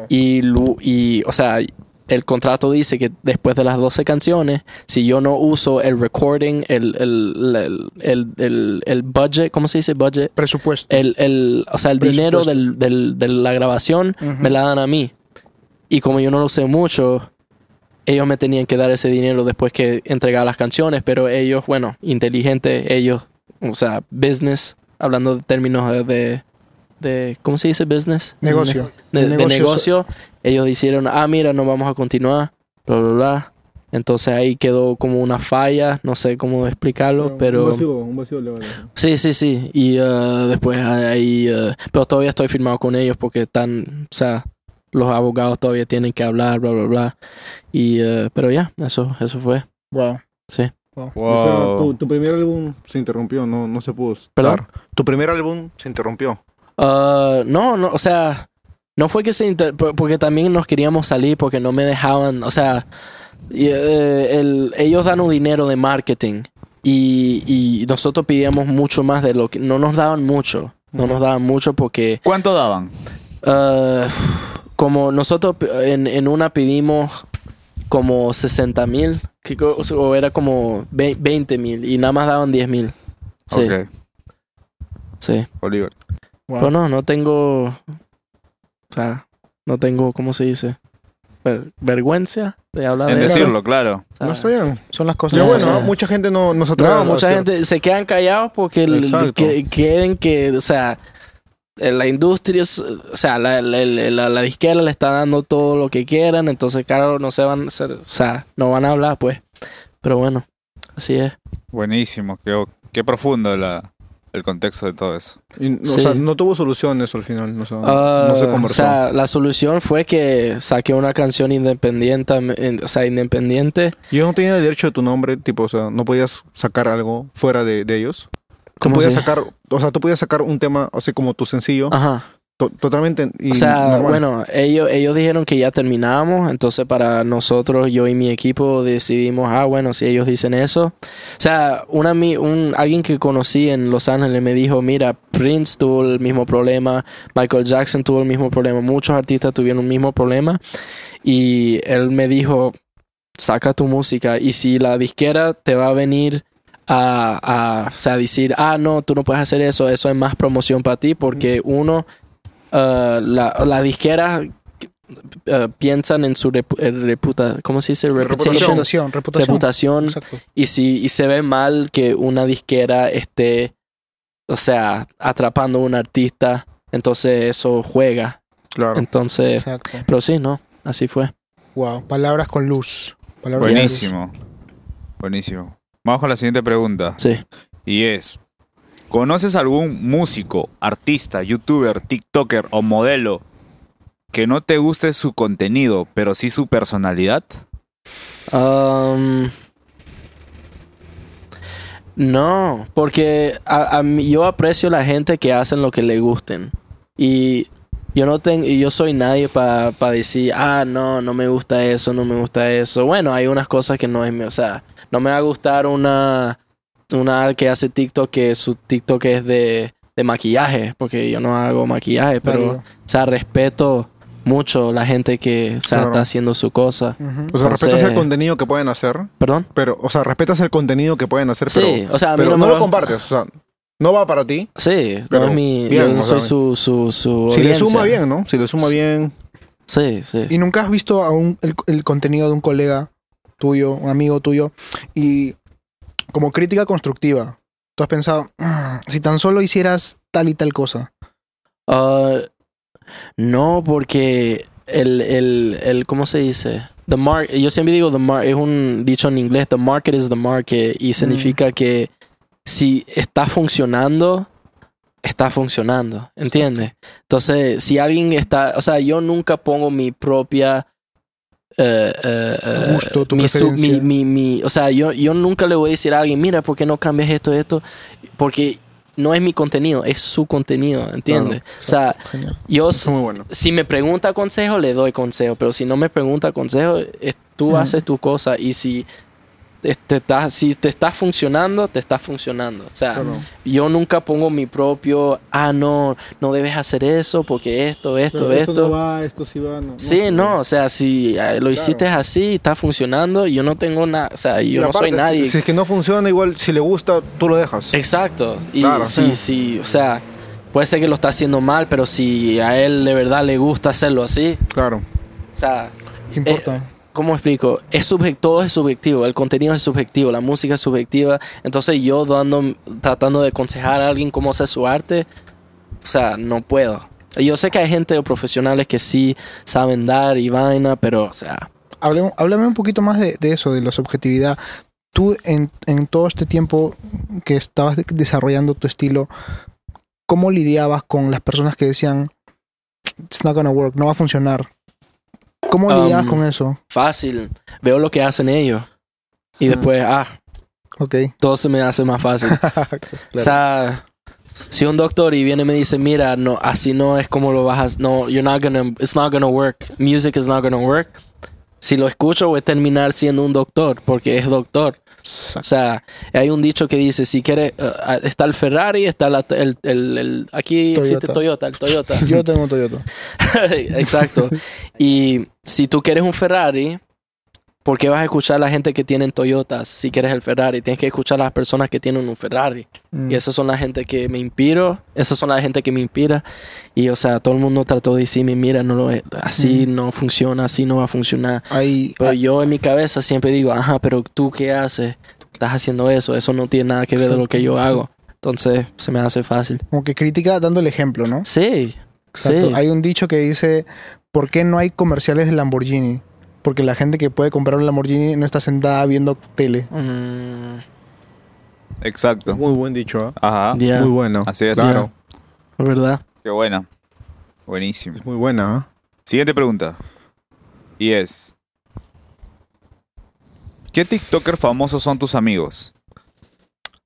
Y, lu- y, o sea, el contrato dice que después de las 12 canciones, si yo no uso el recording, el, el, el, el, el- el budget, ¿cómo se dice budget?
Presupuesto.
el, el, o sea, el dinero
Presupuesto.
del, del- de la grabación
Ujú.
me la dan a mí. Y como yo no lo sé mucho, ellos me tenían que dar ese dinero después que entregaba las canciones, pero ellos, bueno, inteligentes, ellos, o sea, business, hablando de términos de, de, de- ¿cómo se dice business?
Negocio.
De, de
Negocio.
negocio, ellos dijeron, ah, mira, no vamos a continuar, bla, bla, bla. Entonces ahí quedó como una falla, no sé cómo explicarlo, pero...
un vacío legal.
Sí, sí, sí. Y eh, después ahí... eh, pero todavía estoy firmado con ellos porque están... O sea, los abogados todavía tienen que hablar, bla, bla, bla. Y... eh, pero ya, eso, eso fue.
Wow.
Wow.
tu primer álbum se interrumpió, no, no se pudo.
¿Perdón?
dar. Tu primer álbum se interrumpió.
Ah, no, no, o sea... No fue que se... inter- por- Porque también nos queríamos salir porque no me dejaban... O sea... y, eh, el- ellos dan un dinero de marketing. Y, y nosotros pedíamos mucho más de lo que... No nos daban mucho. No nos daban mucho porque...
¿Cuánto daban?
Ah, como nosotros p- en, en una pedimos como 60 mil, o era como ve- 20 mil, y nada más daban 10 mil. Sí,
Ok,
sí.
Oliver.
Pero no, no tengo. O sea, no tengo, ¿cómo se dice? Ver- vergüenza de hablar
En
de eso.
decirlo, claro.
O sea,
No está bien.
Son las cosas.
Ya
No,
bueno,
no.
¿no? mucha gente no, no se atreve
Ah. No,
a
mucha
hacer-
gente se quedan callados porque el-
Exacto.
que- quieren que, o sea, eh, la industria, es- o sea, la, la, la- la- la disquera le está dando todo lo que quieran, entonces, claro, no se van a hacer, o sea, no van a hablar, pues. Pero bueno, así es.
Buenísimo, qué, qué profundo la- el contexto de todo eso.
Y, no,
Sí.
O sea, no tuvo solución eso al final. No, sé,
Ah,
no se
o
conversó.
sea, la solución fue que saqué una canción independiente, en- o sea, independiente.
Yo no tenía el derecho de tu nombre, tipo, o sea, no podías sacar algo fuera de, de ellos.
¿Cómo
podías
se-
sacar, o sea, tú podías sacar un tema, así como tu sencillo,
Ajá.
to- totalmente. Y
Ah. O sea,
normal.
bueno, ellos, ellos dijeron que ya terminábamos, entonces para nosotros, yo y mi equipo decidimos, ah, bueno, si ellos dicen eso. O sea, un ami- un, alguien que conocí en Los Ángeles me dijo, mira, Prince tuvo el mismo problema, Michael Jackson tuvo el mismo problema, muchos artistas tuvieron el mismo problema, y él me dijo, saca tu música, y si la disquera te va a venir... A, a, o sea, decir, ah, no, tú no puedes hacer eso, eso es más promoción para ti, porque uno, Uh, la, la disquera uh, piensan en su repu- eh, reputa, ¿cómo se dice? Reputation.
Reputación. Reputación.
Reputación.
Exacto.
Y si y se ve mal que una disquera esté, o sea, atrapando a un artista, entonces eso juega.
Claro.
Entonces,
Exacto.
pero sí, no, así fue.
Wow. Palabras con luz. Palabras con luz.
Buenísimo. Buenísimo. Vamos con la siguiente pregunta.
Sí.
Y es, ¿conoces algún músico, artista, youtuber, tiktoker o modelo que no te guste su contenido, pero sí su personalidad?
Um, no, porque a- a mí- yo aprecio la gente que hacen lo que le gusten. Y yo no tengo, yo soy nadie para decir, ah, no, no me gusta eso, no me gusta eso. Bueno, hay unas cosas que no es mi, o sea, no me va a gustar una, una que hace TikTok que su TikTok es de, de maquillaje, porque yo no hago maquillaje, pero,
Válido.
o sea, respeto mucho la gente que, o sea,
Claro.
está haciendo su cosa.
Pues
O sea,
Entonces-
respetas el contenido que pueden hacer,
¿Perdón?
pero, o sea, respetas el contenido que pueden hacer,
Sí,
pero,
o sea, a mí
pero
no
no,
me
lo
gusta-
compartes, o sea, no va para ti.
Sí,
Pero
no es mi.
bien,
yo
o
soy
sea,
su, su, su.
Si le
audiencia.
suma bien, ¿no? Si le suma
Sí.
bien,
Sí, sí.
¿Y nunca has visto a un- el, el contenido de un colega tuyo, un amigo tuyo, y como crítica constructiva? Tú has pensado, "Mm, si tan solo hicieras tal y tal cosa.
Ah, no, porque el, el, el. ¿Cómo se dice? The mar yo siempre digo, the mar es un dicho en inglés, the market is the market, y significa que si está funcionando, está funcionando, ¿entiendes? Entonces, si alguien está, o sea, yo nunca pongo mi propia... eh, eh, eh,
Tu gusto, tu
mi, su-
preferencia.
mi- mi- mi- o sea, yo, yo nunca le voy a decir a alguien, mira, ¿por qué no cambias esto, esto? Porque no es mi contenido, es su contenido, ¿entiendes? o sea,
Genial.
yo
eso es muy bueno.
si me pregunta consejo, le doy consejo. Pero si no me pregunta consejo, es- tú
Ujú.
haces tu cosa. Y si es- te, está, si te está funcionando, te está funcionando. O sea, yo nunca pongo mi propio, ah, no, no debes hacer eso porque esto, esto, esto.
va, esto sí va, no.
Sí, no, o sea, si eh, lo hiciste así, está funcionando, yo no tengo nada, o sea, yo
Y
no soy
aparte,
nadie.
Si, si es que no funciona, igual, si le gusta, tú lo dejas.
Exacto. Y
Claro,
sí,
sí.
sí, o sea, puede ser que lo está haciendo mal, pero si a él de verdad le gusta hacerlo así,
Claro.
o sea,
¿Qué importa?
¿Cómo explico? Es subjetivo, todo es subjetivo, el contenido es subjetivo, la música es subjetiva. Entonces yo dando, tratando de aconsejar a alguien cómo hacer su arte, o sea, no puedo. Yo sé que hay gente o profesionales que sí saben dar y vaina, pero, o sea,
Hablemos- háblame un poquito más de, de eso, de la subjetividad. Tú en, en todo este tiempo que estabas de- desarrollando tu estilo, ¿cómo lidiabas con las personas que decían, it's not gonna work, no va a funcionar? ¿Cómo
Um,
lidiabas con eso?
fácil. Veo lo que hacen ellos y
Hmm.
después, ah,
Ok.
todo se me hace más fácil. O sea, si un doctor y viene y me dice, mira, no, así no es como lo vas a... No, you're not gonna... It's not gonna work. Music is not gonna work. Si lo escucho voy a terminar siendo un doctor, porque es doctor. O sea, hay un dicho que dice, si quieres... uh, está el Ferrari, está la- el, el- el- Aquí existe Toyota, el Toyota.
Yo tengo Toyota.
Exacto. Y si tú quieres un Ferrari, ¿por qué vas a escuchar a la gente que tienen Toyotas si quieres el Ferrari? Tienes que escuchar a las personas que tienen un Ferrari.
Mm.
Y esas son la gente que me inspiro, esas son la gente que me inspira. Y o sea, todo el mundo trató de decirme, mira, no lo, e-", así no funciona, así no va a funcionar.
Ahí,
Pero yo en mi cabeza siempre digo, ajá, pero tú qué haces? Estás haciendo eso, eso no tiene nada que ver de lo que yo hago. Entonces se me hace fácil.
ah, como que crítica dando el ejemplo, ¿no?
Sí,
Exacto.
sí.
Hay un dicho que dice, ¿por qué no hay comerciales de Lamborghini? Porque la gente que puede comprar un Lamborghini no está sentada viendo tele.
Mm,
Exacto.
Muy buen dicho, ¿ah?
Ajá.
ya,
Muy bueno.
Así es.
Claro.
¿verdad?
Qué buena. Buenísimo.
Es muy buena, ¿ah?
Siguiente pregunta. Y es. ¿Qué TikToker famosos son tus amigos?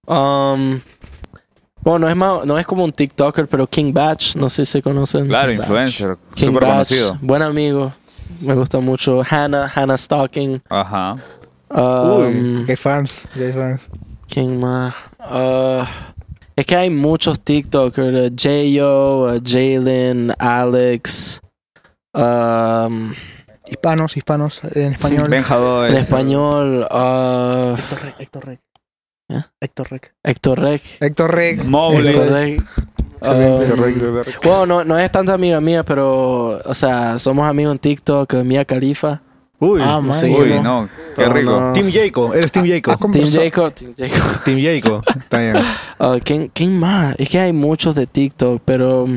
Um, bueno, no es, más, no es como un TikToker, pero King Batch, no sé si se conocen.
Claro,
King Batch.
influencer.
King
Súper
Batch,
conocido.
Buen amigo. Me gusta mucho. Hannah, Hannah Stalking.
Ajá.
Um,
Qué fans, qué fans.
¿Quién más? Uh, es que hay muchos TikTokers. uh, J.O., uh, Jalen, Alex. um,
Hispanos, hispanos, eh, en español.
Benjado
en español. uh,
Héctor Rec, Héctor Rec.
¿Eh?
Héctor Rec.
Héctor Rec.
Héctor Rec.
Mowgli.
Héctor Rec.
Excelente,
Um, Bueno, no, no es tanta amiga mía, pero, o sea, somos amigos en TikTok, eh, Mia Khalifa.
Uy,
Ah, man.
sí,
Uy, no. Qué
No,
rico.
no.
Team Jacob, eres Team
¿Has
Jacob.
Team
conversado-
Jacob, Team Jacob.
Team Jacob. Está bien.
Ah, ¿quién, quién más? Es que hay muchos de TikTok, pero...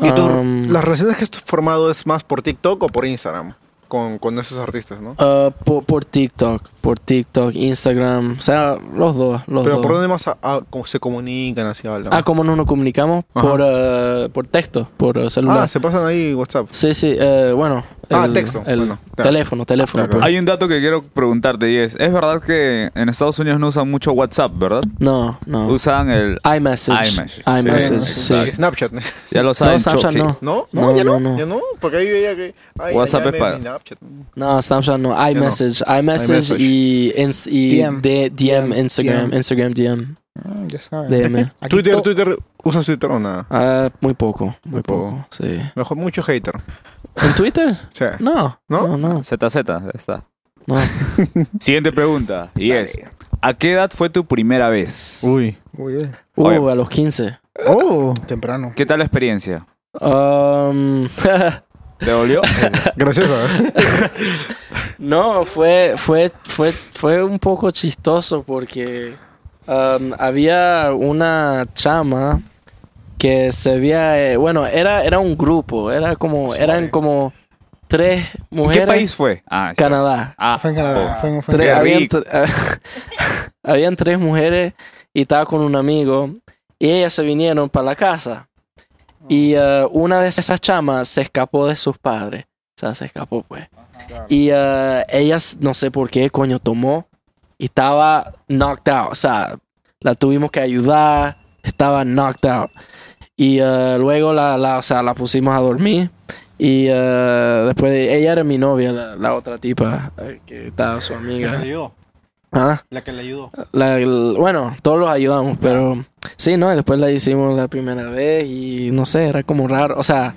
¿Y tú,
um,
las relaciones que has formado es más por TikTok o por Instagram? con, con esos artistas, ¿no?
Ah, por, por TikTok, por TikTok, Instagram, o sea, los dos, los
Pero
dos.
¿por dónde más a- a- cómo se comunican así hablan?
Ah, ¿cómo no nos comunicamos?
Ajá.
Por, eh, por texto, por eh, celular.
Ah, se pasan ahí WhatsApp.
Sí, sí, eh, bueno.
Ah, texto,
el
bueno, claro.
Teléfono, teléfono.
Claro,
pues.
claro.
Hay un dato que quiero preguntarte y es, es verdad que en Estados Unidos no usan mucho WhatsApp, ¿verdad?
No, no.
Usan el...
iMessage.
iMessage,
iMessage,
sí,
sí.
exacto.
Eh, Snapchat, ¿no?
Ya lo
No,
saben,
Snapchat
Chucky.
no.
¿No?
No,
¿Ya no?
no, no.
¿Ya no? Porque ahí veía que... ay,
WhatsApp
ya
es
me-
para-
mi Snapchat.
No, Snapchat no. iMessage. iMessage y, inst- y
DM.
de- DM,
DM.
Instagram, Instagram, DM.
Ah, ya saben.
DM.
Aquí
Twitter,
to-
Twitter, ¿usas Twitter o nada?
Ah, muy poco, muy
Muy poco.
poco. Sí.
Mejor mucho hater.
¿En Twitter?
O sea,
No.
¿No?
No, no.
ZZ, ya está.
no.
Siguiente pregunta, y es, ¿a qué edad fue tu primera vez?
Uy.
Uy, uy,
Uh,
Oye.
a los 15.
Oh,
temprano.
¿Qué tal la experiencia?
Um,
¿Te dolió?
graciosa.
No, fue, fue, fue, fue un poco chistoso porque um, había una chama que se veía, eh, bueno, era, era un grupo, era como, eran como tres
¿En
mujeres.
qué país fue? Ah, sí.
Canadá.
Ah,
Fue en Canadá.
oh.
Fue en, fue en
Tres-
Qué
Canadá.
habían,
rico.
tre- habían tres mujeres y estaba con un amigo y ellas se vinieron para la casa y eh, una de esas chamas se escapó de sus padres, o sea, se escapó pues. Y eh, ellas, no sé por qué, coño, tomó y estaba knocked out, o sea, la tuvimos que ayudar, estaba knocked out. Y eh, luego la, la, o sea, la pusimos a dormir. Y eh, después de- ella era mi novia, la, la otra tipa eh, que estaba su amiga.
ayudó.
Ah,
La que le ayudó.
la- el- bueno, todos los ayudamos, pero sí, ¿no? Y después la hicimos la primera vez y no sé, era como raro. O sea,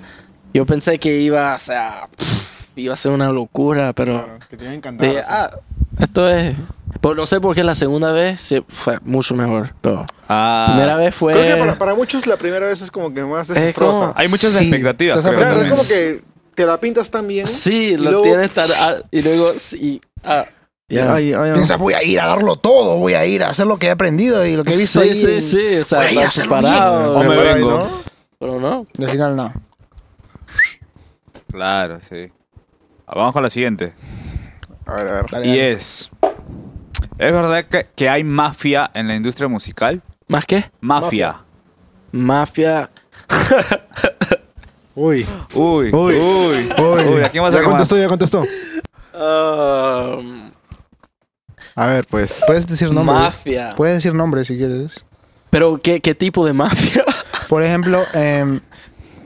yo pensé que iba, o sea, pff, iba a ser una locura, pero
Que te iba a encantar.
dije,
así.
ah, esto es... Pero no sé por qué la segunda vez sí, fue mucho mejor, pero
Ah.
la primera vez fue...
Creo que para, para muchos la primera vez es como que más desastrosa.
Pues- como-
Hay muchas
Sí,
expectativas.
estás
creo,
Claro, es
también.
como que te la pintas tan bien.
Sí, lo
luego-
tienes tan... ah, y luego, sí, ah, ya.
Ay, ay, ay.
Piensas, voy a ir a darlo todo, voy a ir a hacer lo que he aprendido y lo que he visto
sí,
ahí.
sí, sí, o sea,
Voy a ir a
estás
hacerlo
preparado,
O me
Ay,
vengo.
¿no?
pero no.
Y al final, no.
Claro, sí. Ah, Vamos con la siguiente.
A ver, a ver.
Dale,
Y
dale.
es. ¿Es verdad que, que hay mafia en la industria musical?
¿Más qué?
Mafia.
Mafia.
Uy.
Uy, uy, uy, uy. ¿A quién vas a llamar?
Ya
Ah.
contestó, ya contestó.
um,
A ver, pues.
Puedes decir nombres.
mafia.
Puedes decir nombres si quieres.
Pero, ¿qué, qué tipo de mafia?
Por ejemplo, em,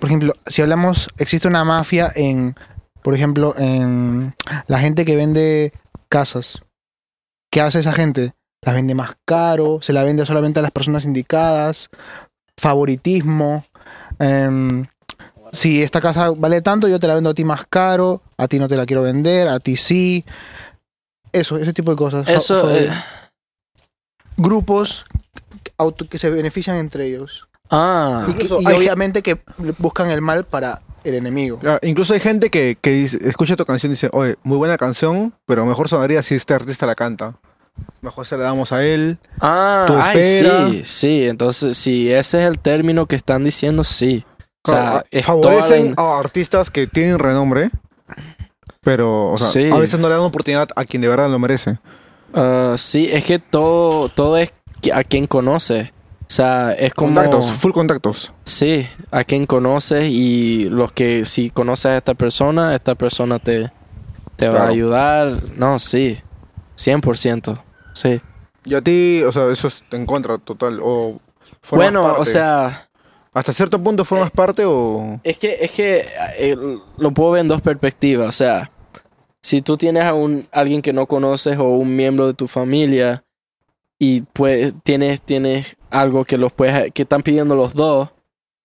por ejemplo, si hablamos, existe una mafia en, por ejemplo, en la gente que vende casas. ¿Qué hace esa gente? Las vende más caro, se la vende solamente a las personas indicadas, favoritismo. em, si esta casa vale tanto, yo te la vendo a ti más caro, a ti no te la quiero vender, a ti sí. Eso, ese tipo de cosas. Fa-
Eso.
favor-
eh,
grupos que- auto- que se benefician entre ellos.
ah.
Y, que-
Incluso
y
hay
obviamente que buscan el mal para el enemigo.
Ah, Incluso hay gente que, que dice- escucha tu canción y dice, oye, muy buena canción, pero mejor sonaría si este artista la canta. Mejor se la damos a él.
Ah,
tú
ay,
espera.
sí, sí. Entonces, si ese es el término que están diciendo, sí. O sea,
Ah,
es toda la
favorecen
in-
a artistas que tienen renombre, pero o sea,
Sí.
a veces no le dan oportunidad a quien de verdad lo merece.
Ah, sí, es que todo, todo es que- a quien conoce. O sea, es como.
Contactos, full contactos.
Sí, a quien conoces y los que si conoces a esta persona, esta persona te, te va a
Claro.
ayudar. No, sí, 100%. Sí.
Y a ti, o sea, eso es en contra total. O formas
bueno, o
parte.
sea, eh,
¿Hasta cierto punto formas parte o...?
es que, es que eh, lo puedo ver en dos perspectivas. O sea, si tú tienes a un, alguien que no conoces o un miembro de tu familia y pues tienes, tienes algo que los puedes, que están pidiendo los dos,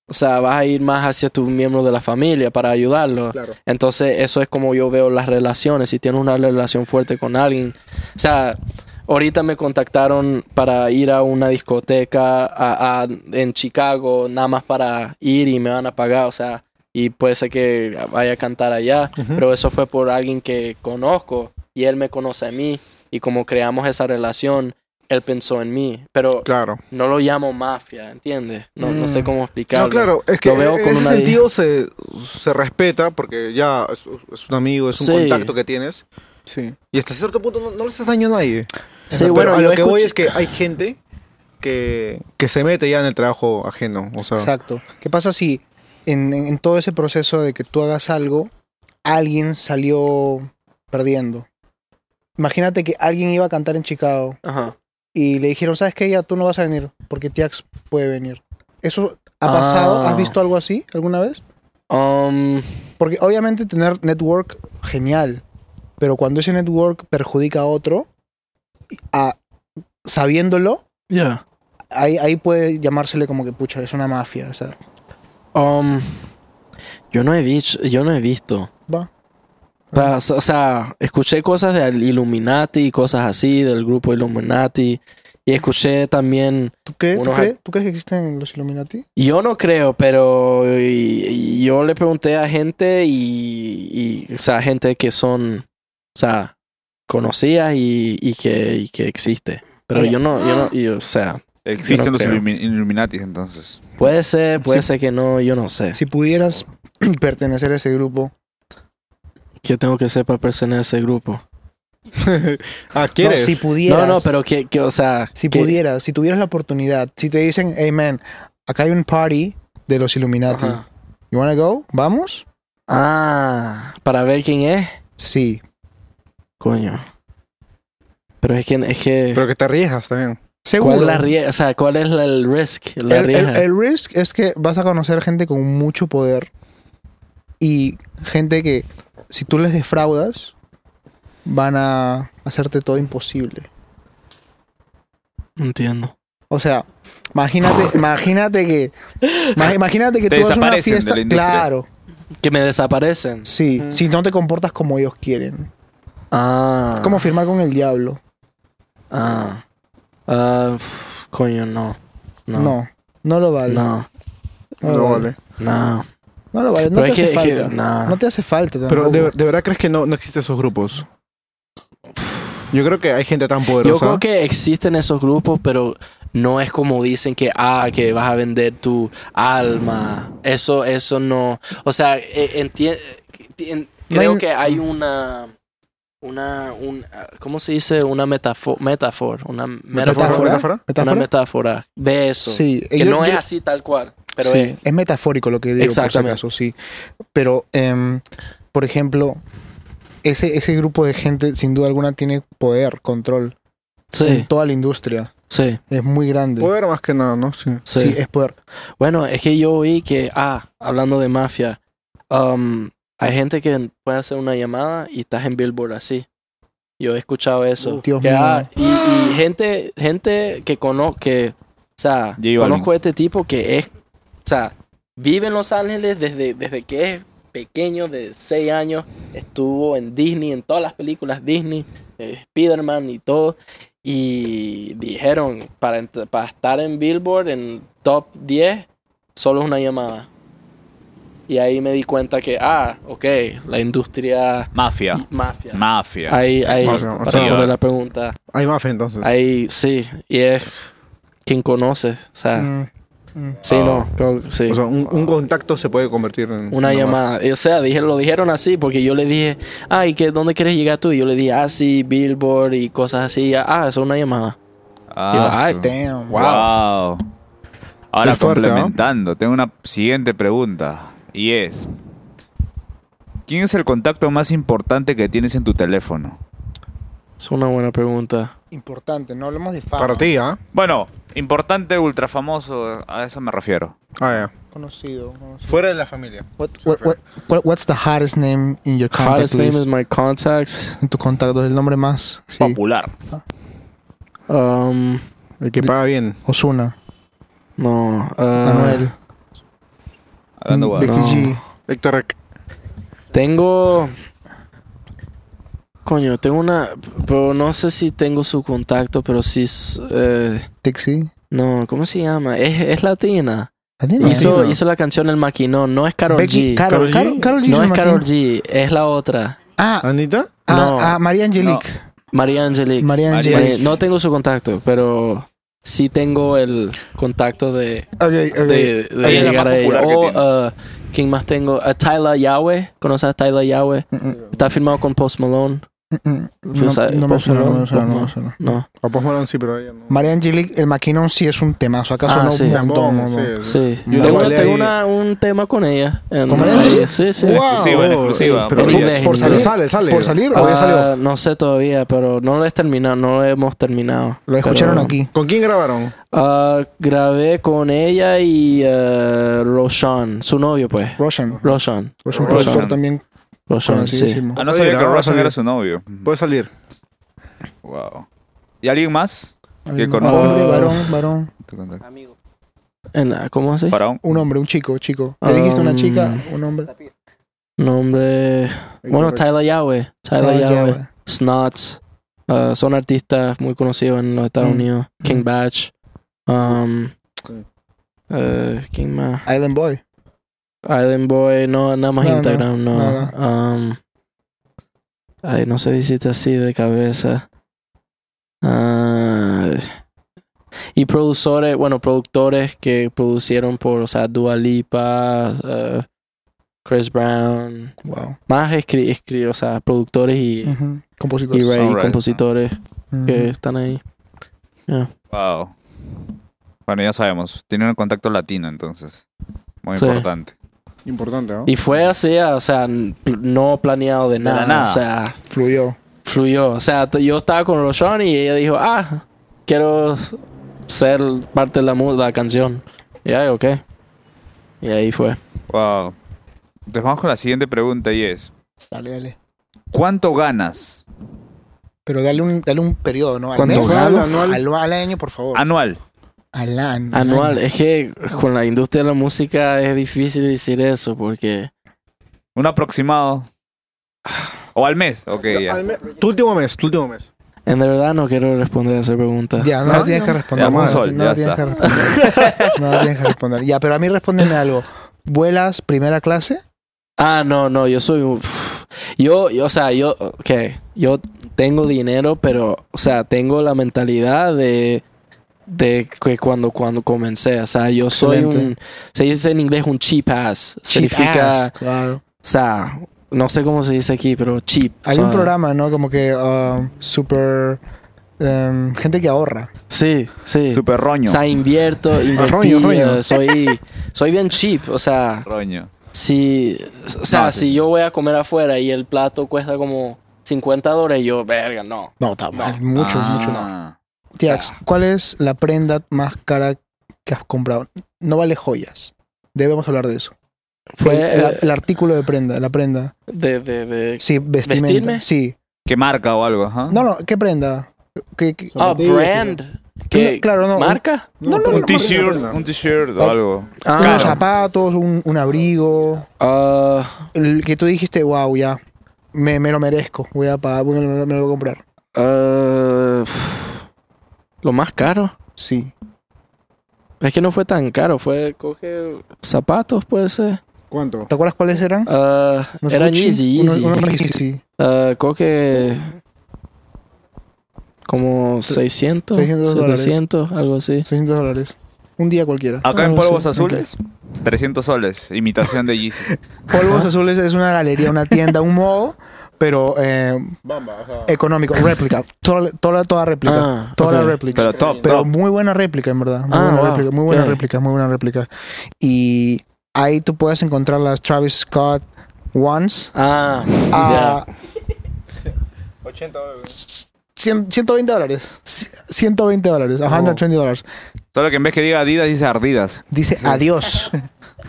o sea, vas a ir más hacia tu miembro de la familia para ayudarlo.
Claro.
Entonces, eso es como yo veo las relaciones. Si tienes una relación fuerte con alguien. O sea, ahorita me contactaron para ir a una discoteca a- a- en Chicago, nada más para ir y me van a pagar. O sea, y puede ser que vaya a cantar allá. Pero eso fue por alguien que conozco y él me conoce a mí. Y como creamos esa relación, él pensó en mí, pero
Claro.
no lo llamo mafia, ¿entiendes? No, no sé cómo explicarlo.
Mm. No, claro, es que
Lo veo
en
con
ese
una-
sentido se, se respeta porque ya es, es un amigo, es un
Sí.
contacto que tienes.
Sí.
Y hasta cierto punto no, no le estás daño a nadie.
Sí,
Pero
bueno,
a
yo
lo que voy
escuché-
es que hay gente que, que se mete ya en el trabajo ajeno. O sea,
Exacto. ¿Qué pasa si en, en- en todo ese proceso de que tú hagas algo, alguien salió perdiendo? Imagínate que alguien iba a cantar en Chicago
Ajá.
y le dijeron, ¿sabes qué? Ya tú no vas a venir porque Tiax puede venir. ¿Eso ha
Ah.
pasado? ¿Has visto algo así alguna vez?
Um,
Porque obviamente tener network, genial. Pero cuando ese network perjudica a otro, a- sabiéndolo,
yeah.
ahí, ahí puede llamársele como que, pucha, es una mafia. O sea,
Um, yo no he visto, yo no he visto.
va.
Pa- O sea, escuché cosas del Illuminati, cosas así, del grupo Illuminati. Y escuché también
¿Tú, crees- tú
Unos
crees- ¿Tú crees que existen los Illuminati?
Yo no creo, pero y- y yo le pregunté a gente y, y, o sea, gente que son, o sea, conocidas y, y que, y que existe. Pero yo no, yo no, y, o sea,
Existen
Yo no
los
creo.
Illumi- Illuminati entonces.
puede ser, puede
Sí.
ser que no, yo no sé.
Si pudieras pertenecer a ese grupo.
¿Qué tengo que ser para pertenecer a ese grupo?
ah, ¿quieres?
No, si pudieras.
No, no, pero que, que, o sea,
Si
que-
pudieras, si tuvieras la oportunidad, si te dicen, hey man, acá hay un party de los Illuminati.
Ajá.
¿You wanna go? ¿Vamos?
Ah, para ver quién es,
Sí.
coño. Pero es que, es que,
Pero que te arriesgas también.
Seguro.
¿cuál es la rie- o sea, cuál es la- el risk, la
el, el-
riesga?
el risk es que vas a conocer gente con mucho poder y gente que si tú les defraudas van a hacerte todo imposible.
No entiendo.
O sea, imagínate, imagínate que ma- imagínate que
Te
tú vas a una
desaparecen de la
fiesta,
industria.
claro,
Que me desaparecen.
sí, si no te comportas como ellos quieren.
Ah.
Es como firmar con el diablo.
Ah. Ah, pf, coño, no. No.
No, no, lo vale. No,
No. Ah,
lo
No
vale.
vale.
no.
No lo vale, no
Pero
te
es
hace
que- es que-
falta.
nah.
No te hace falta
Pero
tampoco.
de, de verdad crees que no, no existen esos grupos. Yo creo que hay gente tan
Yo
poderosa.
creo que existen esos grupos, pero no es como dicen que, ah, que vas a vender tu alma. Eso, eso no. O sea, e- entie- en-
No
creo
hay-
que hay una. Una, un, ¿cómo se dice? Una metáfora, metáfora, una metáfora,
¿Metáfora?
una
¿Metáfora?
¿Metáfora?
metáfora de eso,
Sí,
que
yo-
no es
yo-
así tal cual, pero
Sí,
es,
es, metafórico lo que digo,
Exactamente.
por si acaso, sí. Pero, em, por ejemplo, ese, ese grupo de gente, sin duda alguna, tiene poder, control en
sí,
toda la industria.
sí,
Es muy grande.
Poder más que nada, ¿no? Sí.
sí.
Sí, es poder.
Bueno, es que yo oí que, ah, hablando de mafia, um, hay gente que puede hacer una llamada y estás en Billboard así. Yo he escuchado eso.
Uh, Dios
Que,
mío.
ah, y, y gente, gente que conozco, que, o sea,
J Balvin.
conozco a este tipo que es, o sea, vive en Los Ángeles desde, desde que es pequeño, de 6 años, estuvo en Disney, en todas las películas Disney, eh, Spider-Man y todo y dijeron para, ent- para estar en Billboard en top 10 solo es una llamada y ahí me di cuenta que ah ok la industria
Mafia.
y- mafia
Mafia.
ahí ahí
Mafia,
para
mafia.
responder la pregunta
Hay mafia entonces.
ahí sí y es quien conoces o sea
Mm, mm.
sí
Oh.
no creo que sí
O sea, un, un contacto se puede convertir en
una llamada. O sea, dije, lo dijeron así porque yo le dije, ay, ¿qué, ¿dónde quieres llegar tú? Y yo le dije, ah, sí, Billboard y cosas así. Ah, eso es una llamada.
Ah,
Ay,
su-
Damn.
Wow. Ahora
Qué fuerte,
complementando, tengo una siguiente pregunta y es ¿Quién es el contacto más importante que tienes en tu teléfono?
Es una buena pregunta.
Importante, no hablemos de fama.
Para ti, ¿ah?
Bueno, importante, ultra famoso, a eso me refiero.
Ah, ya.
Conocido. conocido.
Fuera de la familia.
What- what- what- what- what's the hardest name in your contact
Hardest name
list?
is my contacts.
En tu contacto, el nombre más. Sí.
Popular.
Um,
El que paga bien.
Osuna,
no. uh,
Manuel,
Hablando
mm,
huevadas.
Becky
No.
G.
Héctor Rec.
Tengo. Coño, tengo una. Pero no sé si tengo su contacto, pero sí. es, eh,
Tixi.
no, ¿cómo se llama? Es, es latina.
Latina.
Hizo, hizo la canción El Maquinón. No es Carol
Becky,
G.
Carol,
Karol
Carol,
G.
Carol G.
no es
Martín.
Carol G. Es la otra.
Ah,
¿Anita?
ah,
No.
ah, María Angelique.
María Angelique.
María
María
María-
Angelique.
no tengo su contacto, pero sí tengo el contacto de,
Ok, ok.
de, de
Ella es la
llegar
más
a ella.
popular que
O,
tienes.
uh, ¿quién más tengo? A Tyler Yahweh. ¿Conoces a Tyler Yahweh?
Mm,
Está firmado con Post Malone.
mm, mm.
Tú sabes,
No, no me
Post
suena, no
Malone,
me suena, no me
Post
suena.
No,
A Post Malone sí, pero a ella no.
María Angelique, el Maquinón sí es un temazo. Acá
Ah,
sonó
sí.
un
Tambón,
montón. montón.
sí, sí.
sí.
Yo la
Tengo,
bailé
tengo
ahí.
una- un tema con ella. en-
¿Con María Angelique?
Sí, sí.
Wow.
Exclusiva, ¿eh? en exclusiva.
Pero
En
Brilla.
inglés.
por salir,
Sí.
sale, sale.
¿Por salir?
Ah, ya salió.
Ah, no sé todavía, pero no lo he terminado, no lo hemos terminado.
Lo escucharon
Pero,
aquí.
¿Con quién grabaron?
ah, grabé con ella y eh, Roshan, su novio pues.
Roshan.
Roshan.
Es
Roshan.
un productor también
Roshan, sí.
conocidísimo.
Ah, no sabía que
Ahora
Rosen
salió.
era su novio.
Puede salir.
Wow. ¿Y alguien más? que
Un
conozco.
hombre,
Ah.
varón, varón.
Te contacto.
En- ¿Cómo así?
Faraón.
Un hombre, un chico, chico. Le dijiste una
Um,
chica, un hombre.
Nombre... Bueno, Tyler Yahweh. Tyler
Ah,
Yahweh.
ya,
Snots. ah, son artistas muy conocidos en los Estados
Mm.
Unidos. King Batch. Um, eh, ¿Quién más?
güey. Island Boy.
Island Boy, no, nada más
No, no,
Instagram, no. Um, ay, no sé si así de cabeza. Ah, y productores, bueno, productores que producieron por, o sea, Dua Lipa, eh, Chris Brown,
Wow.
más escri escri- o sea, productores y,
Ujú. Compositor.
y, Ray,
Songwriters,
compositores
Mm. Ujú.
que están ahí.
Wow. Bueno, ya sabemos. Tiene un contacto latino, entonces. Muy
Sí.
importante.
Importante, ¿no?
Y fue así, o sea, n- no planeado de
la
nada,
nada.
o sea,
Fluyó.
fluyó. O sea, t- yo estaba con Roshan y ella dijo, ah, quiero s- ser parte de la, mu- la canción. Y ahí, ok. Y ahí fue.
Wow. Entonces vamos con la siguiente pregunta y es:
Dale, dale.
¿Cuánto ganas
Pero dale un, dale un periodo, ¿no? Al
¿Cuánto
mes,
gana?
al,
Anual.
al- al año, por favor.
anual?
al año.
Anual. eh. Es que con la industria de la música es difícil decir eso porque...
¿Un aproximado? ¿O al mes? Ok, ya.
Al me- Tu último mes, tu último mes.
En verdad no quiero responder a esa pregunta.
Ya, no,
Ah,
lo tienes que responder.
Ya,
no,
un
lo
sol,
ti- no
ya
lo tienes
está.
que responder. no lo tienes que responder. Ya, pero a mí respóndeme algo. ¿Vuelas primera clase?
Ah, no, no, yo soy un... pff. Yo, yo, o sea, yo, ok, yo tengo dinero, pero, o sea, tengo la mentalidad de, de que cuando, cuando comencé, o sea, yo soy un,
Excelente.
se dice en inglés un cheap ass,
Cheap
significa,
ass, Claro.
o sea, no sé cómo se dice aquí, pero cheap.
Hay
o sea,
un programa, ¿no? Como que ah, super... em, gente que ahorra.
Sí, sí.
Super roño.
O sea, invierto, invertí,
Rollo, rollo.
eh, soy, soy bien cheap, o sea,
Roño.
Si, o sea,
No, sí,
si
sí.
yo voy a comer afuera y el plato cuesta como 50 dólares, yo, verga, no.
No, está mal. Mucho, mucho.
Ah.
Jax, ¿cuál es la prenda más cara que has comprado? No vale joyas. Debemos hablar de eso.
Fue
el, el-
eh,
el artículo de prenda, la prenda.
de, de, de-
Sí, vestimenta.
¿Vestirme?
Sí.
¿Qué marca o algo? ajá?
No, no, ¿qué prenda? ¿Qué, qué-
Ah, brand. ¿Qué?
claro, no.
¿Marca?
No, no,
Un
no.
t-shirt,
no, no.
un t-shirt o algo.
Ah,
Claro.
Unos zapatos, un, un abrigo.
ah,
El que tú dijiste, wow, ya. Me, me lo merezco. Voy a pagar, voy- me, lo- me lo voy a comprar.
ah, pf, lo más caro.
Sí.
Es que no fue tan caro, fue coge zapatos, puede ser.
¿Cuánto?
¿Te acuerdas cuáles eran?
Ah,
Unos
eran
Gucci,
easy,
unos-
easy.
unos Yeezy,
Ah, coge como 600,
600 dólares.
700, algo así.
600 dólares. Un día cualquiera.
Acá en
Algo
polvos
así.
azules, 300 soles. Imitación de Yeezy.
Polvos Azules es una galería, una tienda, un modo, pero eh,
Bamba, ajá.
económico, réplica. Toda, toda, toda réplica.
Ah,
toda
ok.
la réplica.
Pero top,
Pero
top.
muy buena réplica, en verdad. Muy
Ah,
buena
wow.
réplica, muy buena
Ok.
réplica, muy buena réplica. Y ahí tú puedes encontrar las Travis Scott Ones
Ah,
a
80 dólares.
100 120 dólares. C- 120 dólares,
Oh.
120 dólares.
Solo que en vez que diga Adidas, dice Ardidas.
Dice adiós.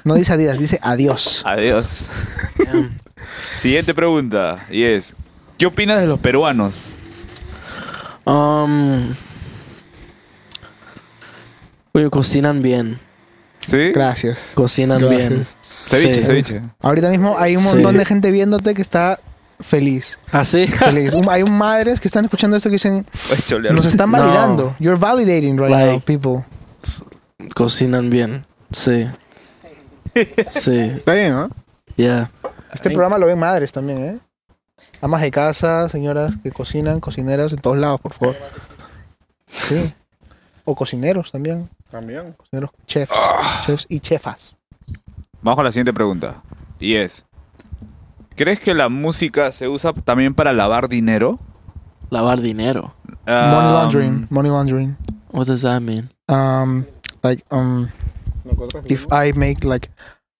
No dice adiós, dice adiós.
Adiós.
ya. Damn.
Siguiente pregunta, y es, ¿qué opinas de los peruanos?
Um, oye, cocinan bien.
¿Sí?
Gracias.
Cocinan
Gracias.
bien.
Ceviche,
Sí.
ceviche.
Ahorita mismo hay un
Sí.
montón de gente viéndote que está feliz.
¿Ah, sí?
feliz. Un- hay un madres que están escuchando esto que dicen,
Puedes cholear.
nos están
No.
validando. You're validating right
Like-
now, people.
Cocinan bien. Sí. Sí.
Está bien, ¿ah?
Yeah.
Este programa lo ven madres también, ¿eh? Amas de casa, señoras que cocinan, cocineras en todos lados, por favor. Sí. O cocineros también.
También.
Cocineros, chefs.
Ah.
Chefs y chefas.
Vamos con la siguiente pregunta. Y es, ¿crees que la música se usa también para lavar dinero?
Lavar dinero.
money
Um,
laundering. Money laundering.
What does that mean?
Um, like, um, if I make like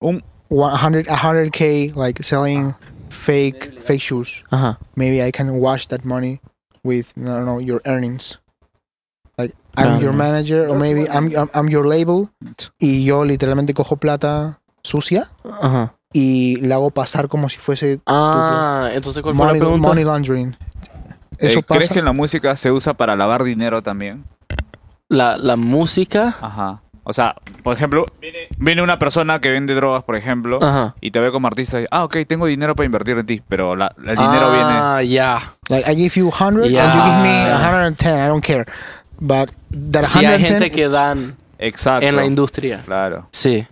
um,
Un-
100, 100k, like selling fake, fake shoes.
Uh-huh.
Ajá.
maybe I can wash that money with I don't know your earnings. Like
Claro.
I'm your manager or maybe I'm, I'm I'm your label y yo literalmente cojo plata sucia
Ajá.
y la hago pasar como si fuese
Ah, entonces ¿cuál fue la
money,
pregunta?
money laundering.
eh,
Eso
¿Crees
pasa.
que la música se usa para lavar dinero también?
La, la música.
Ajá. O sea, por ejemplo, viene, viene una persona que vende drogas, por ejemplo,
Ajá.
y te ve como artista y, ah, ok, tengo dinero para invertir en ti, pero la- el dinero viene...
Ah, ya.
Like I give you 100 and you
Yeah.
give me 110, I don't care. But that
Si hay
110
gente que dan
Exacto.
en la industria.
Claro.
Sí,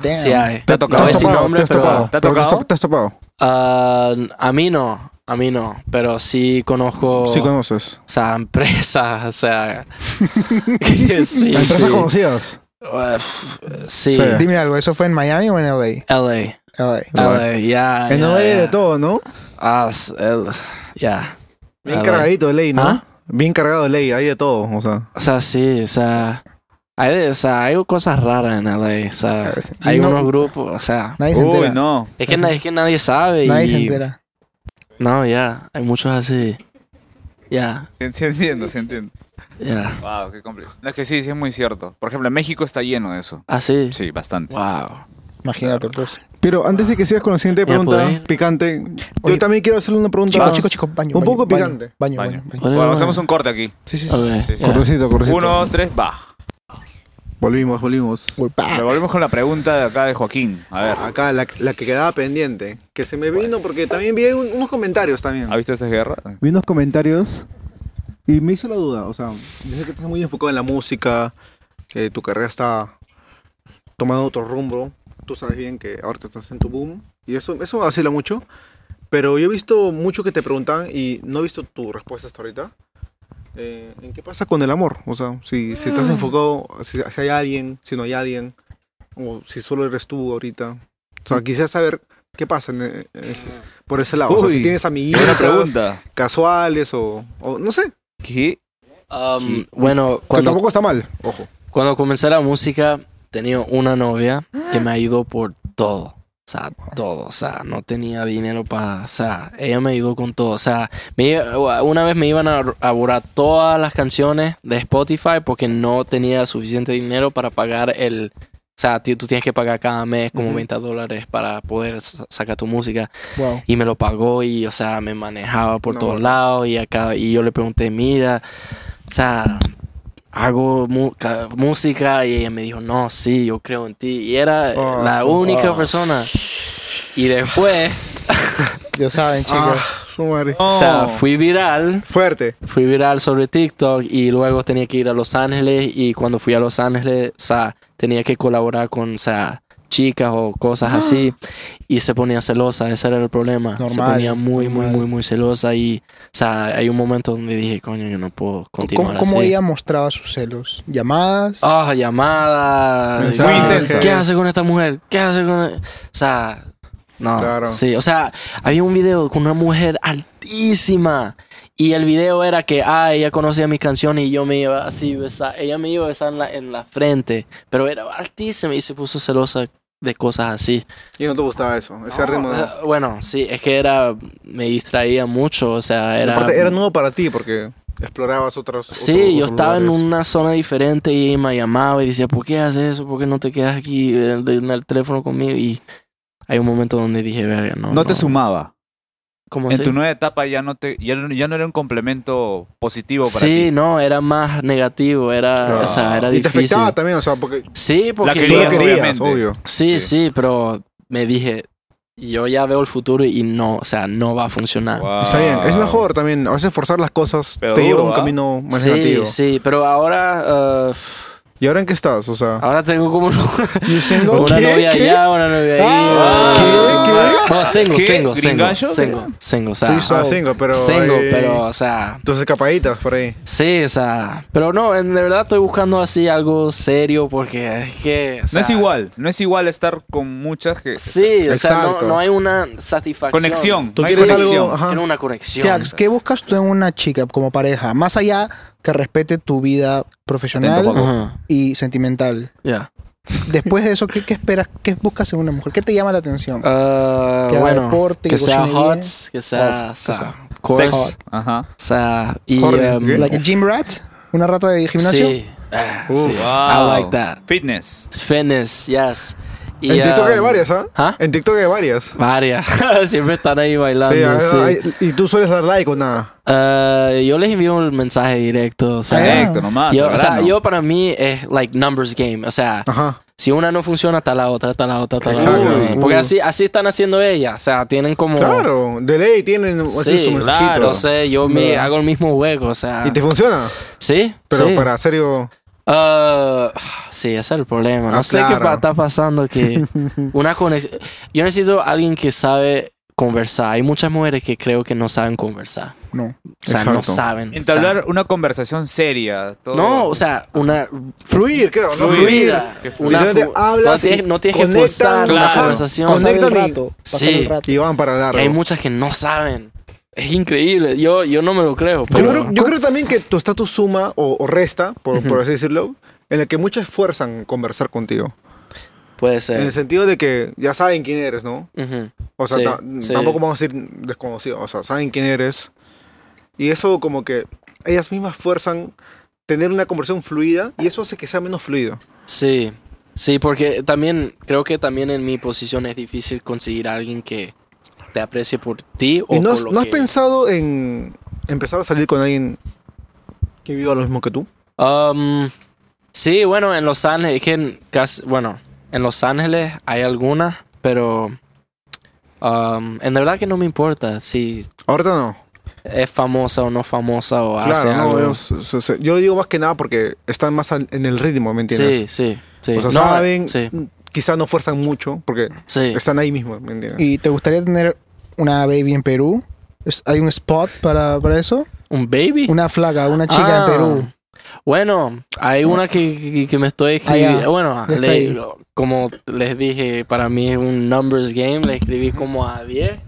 damn.
sí hay.
Te ha tocado.
No voy a decir
topado,
nombre,
has
pero-
topado.
¿Te ha
Pero has
tocado?
top- te has topado.
Ah, a mí no, a mí no, pero sí conozco,
Sí conoces.
o sea, empresas, o sea, que sí,
Empresas
sí.
conocidas.
Uf, sí,
Sí.
Dime algo, ¿eso fue en Miami o en LA?
LA,
LA.
LA, ya, Ah, ya,
En OE
ya.
de todo, ¿no?
Ah, s- el- ya,
Bien
LA.
cargadito de ley, ¿no?
¿Ah?
Bien cargado de ley, hay de todo, o sea.
o sea, sí, o sea, hay, de- o sea, hay cosas raras en LA, o sea, hay
No.
unos grupos, o sea,
Nadie se
Uy,
entera.
no.
es que, na- es que nadie sabe
Nadie se
y-
entera.
no, ya, hay muchos así, ya,
Sí, sí entiendo, sí entiendo.
ya,
Wow, qué complicado. No, es que sí, sí es muy cierto. Por ejemplo, en México está lleno de eso.
así,
Sí, bastante.
wow.
Imagínate, pues.
Pero antes de que sigas con la siguiente
Ya, ¿puedo
pregunta
ir?
picante,
Oye,
yo también quiero hacerle una pregunta.
Chicos, chicos, chicos, baño.
Un
baño,
poco
baño,
picante.
Baño,
Baño.
baño, baño.
Bueno, hacemos un corte aquí.
Sí, sí, sí.
Ok, ya.
Cortocito, cortocito.
Uno, dos, tres, va.
Volvimos, volvimos.
We're back.
Revolvemos con la pregunta de acá de Joaquín. A ver,
Acá, la, la que quedaba pendiente. Que se me vino porque también vi un- unos comentarios también.
¿ha visto esta guerra?
Vi unos comentarios y me hizo la duda. O sea, yo sé que estás muy enfocado en la música, que tu carrera está tomando otro rumbo. Tú sabes bien que ahorita estás en tu boom y eso, eso vacila mucho. Pero yo he visto mucho que te preguntan y no he visto tu respuesta hasta ahorita. Eh, ¿En qué pasa con el amor? O sea, si, si
Mm.
estás enfocado, si, si hay alguien, si no hay alguien, o si solo eres tú ahorita. O sea, quisiera saber qué pasa en, eh, ese- por ese lado. O sea,
Uy,
si tienes amiguitos,
Buena pregunta.
casuales o, o no sé.
¿Qué?
Um, Bueno,
que
cuando,
tampoco está mal, ojo.
cuando comencé la música, tenía una novia que me ayudó por todo. O sea, todo. O sea, no tenía dinero para. O sea, ella me ayudó con todo. O sea, me iba- una vez me iban a, a borrar todas las canciones de Spotify porque no tenía suficiente dinero para pagar el. O sea, ti- tú tienes que pagar cada mes como 20 dólares para poder sa- sacar tu música.
Wow.
y me lo pagó y, o sea, me manejaba por
No.
todos lados y acá y yo le pregunté, mira, o sea, hago mu- ca- música y ella me dijo, no, sí, yo creo en ti y era eh,
Oh,
la
sí.
única
Oh.
persona y después,
Ya
Ah,
saben, chicos.
Ah, su madre.
No.
o sea, fui viral.
Fuerte.
Fui viral sobre TikTok y luego tenía que ir a Los Ángeles y cuando fui a Los Ángeles, o sea, tenía que colaborar con, o sea, chicas o cosas
Ah.
así y se ponía celosa, ese era el problema.
Normal,
se ponía muy,
normal.
muy, muy, muy celosa y, o sea, hay un momento donde dije, coño, yo no puedo
¿Cómo,
continuar
cómo
así.
ella mostraba sus celos? ¿Llamadas?
Ah, llamada.
Muy
¿sabes?
intenso.
¿Qué hace con esta mujer? ¿Qué hace con.? e-? O sea, no.
Claro.
Sí, o sea, había un video con una mujer altísima. Y el video era que, ah, ella conocía mis canciones y yo me iba así, besar. Ella me iba a besar en la, en la frente. Pero era altísima y se puso celosa de cosas así.
Y no te gustaba eso, ese ritmo.
O
no.
sea, bueno, sí, es que era. Me distraía mucho, o sea, era.
Aparte, era nuevo para ti porque explorabas otros.
Sí,
otros-
yo
otros
estaba en
lugares.
una zona diferente y me llamaba y decía, ¿por qué haces eso? ¿Por qué no te quedas aquí en en el teléfono conmigo? Y hay un momento donde dije, verga, no.
No te sumaba.
¿Cómo
En
así?
tu nueva etapa ya no te ya, no- ya no era un complemento positivo para
Sí,
ti.
no, era más negativo, era,
Claro.
o sea, era
Y te
difícil.
afectaba también, o sea, porque tú
Sí, porque
La
yo-
querías,
lo querías,
obviamente.
obvio.
Sí,
Sí.
sí, pero me dije, yo ya veo el futuro y no, o sea, no va a funcionar.
Wow.
Está bien,
Ah.
es mejor también. A veces forzar las cosas
Pero
te lleva a
duro,
un
¿ah?
camino más
sí,
negativo.
sí, pero ahora, uh,
¿Y ahora en qué estás? O sea,
Ahora tengo como una
¿Qué?
novia
¿Qué?
allá, Ah, una novia ahí. eh,
Ah,
No, single,
¿Qué?
single, single,
¿Gringallo?
single, single, o sea,
Free soul. Ah, single, pero,
single,
eh,
pero, o sea,
tus escapaditas por ahí.
sí, o sea, pero no, en de verdad estoy buscando así algo serio porque es que, o
No
sea,
es igual, no es igual estar con muchas que...
Sí, o sea, no,
Exacto.
no hay una satisfacción.
Conexión,
¿Tú
no hay
quieres
conexión.
algo? Ajá.
Tiene una conexión.
Jax, ¿qué buscas tú en una chica como pareja? Más allá que respete tu vida profesional
Atento, Juanjo.
Ajá,
y sentimental.
ya.
Después de eso, ¿qué, qué esperas? ¿Qué buscas en una mujer? ¿Qué te llama la atención?
Ah,
Que haga
bueno,
deporte,
que
que
sea
cocine
hot,
bien.
que sea,
Hot,
o sea,
Sex.
course,
Ajá.
o sea, y
Hot,
um,
¿qué?
¿Like a gym rat? ¿Una rata de gimnasio?
sí, ah,
Uh,
sí. I
Wow.
like that.
Fitness.
Fitness, yes. Y,
en TikTok
um,
hay varias, ¿ah?
¿ah?
En TikTok hay varias.
Varias. Siempre están ahí
Sí,
bailando. Sí,
hay- hay- y tú sueles dar like o nada.
Ah, yo les envío un mensaje directo. O sea,
Ah.
Directo, nomás.
yo,
al
o sea,
grano.
yo para mí es like numbers game. O sea,
Ajá.
si una no funciona, está la otra, está la otra, está la
Ah. Exacto.
otra.
Uy.
Porque así, así están haciendo ellas. O sea, tienen como.
Claro, de ley tienen así
Oh. Sí,
sus mensajitos.
claro.
Entonces yo me
¿Verdad?
hago el mismo juego, o sea.
Y te funciona,
Sí,
pero
sí.
para serio,
Ah, sí, ese es el problema. No
Ah,
sé qué
claro.
pa- está pasando que una conexión. Yo necesito alguien que sabe conversar. Hay muchas mujeres que creo que no saben conversar.
No.
O sea, no
Exacto.
saben.
Entablar una conversación seria.
o
todo-
sea, no, o sea, una
fluir, creo, ¿no?
fluida.
que fluida.
Una
Literalmente
flu-
hablas
no tienes,
y
no tienes que
conectan,
forzar una
claro.
conversación.
Pasar el
Conectan y-
rato. pasar
Sí.
el rato.
Y van para largo.
Hay muchas que no saben. Es increíble. Yo, yo no me lo creo.
Yo,
pero-
creo, yo creo también que tu estatus suma o, o resta, por, por así decirlo, en el que muchas fuerzan conversar contigo.
Puede
En el
ser.
sentido de que ya saben quién eres, ¿no?
Ujú.
O sea,
Sí,
ta-
sí.
tampoco vamos a decir desconocido, o sea, saben quién eres. Y eso como que ellas mismas fuerzan tener una conversación fluida y eso hace que sea menos fluido.
Sí, sí, porque también creo que también en mi posición es difícil conseguir a alguien que te aprecie por ti o
¿Y no,
por
has-
lo
no has
que-
pensado en empezar a salir con alguien que viva lo mismo que tú?
Um, sí, bueno, en Los Ángeles, es que en casi- bueno, en Los Ángeles hay algunas, pero um, en verdad que no me importa si
Ahorita no.
es famosa o no famosa o hace
Claro, no,
algo.
es- es- es- yo lo digo más que nada porque están más al- en el ritmo, ¿me entiendes?
sí, sí, sí.
O sea,
No,
saben,
Sí,
quizás no fuerzan mucho porque
sí.
están ahí mismo, ¿me entiendes?
¿Y te gustaría tener una baby en Perú? ¿Es- ¿Hay un spot para, para eso?
¿Un baby?
Una flaca, una chica
Ah,
en Perú.
Bueno, hay una que, que- que me estoy escribiendo.
Ah, ya.
Bueno,
Ya está
le-
ahí.
como les dije, para mí es un numbers game. Le escribí como a 10.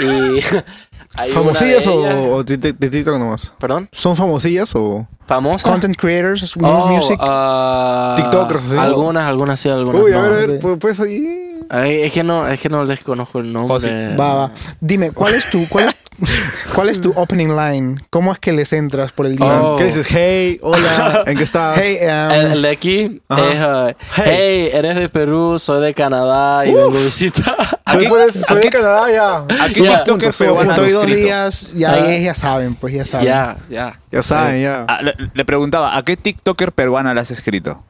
Y. hay una
¿Famosillas
de
o,
ellas-
o de, de- de TikTok nomás?
Perdón,
¿Son famosillas o...?
famosa.
Content creators,
Oh,
music.
ah,
TikTokers, así.
Algunas, algunas sí, algunas.
Uy, a
no.
ver, a ver,
Ok.
pues, pues ahí...
Ay, es, que no, es que no les conozco el nombre.
Fácil.
Va, va. Dime, ¿cuál es tu cuál es, cuál es tu opening line? ¿Cómo es que les entras por el día?
Oh.
¿Qué dices? Hey, hola, ¿en qué estás?
Hey, um,
El, el de aquí
Ajá.
es: ah, hey. eres de Perú, soy de Canadá y vengo a visitar.
¿Tú
Aquí-
puedes, soy de Canadá ya.
Aquí
Ya.
TikToker
Punto,
peruano
estoy dos
suscrito.
días, ya,
Ah.
ellas ya saben, pues ya
Ya,
saben.
ya.
Ya saben, ya.
Ah, le, le preguntaba, ¿a qué TikToker peruana le has escrito?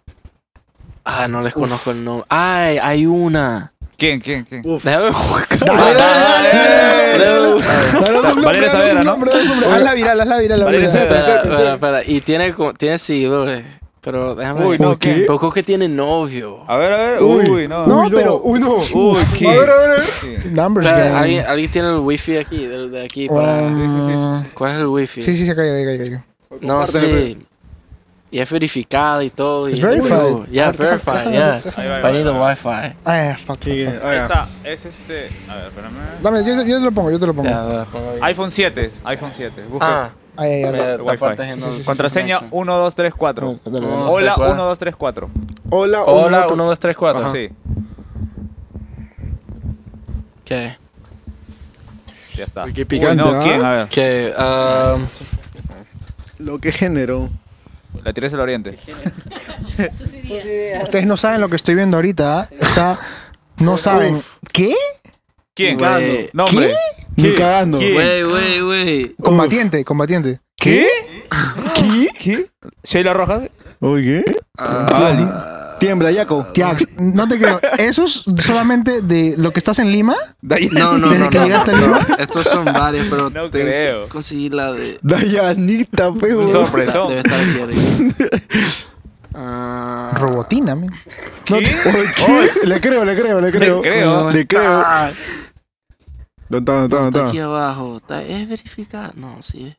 Ah, no les conozco el nombre. Ay, hay una.
¿Quién, quién, quién?
Déjame buscar.
Dale, dale, dale,
dale,
dale,
dale,
dale, dale. Danos un nombre,
Valeria
danos
Saavedra,
un
¿no?
nombre, danos un nombre. Hazla viral, hazla viral, hazla
Valeria
viral.
Saavedra.
Espera,
pensé,
espera, espera. Y tiene, co- tiene seguidores. Pero déjame
Uy, no,
Uy,
¿qué?
pero creo que tiene novio.
A ver, a ver. Uy, no.
No, pero
uno.
Uy, ¿qué?
A ver, a ver.
numbers
Espera,
game.
¿alguien, alguien tiene el wifi aquí, de, de aquí para...
Sí, sí, sí, sí, sí.
¿Cuál es el wifi?
Sí, sí, se cayó, cayó, cayó.
No,
Compárteme.
sí. Y es verificada y todo.
It's
y,
verified.
Uy, Yeah, verified, yeah.
Ahí va, ahí
If
va,
I need
ahí
the
va.
wifi.
Ah, fuck.
Sí,
fuck, fuck.
ah, ya.
Esa, es este. A ver, espérame.
Dame, yo, yo te lo pongo, yo te lo pongo.
Ya, a ver, pongo ahí.
iPhone 7, es, iPhone 7. Busca.
Ah,
Ahí, ahí, ahí.
eh,
el
la
Wi-Fi.
parte es no-
Contraseña
connection.
1234.
Dale, dale.
No.
Hola
1234.
1234.
Hola,
Hola,
uno.
1, 2, 3, 4.
Sí,
¿Qué?
ya está.
Uy, qué picante,
Uy, no,
¿ah?
¿quién? A ver.
¿Qué? Um,
Lo que género.
La tiré hacia el oriente.
Ustedes no saben lo que estoy viendo ahorita. ¿ah? Está, no saben. ¿Qué?
¿Quién?
Güey.
Nombre.
Ni cagando.
Wey, wey, wey.
Combatiente, combatiente.
¿Qué? ¿Qué? ¿Qué? ¿Sheila Rojas?
Oye. Tiembla, Yaco.
Tiax, no te creo. ¿Eso es solamente de lo que estás en Lima?
Dayana.
No, no,
¿Desde
no.
que
no,
llegaste
no,
al
no.
Lima?
Estos son varios, pero
No
tengo que
creo.
conseguir la de.
Dayanita, pego.
Sorpresón.
Debe estar aquí arriba.
Ah.
Robotina, men. No te-
Oye, Le creo, le creo, le creo.
creo.
Le creo. ¿Dónde está? ¿Dónde está?
Está
¿Dónde
aquí
está?
abajo. Está- ¿Es verificado? No, sí.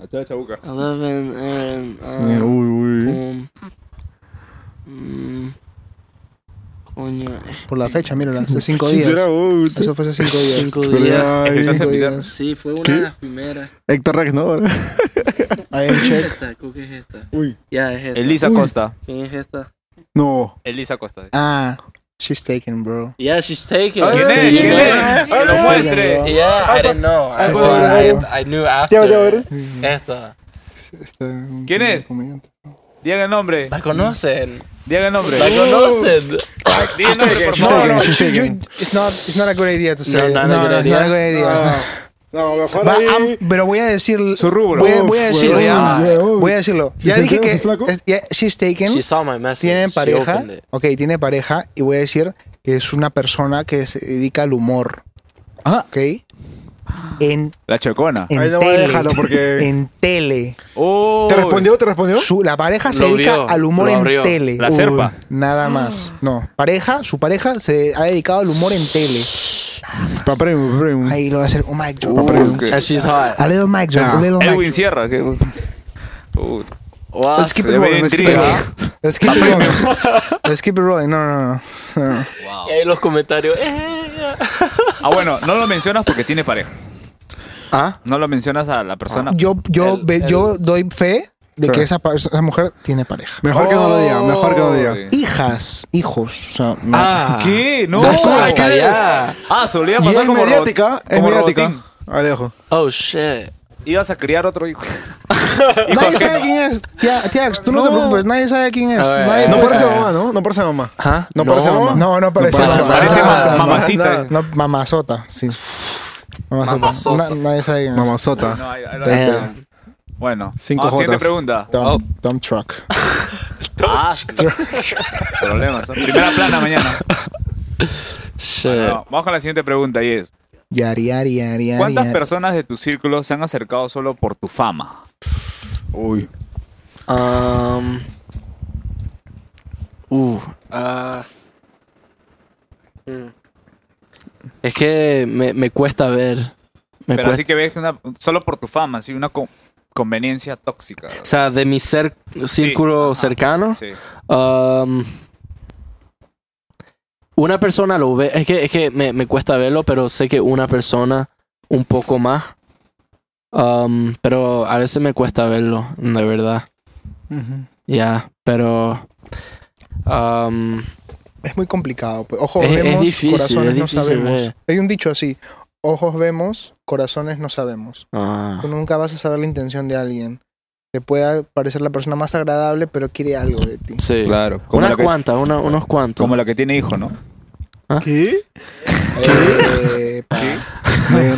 Acá de Chabuca.
11,
Eh,
Aaron,
Uy, uy.
ah, um, mm, Coño.
Por la fecha, mírala, hace cinco
¿Quién
días.
será? Uy,
Eso fue hace cinco días.
Cinco
pero
días.
ya,
Escritas
cinco
en
días.
Twitter.
Sí, fue una
¿Qué?
de las primeras.
Héctor Rex, ¿no?
Ahí el
¿Qué es
check.
esta? ¿Qué es esta?
Uy.
Ya, es esta.
Elisa Costa.
¿Quién es esta?
No.
Elisa Costa.
Ah, she's taken, bro.
Yeah, she's taken.
Ah,
¿Quién
sí,
es? ¿Quién
ya.
es? Que lo
Ah,
muestre.
Yeah, I didn't know. I,
Ah,
was,
bueno, bueno.
I, I knew after.
Ya, ya, bueno.
Esta.
¿Quién es? Diga el nombre.
¿La conocen?
Diga el nombre.
¿La conocen?
Diga el nombre, por
No,
favor.
no,
She's
you- you-
taken.
it's not, it's not a good idea to say.
No, not a good
it's not a
idea.
good idea.
Ah, No, mejor
Va, am- pero voy a decir.
Su rubro.
Voy a, voy a decirlo ya.
huevón.
Voy a decirlo.
Si
Ya
se
dije
queda
que.
ese flaco.
es- ya, she's taken.
She saw my message.
tiene
She
pareja.
opened it.
Ok, tiene pareja. Y voy a decir que es una persona que se dedica al humor.
Ah.
Ok. En,
La Chocona.
en
Ahí no voy a
tele.
dejarlo porque-
En tele.
Oh.
¿Te respondió? ¿Te respondió?
Su- la pareja se
Lo
dedica
vio,
al humor
lo
en
abrió.
tele.
La serpa.
Nada más. No. Pareja, su pareja se ha dedicado al humor en tele.
Pa' premium, pa' premium.
Ahí lo va a hacer un mic drop.
Uh,
And
que-
she's hot.
A little mic drop. A little mic
Edwin Sierra. que- Uh,
Wow,
Let's keep
se ve
it rolling. Let's keep it
intriga.
rolling. Let's keep it rolling. Let's keep it rolling. No, no, no. no.
Y ahí los comentarios. eh.
Ah, bueno, no lo mencionas porque tiene pareja.
¿Ah?
No lo mencionas a la persona.
Ah.
Yo, yo,
El-
ve-
el-
yo doy fe de
Sí.
que esa, pa- esa mujer tiene pareja.
Mejor que no lo diga, mejor que no lo diga.
Hijas, hijos. O sea, no.
Ah.
¿Qué? No.
That's
¿a
all.
qué eres?
Ya.
Ah, solía
Y
pasar
es
como
mediática,
robot-
es
como
mediática.
robotín.
Alejo.
Oh, shit.
Ibas a criar otro hijo. hijo
Nadie sabe
ajeno.
quién es. Ya, Tiax, tú no. te
No.
preocupes. Nadie sabe quién es.
A ver,
Nadie
a ver.
No
puede
parece
saber.
mamá, ¿no? No parece mamá.
¿Ah?
No parece mamá.
Eh, No, no parece
parece
mamá.
mamá. Parece
No,
ma-
no,
mamacita.
No, mamazota, sí.
Mamazota.
Na- nadie sabe quién es.
Mamazota.
No, ahí- ahí lo-
Damn.
Bueno,
Cinco
ah, siguiente
Jotas.
pregunta.
Oh.
Dump, dump truck.
Ah, problemas. ¿no? Primera plana mañana.
Shit.
No, vamos con la siguiente pregunta y es:
Yari, yari, yari, yari,
¿Cuántas
yari.
personas de tu círculo se han acercado solo por tu fama?
Uy.
Um. Uh. ah, mm. Es que me, me cuesta ver. Me
Pero
cuesta.
así que ves una, solo por tu fama, así una co- conveniencia tóxica.
O sea, de mi cer- círculo
ajá.
cercano.
Sí.
um, una persona lo ve. Es que, es que me, me cuesta verlo, pero sé que una persona un poco más. Um, pero a veces me cuesta verlo, de verdad. Ya, pero. um,
Es muy complicado. pues. Ojos
Es- es
vemos,
difícil,
corazones
es
no
difícil
sabemos.
ver.
Hay un dicho así: ojos vemos, corazones no sabemos.
ah.
Tú nunca vas a saber la intención de alguien. Te puede parecer la persona más agradable, pero quiere algo de ti.
Sí.
Claro. Como
Unas
la, que,
cuantas, una- unos cuantos.
como la que tiene hijo, ¿no?
¿Qué?
Epa.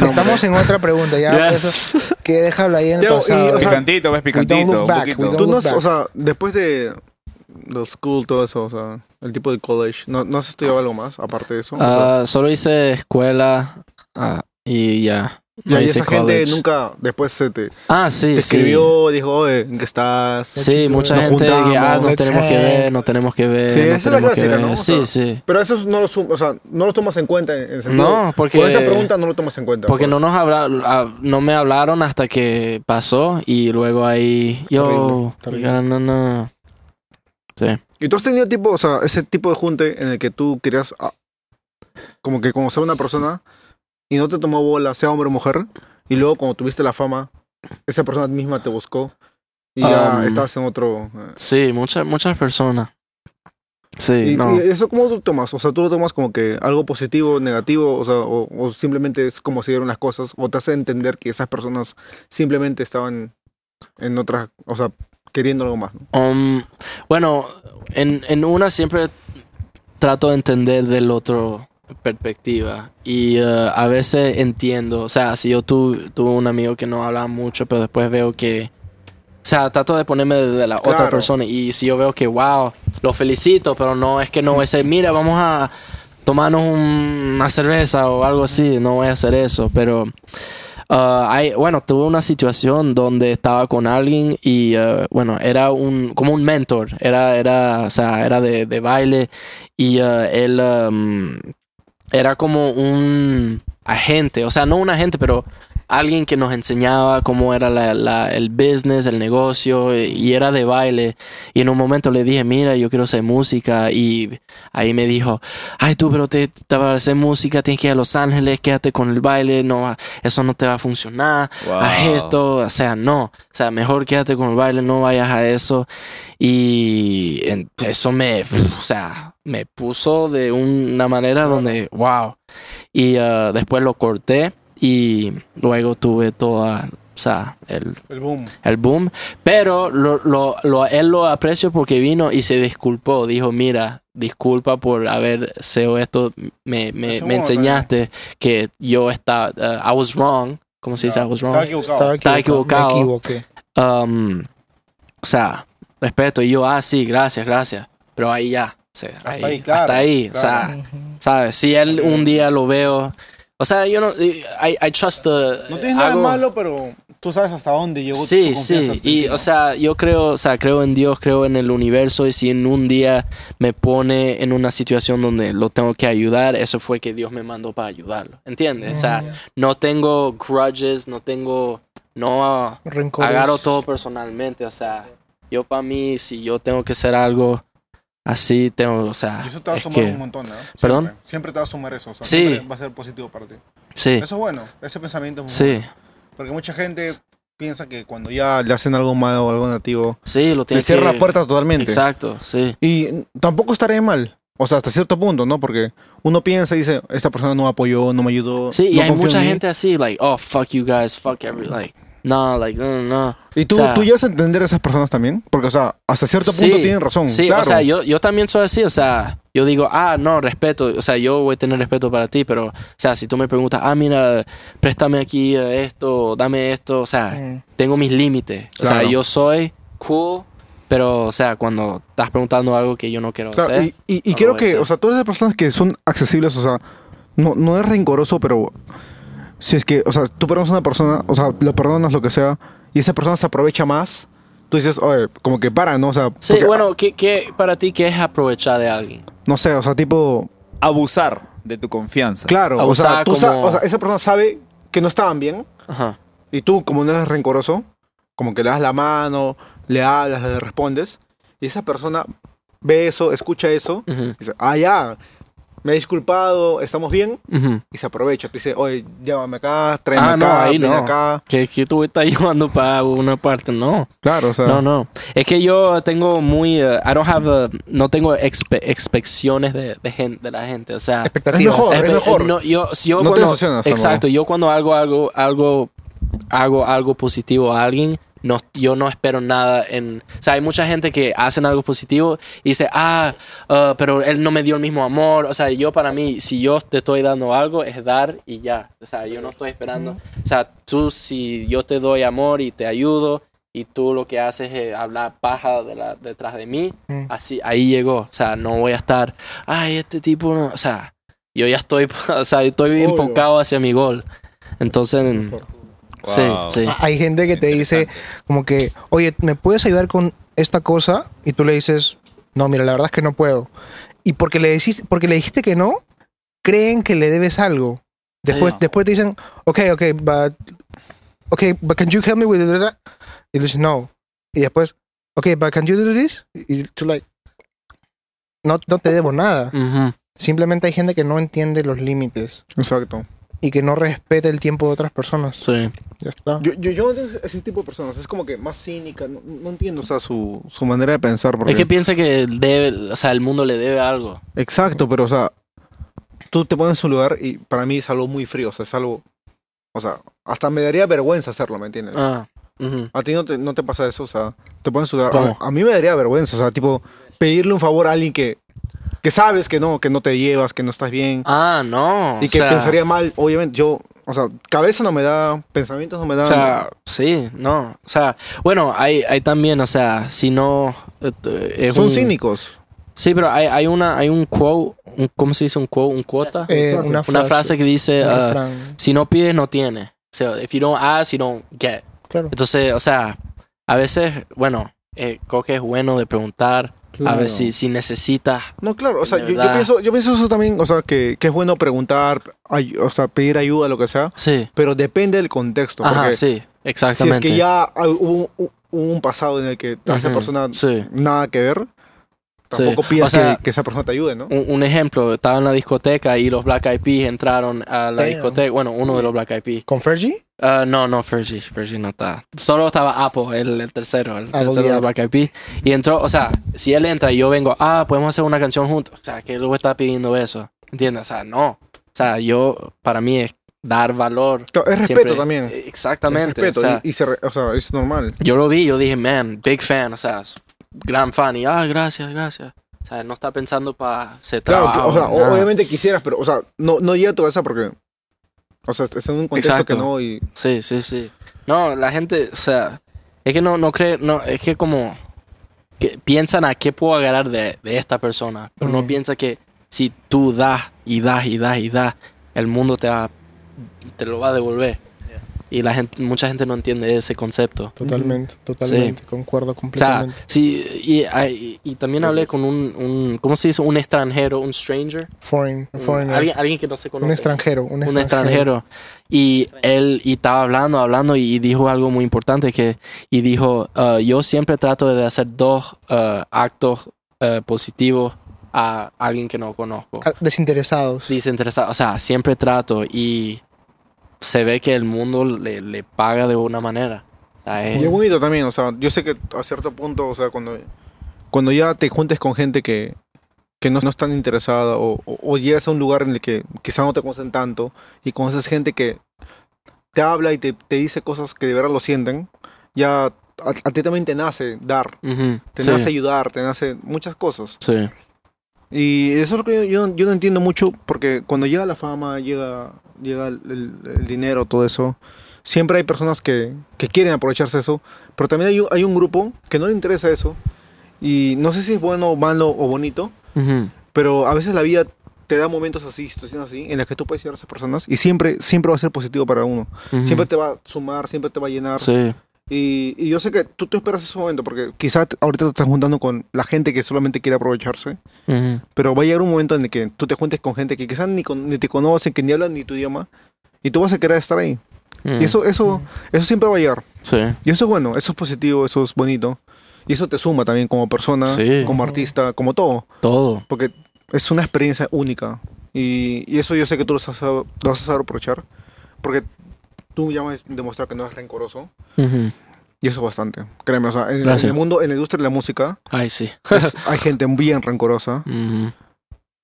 Estamos en otra pregunta ya. eso-
Yes.
que déjalo ahí en el
Ya, y, o
pasado.
sea,
Picantito, ves
we don't
picantito.
look
Un
back, we
poquito.
don't-
Tú no has, o sea, después de los school, todo eso, o sea, el tipo de college, ¿no, no has estudiado algo más aparte de eso? O sea,
Ah, solo hice escuela ah, y ya.
y
No
ahí
hice
esa gente
college.
nunca después se te,
Ah, sí,
te
sí.
escribió, dijo, oye, ¿en qué estás?
Sí, mucha
Nos
gente que ah,
juntamos,
nos
let's
tenemos que
hang.
ver, no tenemos que ver.
Sí,
no
esa es la
tenemos que
clásica,
ver.
¿no? O
Sí,
sea,
sí.
Pero eso no lo, sum- o sea, no lo tomas en cuenta en, en sentido.
No, porque-
Con esa pregunta no lo tomas en cuenta.
Porque
pues.
no nos habla, ah, no me hablaron hasta que pasó y luego ahí yo
Terrible, terrible.
ya, no, no. Sí.
¿Y tú has tenido tipo, o sea, ese tipo de junte en el que tú querías ah, como que conocer a una persona y no te tomó bola, sea hombre o mujer, y luego cuando tuviste la fama, esa persona misma te buscó y ya
Um,
estás en otro... eh,
Sí, muchas muchas personas. Sí,
y,
no.
y eso cómo tú tomas? O sea, ¿tú lo tomas como que algo positivo, negativo? O sea, o, o simplemente es como se dieron las cosas? ¿O te hace entender que esas personas simplemente estaban en otras... O sea, queriendo algo más? ¿no?
Um, bueno, en, en una siempre trato de entender del otro perspectiva y eh, a veces entiendo, o sea, si yo tu- tuve un amigo que no hablaba mucho, pero después veo que, o sea, trato de ponerme de la otra
Claro.
persona y si yo veo que, wow, lo felicito, pero no es que no voy a decir, mira, vamos a tomarnos un- una cerveza o algo así, no voy a hacer eso, pero Ah, hay, bueno, tuve una situación donde estaba con alguien y, ah, bueno, era un, como un mentor, era, era, o sea, era de, de baile y ah, él am, era como un agente, o sea, no un agente, pero alguien que nos enseñaba cómo era la- la- el business, el negocio eh, y era de baile. Y en un momento le dije, mira, yo quiero hacer música y ahí me dijo, ay tú, pero te, te para hacer música tienes que ir a Los Ángeles, quédate con el baile, no, va- eso no te va a funcionar,
Wow.
haz esto, o sea, no, o sea, mejor quédate con el baile, no vayas a eso. Y en- eso me, o sea, me puso de una manera donde, wow. Y ah, después lo corté y luego tuve toda, o sea, el
El boom.
el boom. Pero lo, lo, lo- él lo aprecio porque vino y se disculpó. Dijo, mira, disculpa por haber sido esto. Me, me-
Eso
me
bueno,
enseñaste que yo estaba... uh, I was wrong. ¿Cómo se dice? I was wrong.
equivocado.
Estaba
equivocado.
Me equivoqué.
Um, o sea, respeto. Y yo, ah, sí, gracias, gracias. Pero ahí ya. o sea,
Hasta ahí, claro,
hasta ahí, o sea,
claro.
¿sabes? Si él un día lo veo... O sea, yo no... I, I trust the...
No tienes nada de
hago-
malo, pero tú sabes hasta dónde llegó
Sí,
tu confianza.
sí. Y, o sea, yo creo, o sea, creo en Dios, creo en el universo. Y si en un día me pone en una situación donde lo tengo que ayudar, eso fue que Dios me mandó para ayudarlo. ¿Entiendes? O
Mm,
sea, no tengo grudges, no tengo. No
Rencores.
agarro todo personalmente. O sea, yo para mí, si yo tengo que hacer algo así, tengo, o sea.
Y eso te va a
Ah, es
sumar
que-
un montón, ¿no? Siempre.
¿Perdón?
Siempre te va a sumar eso. O sea,
Sí.
siempre va a ser positivo para ti.
sí,
Eso es bueno. Ese pensamiento es muy
sí,
bueno. Porque mucha gente piensa que cuando ya le hacen algo malo o algo negativo,
sí, lo
te
tienes
cierra
que-
la puerta totalmente.
Exacto, sí.
Y tampoco estaré mal. O sea, hasta cierto punto, ¿no? Porque uno piensa y dice, esta persona no me apoyó, no me ayudó.
Sí, y
no
hay
confió en
mucha
mí".
gente así, like, oh, fuck you guys, fuck every, like, no, like, uh, no, no, no.
Y tú,
o sea-
tú llegas a entender a esas personas también. Porque, o sea, hasta cierto
Sí,
punto tienen razón.
Sí,
claro.
o sea, yo, yo también soy así, o sea, yo digo, ah, no, respeto, o sea, yo voy a tener respeto para ti, pero, o sea, si tú me preguntas, ah, mira, préstame aquí eh, esto, dame esto, o sea, tengo mis límites, o sea,
Claro.
yo soy cool, pero, o sea, cuando estás preguntando algo que yo no quiero
Claro,
hacer,
y, y, y
no
creo
lo
que,
hice.
o sea, todas las personas que son accesibles, o sea, no, no es rencoroso, pero si es que, o sea, tú perdonas a una persona, o sea, lo perdonas lo que sea, y esa persona se aprovecha más, tú dices, oye, como que para, ¿no? O sea,
sí,
porque,
bueno, ¿qué, qué, para ti, ¿qué es aprovechar de alguien?
no sé, o sea, tipo,
Abusar de tu confianza.
claro, o
Abusada
sea, tú sa-
como-
o sea, esa persona sabe que no estaban bien,
Ajá.
y tú, como no eres rencoroso, como que le das la mano, le hablas, le respondes, y esa persona ve eso, escucha eso,
Ujú,
y dice, ah, ya, me he disculpado, estamos bien,
ujú.
y se aprovecha. Te dice, oye, llévame acá, tráeme
Ah,
acá,
no, ahí
ven
no.
acá.
¿Qué, ¿Qué tú estás llevando para una parte? No.
Claro, o sea.
No, no. Es que yo tengo muy. eh, I don't have. a- no tengo expe- expectaciones de, de, gen- de la gente. O sea.
Es
Expectativas.
mejor, es
espe-
mejor.
eh, No, yo, si yo
No te
cuando,
decepcionas, Salvador.
Exacto. Yo cuando hago algo, algo, hago algo positivo a alguien. No, yo no espero nada en... O sea, hay mucha gente que hacen algo positivo y dice, ah, eh, pero él no me dio el mismo amor. O sea, yo para mí, si yo te estoy dando algo, es dar y ya. O sea, yo no estoy esperando. O sea, tú, si yo te doy amor y te ayudo y tú lo que haces es hablar paja de la- detrás de mí,
Mm.
así, ahí llegó. O sea, no voy a estar, ay, este tipo no. O sea, yo ya estoy, o sea, estoy enfocado hacia mi gol. Entonces, sí,
Wow.
sí.
Hay gente que te dice como que, oye, ¿me puedes ayudar con esta cosa? Y tú le dices, no, mira, la verdad es que no puedo. Y porque le, decís, porque le dijiste que no, creen que le debes algo. Después,
Sí.
después te dicen, ok, ok, but, okay, but can you help me with it? Y tú dices, no. Y después, ok, but can you do this? Y tú like, no, no te debo nada.
Ujú.
Simplemente hay gente que no entiende los límites
Exacto.
y que no respeta el tiempo de otras personas.
Sí.
Ya está.
Yo, yo, yo no entiendo ese tipo de personas. Es como que más cínica. No, no entiendo, o sea, su, su manera de pensar. Porque...
Es que piensa que debe, o sea, el mundo le debe algo.
Exacto, pero, o sea, tú te pones en su lugar y para mí es algo muy frío. O sea, es algo. O sea, hasta me daría vergüenza hacerlo, ¿me entiendes?
Ah, ujú.
A ti no te, no te pasa eso, o sea, te pones en su lugar.
¿Cómo?
A, a mí me daría vergüenza, o sea, tipo, pedirle un favor a alguien que, que sabes que no, que no te llevas, que no estás bien.
Ah, no.
Y
o
que
sea,
pensaría mal, obviamente, yo, o sea, cabeza no me da, pensamientos no me dan.
O sea, sí, no. O sea, bueno, hay, hay también, o sea, si no... eh, Es
son
un-
cínicos.
Sí, pero hay, hay una, hay un quote, un- ¿cómo se dice un quote? ¿Un cuota?
Eh, una,
una frase que dice,
un
ah,
refrán.
si no pides, no tienes. So, if you don't ask, you don't get.
Claro.
Entonces, o sea, a veces, bueno, eh, creo que es bueno de preguntar. A ver si, si necesitas.
No, claro, o sea,
De
yo, yo
verdad.
pienso, yo pienso eso también, o sea, que, que es bueno preguntar, ay- o sea, pedir ayuda, lo que sea,
Sí.
pero depende del contexto.
Ajá,
porque
sí.
si es
Exactamente.
que ya ah, hubo, un- hubo un pasado en el que a esa
Ujú,
persona
Sí.
nada que ver,
Sí.
tampoco
O
pidas que-
sea- eh,
que, esa persona te ayude, ¿no?
Un, un ejemplo, estaba en la discoteca y los Black Eyed Peas entraron a la
Damn.
discoteca. Bueno, uno de los Black Eyed Peas.
¿Con Fergie?
Ah, no, no, Fergie, Fergie no está. Solo estaba Apple, el, el tercero, el
Apple
tercero
y
de
Apple.
Black Eyed Peas. Y entró, o sea, si él entra y yo vengo, ah, podemos hacer una canción juntos. O sea, que luego está pidiendo eso. ¿Entiendes? O sea, no. O sea, yo, para mí es dar valor.
Claro, es respeto
siempre. eh,
también. es
Exactamente.
respeto,
o sea,
y, y se re- o sea, es normal.
yo lo vi, yo dije, man, big fan, o sea, s- gran fan. Y, ah, gracias, gracias. O sea, no está pensando para se
Claro,
trabajo.
que- o sea, o-
nada.
obviamente quisieras, pero, o sea, no, no llega a tu casa porque, o sea, está en un contexto
Exacto.
que no y...
Sí, sí, sí. No, la gente, o sea, es que no, no cree, no, es que como que piensan a qué puedo agarrar de, de esta persona, pero no
Mm.
piensa que si tú das y das y das y das, el mundo te va, te lo va a devolver. Y la gente, mucha gente no entiende ese concepto.
Totalmente, totalmente. Concuerdo
O sea,
completamente.
sí, y, y- y también hablé con un, un, ¿cómo se dice? Un extranjero, un stranger.
foreign,
un-
foreign.
mm, alguien, alguien que no se conoce
un extranjero. Un,
un extranjero. Y él y estaba hablando, hablando y dijo algo muy importante que y dijo, "Ah, yo siempre trato de hacer dos ah, actos ah, positivos a alguien que no conozco.
Ah, Desinteresados.
Desinteresado, o sea, siempre trato y se ve que el mundo le, le paga de una manera. O sea, es-
Y es bonito también, o sea, yo sé que a cierto punto, o sea, cuando, cuando ya te juntes con gente que, que no, no es tan interesada o, o- o llegas a un lugar en el que quizá no te conocen tanto y conoces gente que te habla y te, te dice cosas que de verdad lo sienten, ya a, a ti también te nace dar,
Ujú,
te
sí,
nace ayudar, te nace muchas cosas.
sí.
Y eso es lo que yo, yo, yo no entiendo mucho, porque cuando llega la fama, llega, llega el, el- el dinero, todo eso, siempre hay personas que, que quieren aprovecharse de eso, pero también hay, un- hay un grupo que no le interesa eso, y no sé si es bueno, malo o bonito,
Ujú,
pero a veces la vida te da momentos así, situaciones así, en las que tú puedes ayudar a esas personas, y siempre, siempre va a ser positivo para uno,
ujú.
siempre te va a sumar, siempre te va a llenar,
Sí,
y, y yo sé que tú te esperas ese momento, porque quizás ahorita te estás juntando con la gente que solamente quiere aprovecharse,
ujú,
pero va a llegar un momento en el que tú te juntes con gente que quizás ni, con- ni te conocen, que ni hablan ni tu idioma, y tú vas a querer estar ahí.
ujú,
Y eso, eso, eso siempre va a llegar.
sí.
Y eso es bueno, eso es positivo, eso es bonito. Y eso te suma también como persona,
Sí.
como artista, como todo.
Todo.
Porque es una experiencia única. Y, y eso yo sé que tú lo vas a saber, lo vas a saber aprovechar. Porque tú ya me has demostrado que no eres rencoroso.
Ujú.
Y eso es bastante. Créeme, o sea, en, en
Gracias.
el mundo, en la industria de la música,
Ay, sí.
es- hay gente bien rencorosa.
Ujú,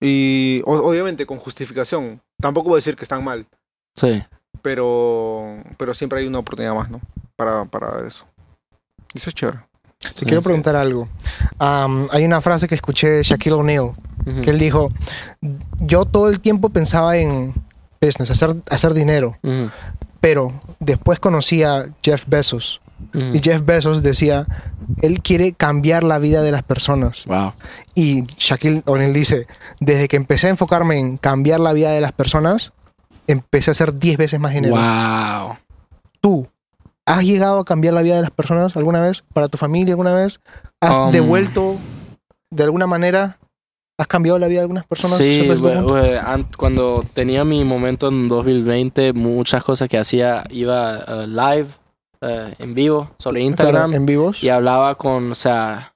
Y o- obviamente con justificación. Tampoco voy a decir que están mal,
Sí.
pero, pero siempre hay una oportunidad más, ¿no? Para, para eso. Y Eso es chévere.
Te quiero preguntar algo. Am, hay una frase que escuché de Shaquille O'Neal,
Ujú.
que él dijo, yo todo el tiempo pensaba en business, hacer, hacer dinero,
Ujú,
pero después conocí a Jeff Bezos
ujú.
y Jeff Bezos decía, él quiere cambiar la vida de las personas.
Wow.
Y Shaquille O'Neal dice, desde que empecé a enfocarme en cambiar la vida de las personas, empecé a hacer 10 veces más dinero.
Wow.
¿Tú has llegado a cambiar la vida de las personas alguna vez? ¿Para tu familia alguna vez? ¿Has
Um,
devuelto de alguna manera? ¿Has cambiado la vida de algunas personas?
Sí,
¿Siempre has
we-
devuelto?
we- an- cuando tenía mi momento en 2020, muchas cosas que hacía, iba eh, live, eh, en vivo, sobre Instagram,
Claro, en vivos.
y hablaba con, o sea,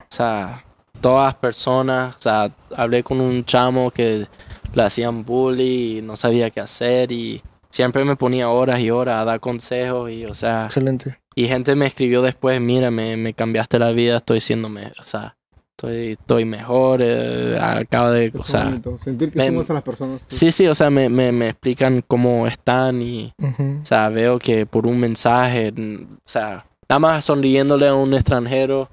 o sea, todas personas, o sea, hablé con un chamo que le hacían bully y no sabía qué hacer y siempre me ponía horas y horas a dar consejos y, o sea,
Excelente.
Y gente me escribió después, mira, me, me cambiaste la vida, estoy siendo me- o sea, estoy, estoy mejor, eh, acabo de, o sea,
sentir
que me- sumas a
las personas.
sí, sí, o sea, me, me, me explican cómo están y,
Ujú.
o sea, veo que por un mensaje, mm, o sea, nada más sonriéndole a un extranjero,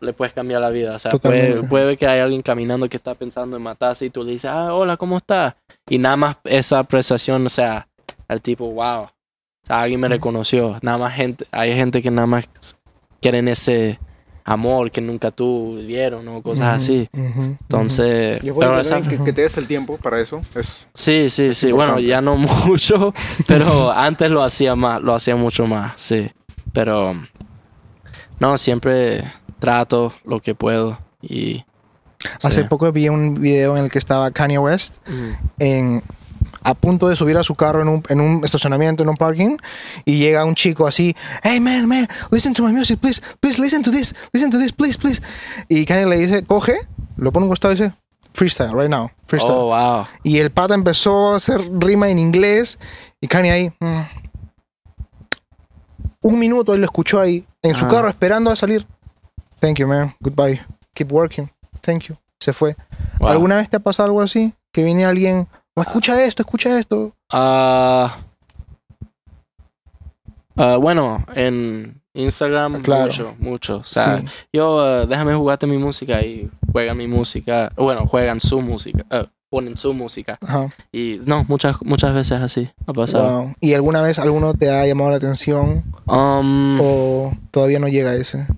le puedes cambiar la vida, o sea, puede,
Totalmente.
puede que hay alguien caminando que está pensando en matarse y tú le dices, ah, hola, ¿cómo estás? Y nada más esa apreciación, o sea, al tipo, wow, o sea, alguien me reconoció, nada más gente, hay gente que nada más quieren ese, amor que nunca tuvieron o cosas así.
Ujú.
Entonces,
Yo
pero
puedo
esa-
entender que, que te des el tiempo para eso. Es,
sí, sí, sí. Bueno, ya no mucho, pero antes lo hacía más, lo hacía mucho más, sí. Pero no, siempre trato lo que puedo y
Hace
sí.
poco vi un video en el que estaba Kanye West en, a punto de subir a su carro en un, en un estacionamiento, en un parking, y llega un chico así, hey man, man, listen to my music, please, please, listen to this, listen to this, please, please. Y Kanye le dice, coge, lo pone a un costado y dice, freestyle, right now, freestyle.
Oh, wow.
Y el pata empezó a hacer rima en inglés, y Kanye ahí, mm. un minuto él lo escuchó ahí, en su
Ah.
carro, esperando a salir. Thank you, man, goodbye, keep working, thank you. Se fue.
wow.
¿Alguna vez te ha pasado algo así? Que viene alguien, "Oh, escucha esto, escucha esto.
Ah, ah, bueno, en Instagram
Ah, Claro.
mucho, mucho. O sea,
Sí.
yo eh, déjame jugarte mi música y juegan mi música. Bueno, juegan su música, eh, ponen su música.
Ajá.
Y no, muchas, muchas veces así ha pasado.
Wow. ¿Y alguna vez alguno te ha llamado la atención
Um,
o todavía no llega a ese?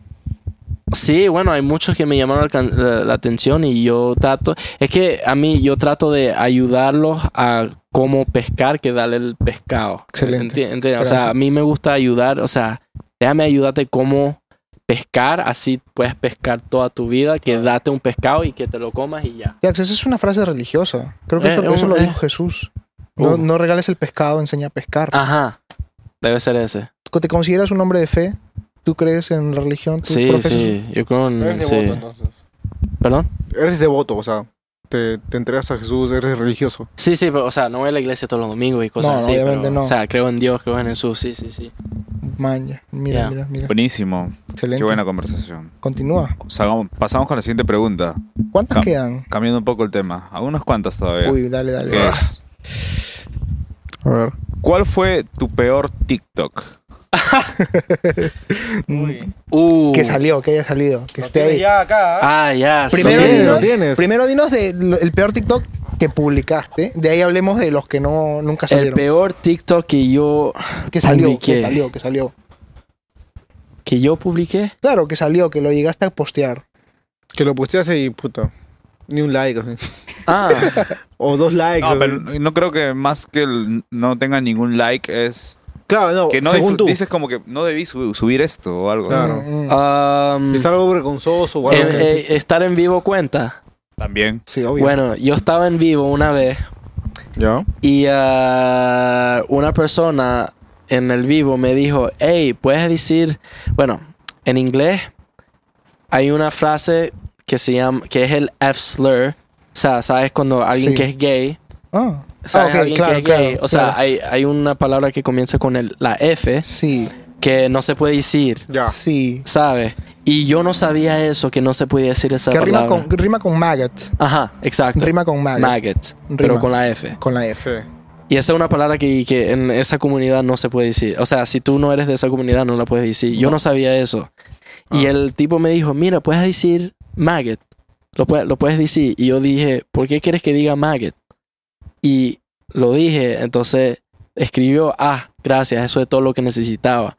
Sí, bueno, hay muchos que me llamaron la, la- la atención y yo trato, es que a mí yo trato de ayudarlos a cómo pescar que darle el pescado.
Excelente.
Enti- enti- O
Gracias.
sea, a mí me gusta ayudar, o sea, déjame ayudarte cómo pescar, así puedes pescar toda tu vida, que date un pescado y que te lo comas y ya.
Ya, esa es una frase religiosa. Creo que
Eh,
eso, eso
un-
lo dijo
eh.
Jesús. No,
Uh.
no regales el pescado, enseña a pescar.
Ajá, debe ser ese.
¿Te consideras un hombre de fe? ¿Tú crees en la religión? ¿Tú
Sí,
profesas-
sí, yo creo en...
eres
Mm, sí.
devoto, entonces.
¿Perdón?
Eres devoto, o sea, te, te entregas a Jesús, eres religioso.
Sí, sí, pero, o sea, no voy a la iglesia todos los domingos y cosas
No, no,
así. pero,
obviamente no.
O sea, creo en Dios, creo en Jesús, sí, sí, sí.
Man, ya. mira,
Ya.
mira, mira.
Buenísimo.
Excelente.
Qué buena conversación.
Continúa.
Salgamos- pasamos con la siguiente pregunta.
¿Cuántas
Cam-
quedan?
Cambiando un poco el tema. Algunas cuantas todavía.
Uy, dale, dale.
¿Qué es?
A ver.
¿Cuál fue tu peor TikTok?
Uh.
Mm, Que salió, que haya salido. Que esté ahí.
Ya acá.
Ah, ya. sí.
Primero,
Lo tienes,
dinos,
lo tienes.
primero dinos de lo- el peor TikTok que publicaste. De ahí hablemos de los que no nunca
el
salieron.
peor TikTok que yo
que salió,
publiqué.
que salió, que salió.
que yo publiqué.
Claro, que salió, que lo llegaste a postear.
Que lo posteas y puta. Ni un like. así.
Ah,
O dos likes.
No,
así.
pero no creo que más que el no tenga ningún like es
claro, no.
que no
según
difu-
tú.
dices como que no debí su- subir esto o algo.
Claro.
así.
Mm, mm.
um,
Es algo vergonzoso o algo.
eh,
que-
eh, estar en vivo cuenta.
También.
sí, obvio.
Bueno, yo estaba en vivo una vez
Ya.
y ah, una persona en el vivo me dijo, hey, puedes decir, bueno, en inglés hay una frase que se llama, que es el F slur, o sea, sabes cuando alguien
Sí.
que es gay
ah,
¿Sabes?
Ah, ok,
Alguien
claro,
que es gay.
claro,
o sea,
claro.
hay, hay una palabra que comienza con el, la F
sí,
que no se puede decir,
Ya.
sí.
¿sabes? Y yo no sabía eso, que no se podía decir esa
Que rima
palabra.
con, que rima con maggot.
Ajá, exacto.
Rima con maggot.
Maggot, pero
Rima.
con la F.
Con la F.
Sí.
Y esa es una palabra que, que en esa comunidad no se puede decir. O sea, si tú no eres de esa comunidad, no la puedes decir. Yo no sabía eso.
Ah.
Y el tipo me dijo, mira, puedes decir maggot. Lo, pue- lo puedes decir. Y yo dije, ¿por qué quieres que diga maggot? Y lo dije, entonces escribió, ah, gracias, eso es todo lo que necesitaba.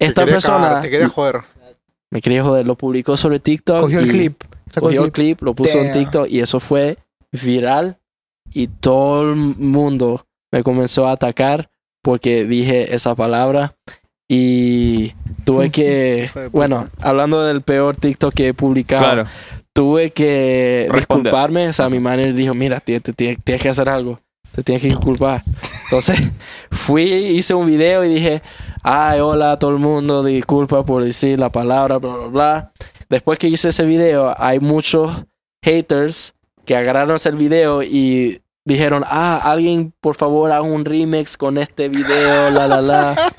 Esta
Te quería
persona
cagar, te quería joder.
me quería joder, lo publicó sobre TikTok.
Cogió el
y-
clip. sacó el
cogió el
clip.
clip, lo puso en
Damn.
TikTok y eso fue viral y todo el mundo me comenzó a atacar porque dije esa palabra y tuve que,
Hijo de puta.
bueno, hablando del peor TikTok que he publicado,
Claro.
tuve que
Responder.
disculparme, o sea, mi manager dijo, mira, ti- te- ti- tienes que hacer algo, te tienes que disculpar. Entonces fui, hice un video y dije, ay, hola a todo el mundo, disculpa por decir la palabra, bla, bla, bla después que hice ese video, hay muchos haters que agarraron el video y dijeron, ah, alguien por favor haga un remix con este video, la, la, la.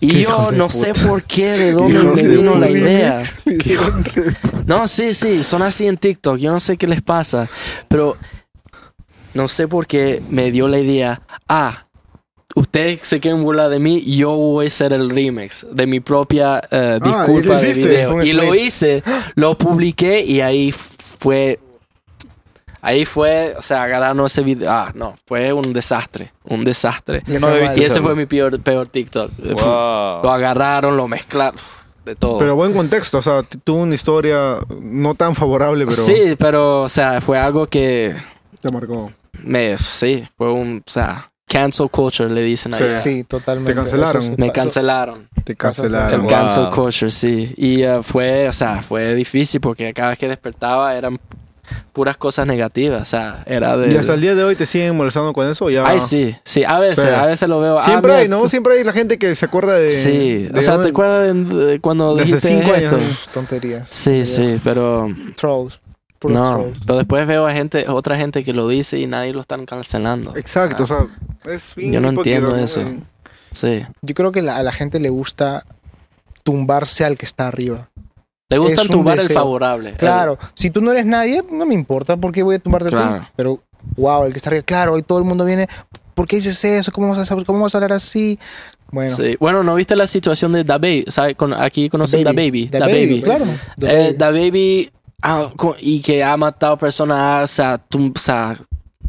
Y yo no sé por qué, de dónde
hijos
me
de
vino la
puta.
idea. No, sí, sí, son así en TikTok, yo no sé qué les pasa, pero no sé por qué me dio la idea, ah, ustedes se quieren burlar de mí, yo voy a hacer el remix de mi propia eh,
Ah, y lo
disculpa de
hiciste,
video.
fue un
Y lo
slip.
hice, lo publiqué y ahí fue... Ahí fue, o sea, agarraron ese video. Ah, no, fue un desastre, un desastre.
Le
No
fue
debiste
mal.
Y ese
hacerlo.
fue mi peor, peor TikTok.
Wow.
Lo agarraron, lo mezclaron. de todo.
Pero buen contexto, o sea, t- tuvo una historia no tan favorable, pero
Sí, pero, o sea, fue algo que
te marcó.
me, sí, fue un, o sea, cancel culture le dicen ahí.
Sí, totalmente.
Te cancelaron.
Eso sí
Me
pasó.
cancelaron.
Te
El
cancelaron.
Wow.
cancel culture, sí. Y eh, fue, o sea, fue difícil porque cada vez que despertaba eran puras cosas negativas. O sea, era de...
¿Y hasta el día de hoy te siguen molestando con eso? Ya...
Ay, sí, sí, a veces,
Sí.
a veces lo veo. Ah,
Siempre
mira,
hay, ¿no? Siempre hay la gente que se acuerda de...
Sí,
de
o sea,
una-
¿te acuerdas de- de cuando
de hace
dijiste
cinco años,
esto?
¿no?
Pff, Tonterías.
Sí, sí, pero
Trolls. Puros
no.
trolls.
Pero después veo a gente, otra gente que lo dice y nadie lo están cancelando.
Exacto, o sea, es bien
Yo no
hipócrita,
entiendo eso.
Eh,
Sí.
Yo creo que la- a la gente le gusta tumbarse al que está arriba.
Le gustan
un
tumbar el
deseo.
favorable. el-
Claro, si tú no eres nadie, no me importa porque voy a tumbarte a
Claro.
ti. Pero, wow, el que está arriba, claro, hoy todo el mundo viene, ¿por qué dices eso? ¿Cómo vas a, saber- cómo vas a hablar así? Bueno,
Sí. Bueno, ¿no viste la situación de Da Baby? ¿Sabe? Con- aquí conocen Da Baby.
Da
Da Baby.
claro. Da
Eh,
Baby.
Da Baby ah, co- y que ha matado personas, o sea, tum- o sea,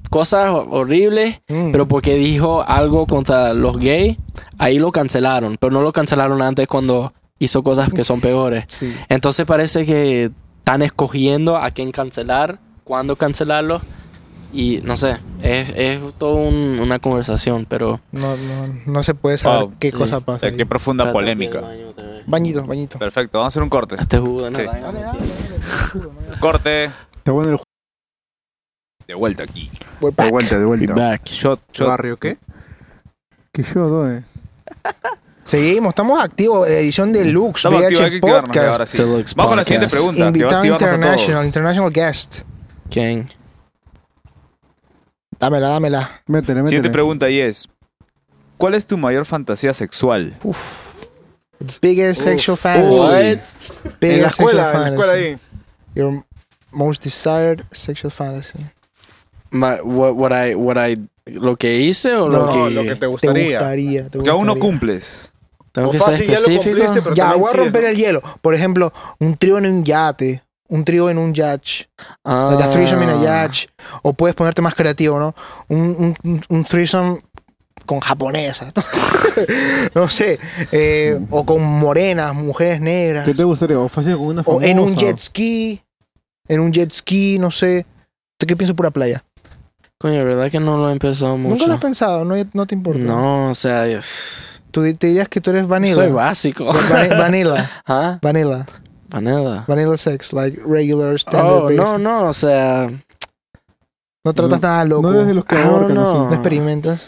cosas hor- horribles.
Mm.
Pero porque dijo algo contra los gays, ahí lo cancelaron. Pero no lo cancelaron antes cuando hizo cosas que son peores.
Sí.
Entonces parece que están escogiendo a quién cancelar, cuándo cancelarlo. Y no sé, es, es toda una conversación, pero...
No, no, no se puede saber
Wow,
qué
sí.
cosa
O
pasa.
sea,
ahí.
qué profunda polémica.
Bañito, bañito.
Perfecto, vamos a hacer un corte.
Este jugo de
Sí.
naranja.
Corte.
Está bueno el ju-
De vuelta aquí.
Voy pa-
De vuelta, de
Be
vuelta.
back.
Shot, shot.
¿Barrio qué?
Que yo, ¿dónde?
Seguimos, estamos activos. La edición de Lux,
Estamos activos, hay que
VH
activarnos ya, ahora
Podcast.
sí.
Deluxe
Vamos con la siguiente
podcast.
pregunta. que va a
Invitado
activarnos a
international,
todos.
international guest.
¿Quién?
Dámela, dámela.
Métele,
Siguiente
métele.
pregunta y es: ¿Cuál es tu mayor fantasía sexual?
Biggest sexual fantasy.
What?
Biggest
En la escuela, en
sexual
la escuela
fantasy.
ahí.
Your most desired sexual fantasy.
My- what, what I, what I- ¿Lo que hice o
No,
lo
No,
que...?
lo que te
¿Te
gustaría.
gustaría? te
Que aún no
gustaría.
cumples.
Tengo
O
que ser
fácil, ya lo
específico.
este
cumpliste, pero
Ya,
también
voy a
sigues,
romper
¿no?
el hielo. Por ejemplo, un trío en un yate. Un trío en un yacht.
Ah.
La threesome en a yacht. O puedes ponerte más creativo, ¿no? Un, un, un threesome con japonesas. no sé. eh, o con morenas, mujeres negras.
¿Qué te gustaría? O fácil con una
O
famosa.
en un jet ski. En un jet ski, no sé. ¿Tú qué piensas pura playa?
Coño, ¿verdad que no lo he empezado mucho?
Nunca lo has pensado, no, no te importa.
No, o sea, es-
Tú di- te dirías que tú eres vanilla.
soy básico.
Vani- vanilla,
¿Ah?
vanilla,
Panela.
vanilla sex, like regular standard.
Oh,
basic. no,
no, no, o sea,
tratas nada loco.
No
No,
eres de los que
Ah,
ahorcan,
no.
así.
experimentas.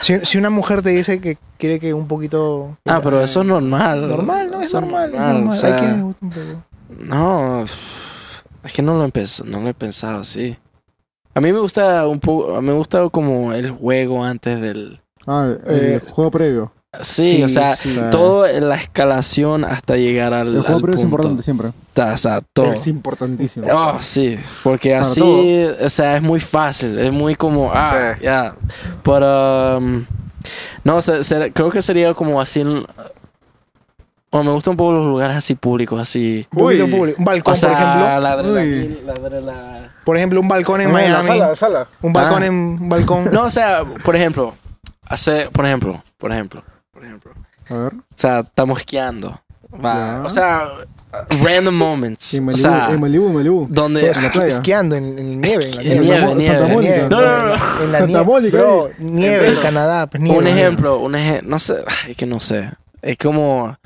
si, si una mujer te dice que quiere que un poquito.
ah, pero eso es normal.
Normal, no es
Eso
normal, es
o
normal.
sea,
Hay que le gusta un poco.
No, es que no lo he pensado, no lo he pensado así. A mí me gusta un poco, me gusta como el juego antes del
Ah,
Eh,
el juego previo.
Sí, o sea,
sí.
toda la escalación hasta llegar al,
El juego
al
previo es
punto.
importante siempre.
Ta- O sea, todo.
Es importantísimo.
Oh, sí, porque
Para
así,
todo.
o sea, es muy fácil, es muy como, ah,
Sí.
ya. Pero, um, no, se- se- creo que sería como así, en- o me gustan un poco los lugares así públicos, así.
Un poquito público. Un balcón,
o sea,
por ejemplo.
la adrenalina,
Uy.
la adrenalina.
Por ejemplo, un
Eh,
balcón en
No, la
Miami.
sala, la sala.
Un balcón
Ah.
en un balcón.
No, o sea, por ejemplo, hace, por ejemplo, por ejemplo, por ejemplo.
A ver.
O sea, estamos esquiando. va,
Ya.
O sea, random moments.
En
o
Malibu,
sea,
en Malibu, en Malibu.
donde...
Pero
en la
esqui-
playa.
esquiando en, en nieve, en la
En
nieve.
nieve,
Vamos,
nieve.
Santa Mónica.
Nieve.
No, no, no.
En la
Santa
nieve.
Mónica,
Bro, nieve en
Bueno,
Canadá, pues, nieve.
un ejemplo, un ejemplo, no sé, es que no sé. Es como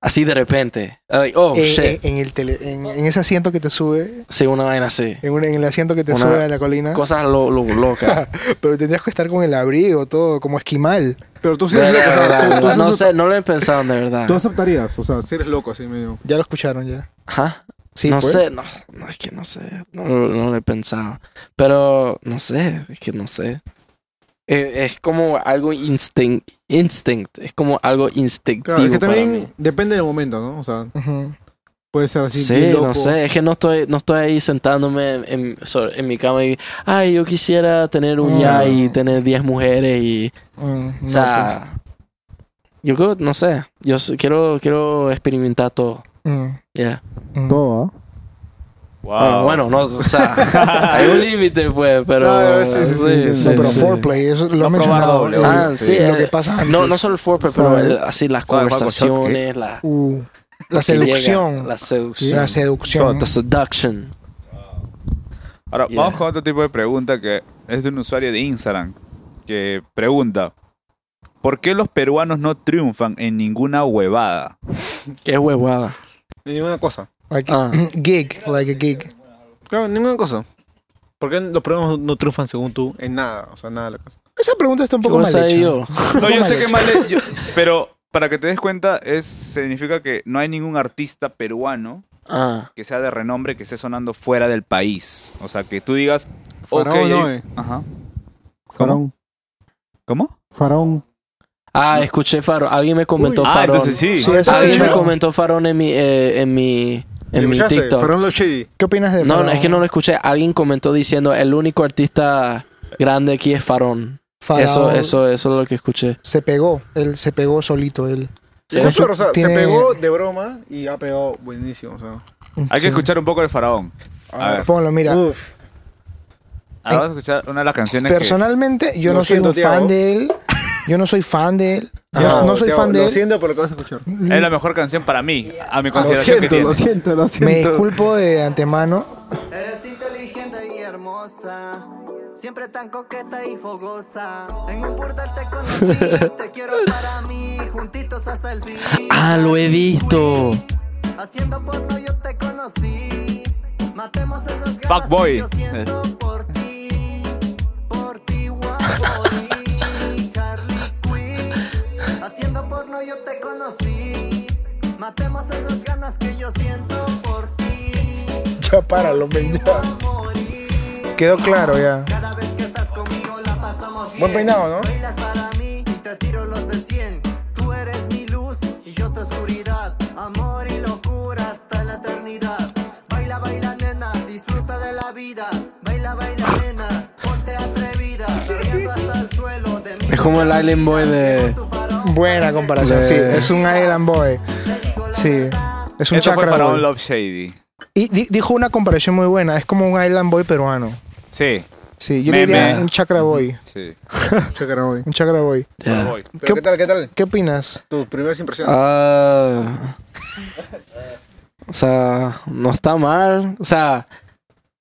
así de repente. Like, oh,
Eh,
En,
shit.
Eh, en- en el tele- en, en ese asiento que te sube,
sí, una vaina así.
en, un- en el asiento que te
Una-
sube a la
Ah.
colina,
Cosas lo, lo locas.
pero tendrías que estar con el abrigo, todo, como esquimal.
Pero tú sí
De
eres loco, o sea,
verdad,
tú-
de
tú
verdad,
sí
no
eres-
sé, no lo he pensado de verdad.
Tú aceptarías, o sea, si eres loco así medio.
Ya lo escucharon ya.
Ajá.
Sí,
no
pues.
sé, no, no, es que no sé, no, no lo he pensado. Pero no sé, es que no sé. Eh, Es, como algo instinct, instinct, es como algo instintivo
Claro, es que
para
también
mí.
depende del momento, ¿no? O sea,
Ujú. Mm,
puede ser así.
Sí,
bien loco.
no sé, es que no estoy, no estoy ahí sentándome en, en- so- en mi cama y, ay, yo quisiera tener un
Mm.
ya
Ah.
y tener 10 mujeres y,
Mm, no,
o sea,
pues.
yo creo, no sé, yo s- quiero, quiero experimentar todo,
pues. Mm,
ya.
mm.
Todo, ¿ah?
Wow.
Bueno, bueno, no, o sea, hay un límite, pues, pero.
No, sí, sí, sí, entiendo.
No, pero foreplay, eso lo he mencionado.
doble.
eh,
Ah, sí,
lo
eh,
que pasa antes.
No, no solo el foreplay, pero
¿Sabes?
el- así las
¿Sabes, Marco,
conversaciones, la,
Uh, la
que llega,
seducción.
la seducción.
La seducción.
The seduction.
Ahora,
Yeah.
vamos con otro tipo de pregunta que es de un usuario de Instagram que pregunta: ¿Por qué los peruanos no triunfan en ninguna huevada?
Qué huevada.
Ninguna cosa.
Like,
Ah.
Gig, like a gig.
Claro, ninguna cosa. ¿Por qué los problemas no triunfan según tú en nada? O sea, nada de la cosa.
Esa pregunta está un
¿Qué
poco mal
huevada
hecha.
yo?
No, yo
mal
sé que
hecho.
mal es- yo- pero para que te des cuenta, es, significa que no hay ningún artista peruano
Ah.
que sea de renombre que esté sonando fuera del país. O sea, que tú digas, ok,
Faraón,
ya-
¿no, eh?
ajá. ¿Cómo?
Faraón.
¿Cómo?
Faraón.
Ah, escuché Farón. Alguien me comentó
Ah,
Farón.
entonces sí.
Sí, eso
Alguien me
escuchaba.
comentó Farón en mi, eh, en mi, en mi
¿Escuchaste?
TikTok.
Fueron los shady.
¿Qué opinas de
No,
Faraón?
no, es que no lo escuché. Alguien comentó diciendo el único artista grande aquí es Farón.
Faraón
Eso, eso, eso es lo que escuché.
Se pegó, él se pegó solito, él.
Sí,
Con su-
claro, o sea,
tiene-
se pegó de broma y ha pegado buenísimo. O sea,
Hay
Sí.
que escuchar un poco de Faraón. A ver,
Ponlo, mira.
Uf.
ahora vamos a escuchar una de las canciones que-
Personalmente, yo
Lo
no soy
siento,
un fan
Thiago.
de él. Yo no soy fan de él. Yo
Ya,
no, soy
Teo,
fan de
Lo
él.
siento por lo que vas a escuchar.
Es la mejor canción para mí, a mi
Lo
consideración que
siento,
tiene.
lo siento, lo siento.
Me disculpo de antemano.
Eres inteligente y hermosa, siempre tan coqueta y fogosa. En un portal te conocí, te quiero para mí, juntitos hasta el fin.
Ah, lo he visto.
Haciendo porno yo te conocí. Matemos esas ganas
Fuckboy.
que yo siento por ti, por ti guapo y Harley Quinn. Haciendo porno yo te conocí. Matemos esas ganas que yo siento por ti.
Ya páralo, men, ya. Quedó claro ya.
Cada vez que estás conmigo la pasamos bien.
Buen peinado, ¿no?
Bailas para mí y te tiro los de 100. Tú eres mi luz y yo tu oscuridad. Amor y locura hasta la eternidad. Baila, baila, nena, disfruta de la vida. Baila, baila, nena, ponte atrevida. Perdiendo hasta el suelo de mi
Es como el Island Boy de.
Buena comparación.
Eh.
Sí, es un Island Boy. Sí. Es un
Eso fue
chakra
Faraón
boy.
Love Shady.
Y di- dijo una comparación muy buena. Es como un Island Boy peruano.
Sí,
Sí, yo
Me-
le diría
me-
un chakra boy.
sí.
Checará hoy.
Un chakra boy.
Ya.
Voy.
¿Qué,
Pero, ¿Qué tal? ¿Qué tal?
qué opinas?
Tus primeras impresiones.
Ah. o sea, no está mal. O sea,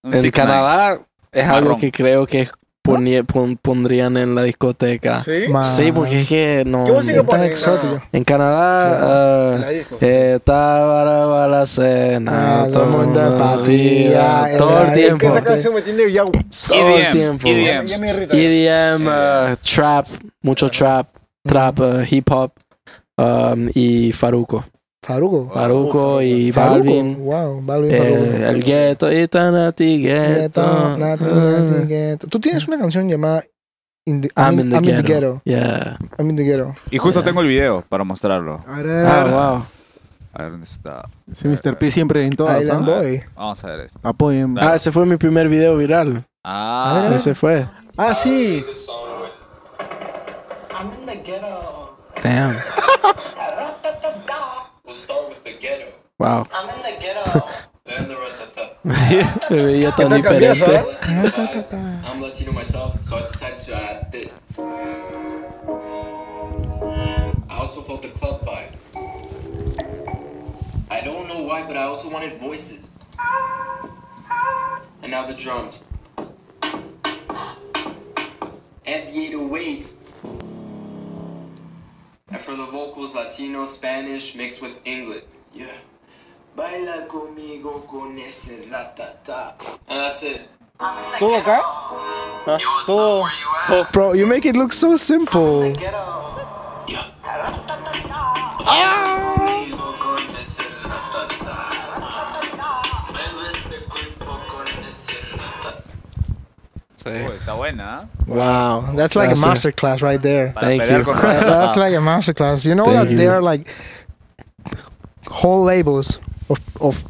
Un
en
6ix9ine.
Canadá es algo
Marrón.
que creo que poni- pon- pondrían en la discoteca. Sí,
¿Sí?
Ma-
porque es que no.
¿Qué música
Tan
ponen?
exótico.
En Canadá. ah,
La disco.
Eh, Está para la cena.
Ah, todo el mundo de patilla, eh,
Todo el
eh,
tiempo.
que
Esa canción me tiene ya.
Todo el
EDM,
tiempo.
EDM.
Ya me irrita.
E EDM, eh, trap, mucho trap, trap, eh, hip hop. um, y Faruco.
Faruco.
Faruco y
Faruco.
Balvin.
Wow, Balvin.
eh,
Faruco.
el gueto y tanati
Ghetto,
gueto.
Nati,
Ah.
Nati, Ghetto. Tú tienes una canción llamada In the-
I'm in the
I'm in the Ghetto.
ghetto. Yeah.
I'm in the Ghetto.
Y justo tengo el video para mostrarlo.
Ah,
A ver dónde está.
Sí, Mr. P siempre en todas.
Island
¿ah?
Boy.
Vamos a ver esto.
Apóyenme.
wow. Ah, ese fue mi primer video viral.
Ah,
Ese fue.
Ah, sí.
I'm in the ghetto.
Damn.
We'll start with the ghetto,
Wow.
I'm in the ghetto.
then the ratata.
Me veía
Tá
tan diferente.
Latino vibe. I'm Latino myself, so I decided to add this. I also felt the club vibe. I don't know why, but I also wanted voices. And now the drums. And the 808s. And for the vocals, Latino, Spanish mixed with English. Yeah. Baila conmigo con ese ratata. And that's it.
¿Todo acá?
Bro, you make it look so simple.
uy, está buena. ¿eh?
Wow, that's like
Gracias.
a masterclass right there.
Para
Thank
pelear
you.
con
That's like a masterclass. You know
Thank
that
you.
there are like whole labels of, of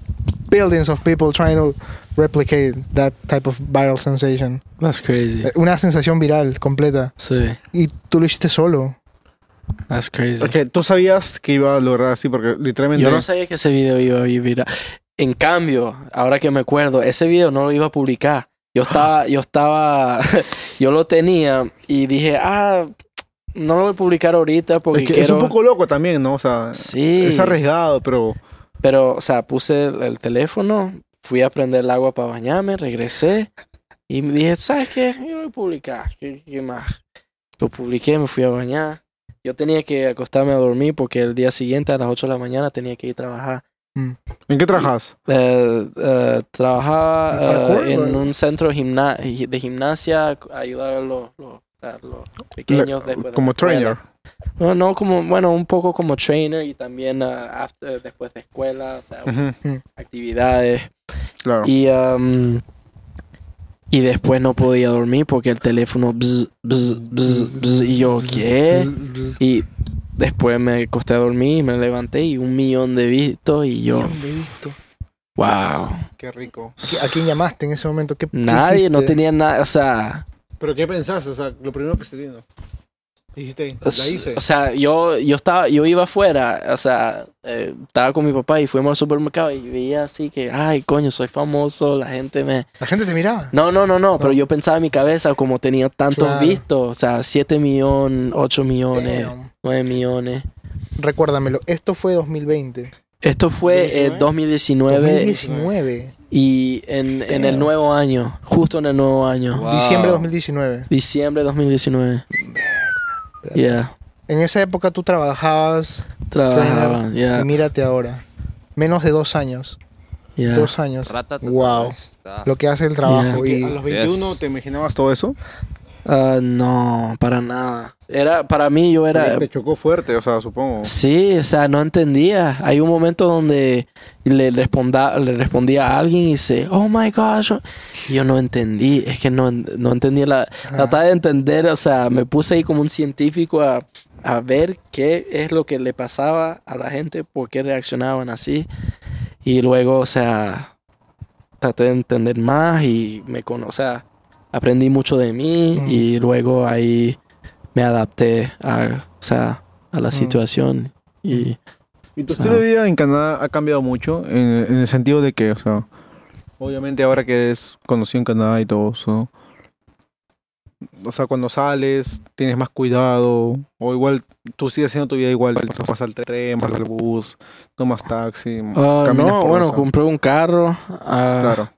billions of people trying to replicate that type of viral sensation.
That's crazy.
Eh, Una sensación viral completa.
Sí,
Y tú lo hiciste solo.
that's crazy.
Ok, tú sabías que iba a lograr así porque literalmente.
Yo no sabía que ese video iba a vivir. En cambio, ahora que me acuerdo, ese video no lo iba a publicar. Yo estaba, yo estaba, yo lo tenía y dije, ah, no lo voy a publicar ahorita porque
Es, que es
quiero...
un poco loco también, ¿no? O sea,
Sí.
es arriesgado, pero
Pero, o sea, puse el, el teléfono, fui a prender el agua para bañarme, regresé y me dije, ¿sabes qué? Yo lo voy a publicar. ¿Qué, qué más? Lo publiqué, me fui a bañar. Yo tenía que acostarme a dormir porque el día siguiente a las 8 de la mañana tenía que ir a trabajar.
¿en qué trabajas?
Eh, eh, trabajaba
¿Parkour
eh, en
o-
un centro gimna- de gimnasia, ayudar a los, los- a los pequeños después de la
Como
escuela.
trainer.
No, no, como, bueno, un poco como trainer y también ah, after- después de escuela, o sea,
Ujú,
actividades.
Mm. Claro.
Y, um, y después no podía dormir porque el teléfono bzz, bzz, bzz, bzz, y yo, ¿qué? Y después me acosté a dormir, me levanté y un millón de vistos y yo,
Mm.
wow.
Qué rico.
¿A quién llamaste en ese momento? ¿Qué, qué
Nadie, no
hiciste?
tenía nada, o sea,
¿Pero qué pensaste? O sea, lo primero que se vino. Dijiste, la hice.
o sea, yo, yo estaba, yo iba afuera, o sea, eh, estaba con mi papá y fuimos al supermercado y veía así que, ay, coño, soy famoso, la gente me,
La gente te miraba.
No, no, no, no, pero yo pensaba en mi cabeza como tenía tantos
Claro.
vistos, o sea, 7 millones, 8 millones,
Damn.
9 millones.
Recuérdamelo, esto fue 2020.
Esto fue eh, 2019
2019.
y en, en el
Damn.
nuevo año, justo en el nuevo año,
Wow.
Diciembre de 2019.
diciembre de 2019. Yeah,
En esa época tú trabajabas
trabajaba, yeah,
y mírate ahora. Menos de dos años.
yeah.
Dos años.
Ratata,
Wow.
está.
Lo que hace el trabajo.
¿Y
Y
¿A los 21
Yes.
te imaginabas todo eso?
Ah, no, para nada. Era, para mí yo era,
Porque Te chocó fuerte, o sea, supongo.
Sí, o sea, no entendía. Hay un momento donde le, responda, le respondía a alguien y dice, oh my gosh. Y Yo no entendí, es que no, no entendía la... Trataba de entender, o sea, me puse ahí como un científico a, a ver qué es lo que le pasaba a la gente, por qué reaccionaban así. Y luego, o sea, traté de entender más y me cono, o sea, aprendí mucho de mí
Mm.
y luego ahí me adapté a, o sea, a la
Mm.
situación
Mm.
y
Y tu estilo de vida en Canadá ha cambiado mucho en, en el sentido de que, o sea, obviamente ahora que eres conocido en Canadá y todo eso, o sea, cuando sales tienes más cuidado, o igual tú sigues haciendo tu vida igual, o sea, vas al tren, vas al bus, tomas taxi,
Ah,
caminas
no
por
bueno
o sea,
compré un carro ah,
claro.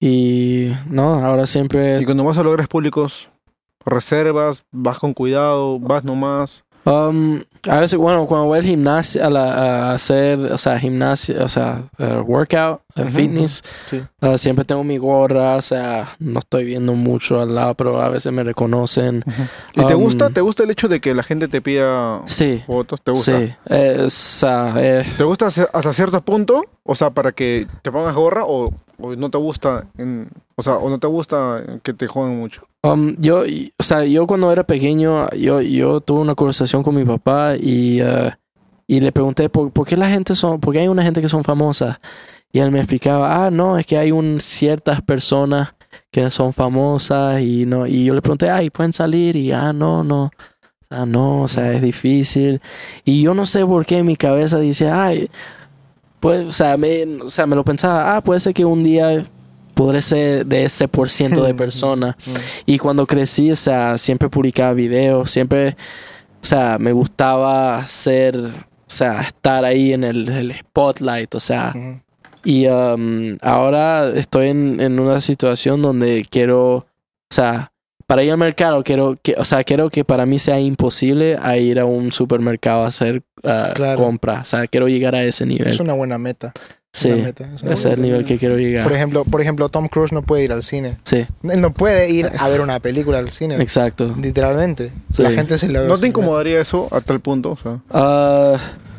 y no ahora
Y
siempre
cuando vas a lugares públicos, reservas, vas con cuidado, vas nomás.
um, a veces bueno cuando voy al gimnasio a, la- a hacer o sea gimnasio o sea eh, workout eh, fitness
Sí.
ah, siempre tengo mi gorra o sea no estoy viendo mucho al lado pero a veces me reconocen
¿Y te
Um,
gusta? ¿Te gusta el hecho de que la gente te pida
sí
fotos? ¿Te gusta?
sí eh, o sea, eh,
¿Te gusta hace- hasta cierto punto? O sea, para que te pongas gorra o, o no te gusta, en- o sea, o no te gusta que te jodan mucho.
Um, yo, y- o sea, yo cuando era pequeño, yo, yo tuve una conversación con mi papá y, eh, y le pregunté por, por qué la gente son, por qué hay una gente que son famosas. Y él me explicaba, ah, no, es que hay un, ciertas personas que son famosas y no, y yo le pregunté, ay, pueden salir y ah, no, no, ah, no, o sea, es difícil. Y yo no sé por qué mi cabeza dice, ay, pues, o sea, me, o sea, me lo pensaba, ah, puede ser que un día podré ser de ese por ciento de personas. Y cuando crecí, o sea, siempre publicaba videos, siempre, o sea, me gustaba ser, o sea, estar ahí en el, el spotlight, o sea. Y um, ahora estoy en, en una situación donde quiero, o sea, para ir al mercado, quiero que, o sea, quiero que para mí sea imposible a ir a un supermercado a hacer ah,
Claro.
compras. O sea, quiero llegar a ese nivel.
es una buena meta.
sí,
Una meta, es una
ese es el nivel que quiero llegar.
Por ejemplo, por ejemplo, Tom Cruise no puede ir al cine.
Sí,
Él no puede ir a ver una película al cine.
exacto.
Literalmente.
Sí.
La gente se lo
¿No te incomodaría eso a tal punto? O sea,
Ah,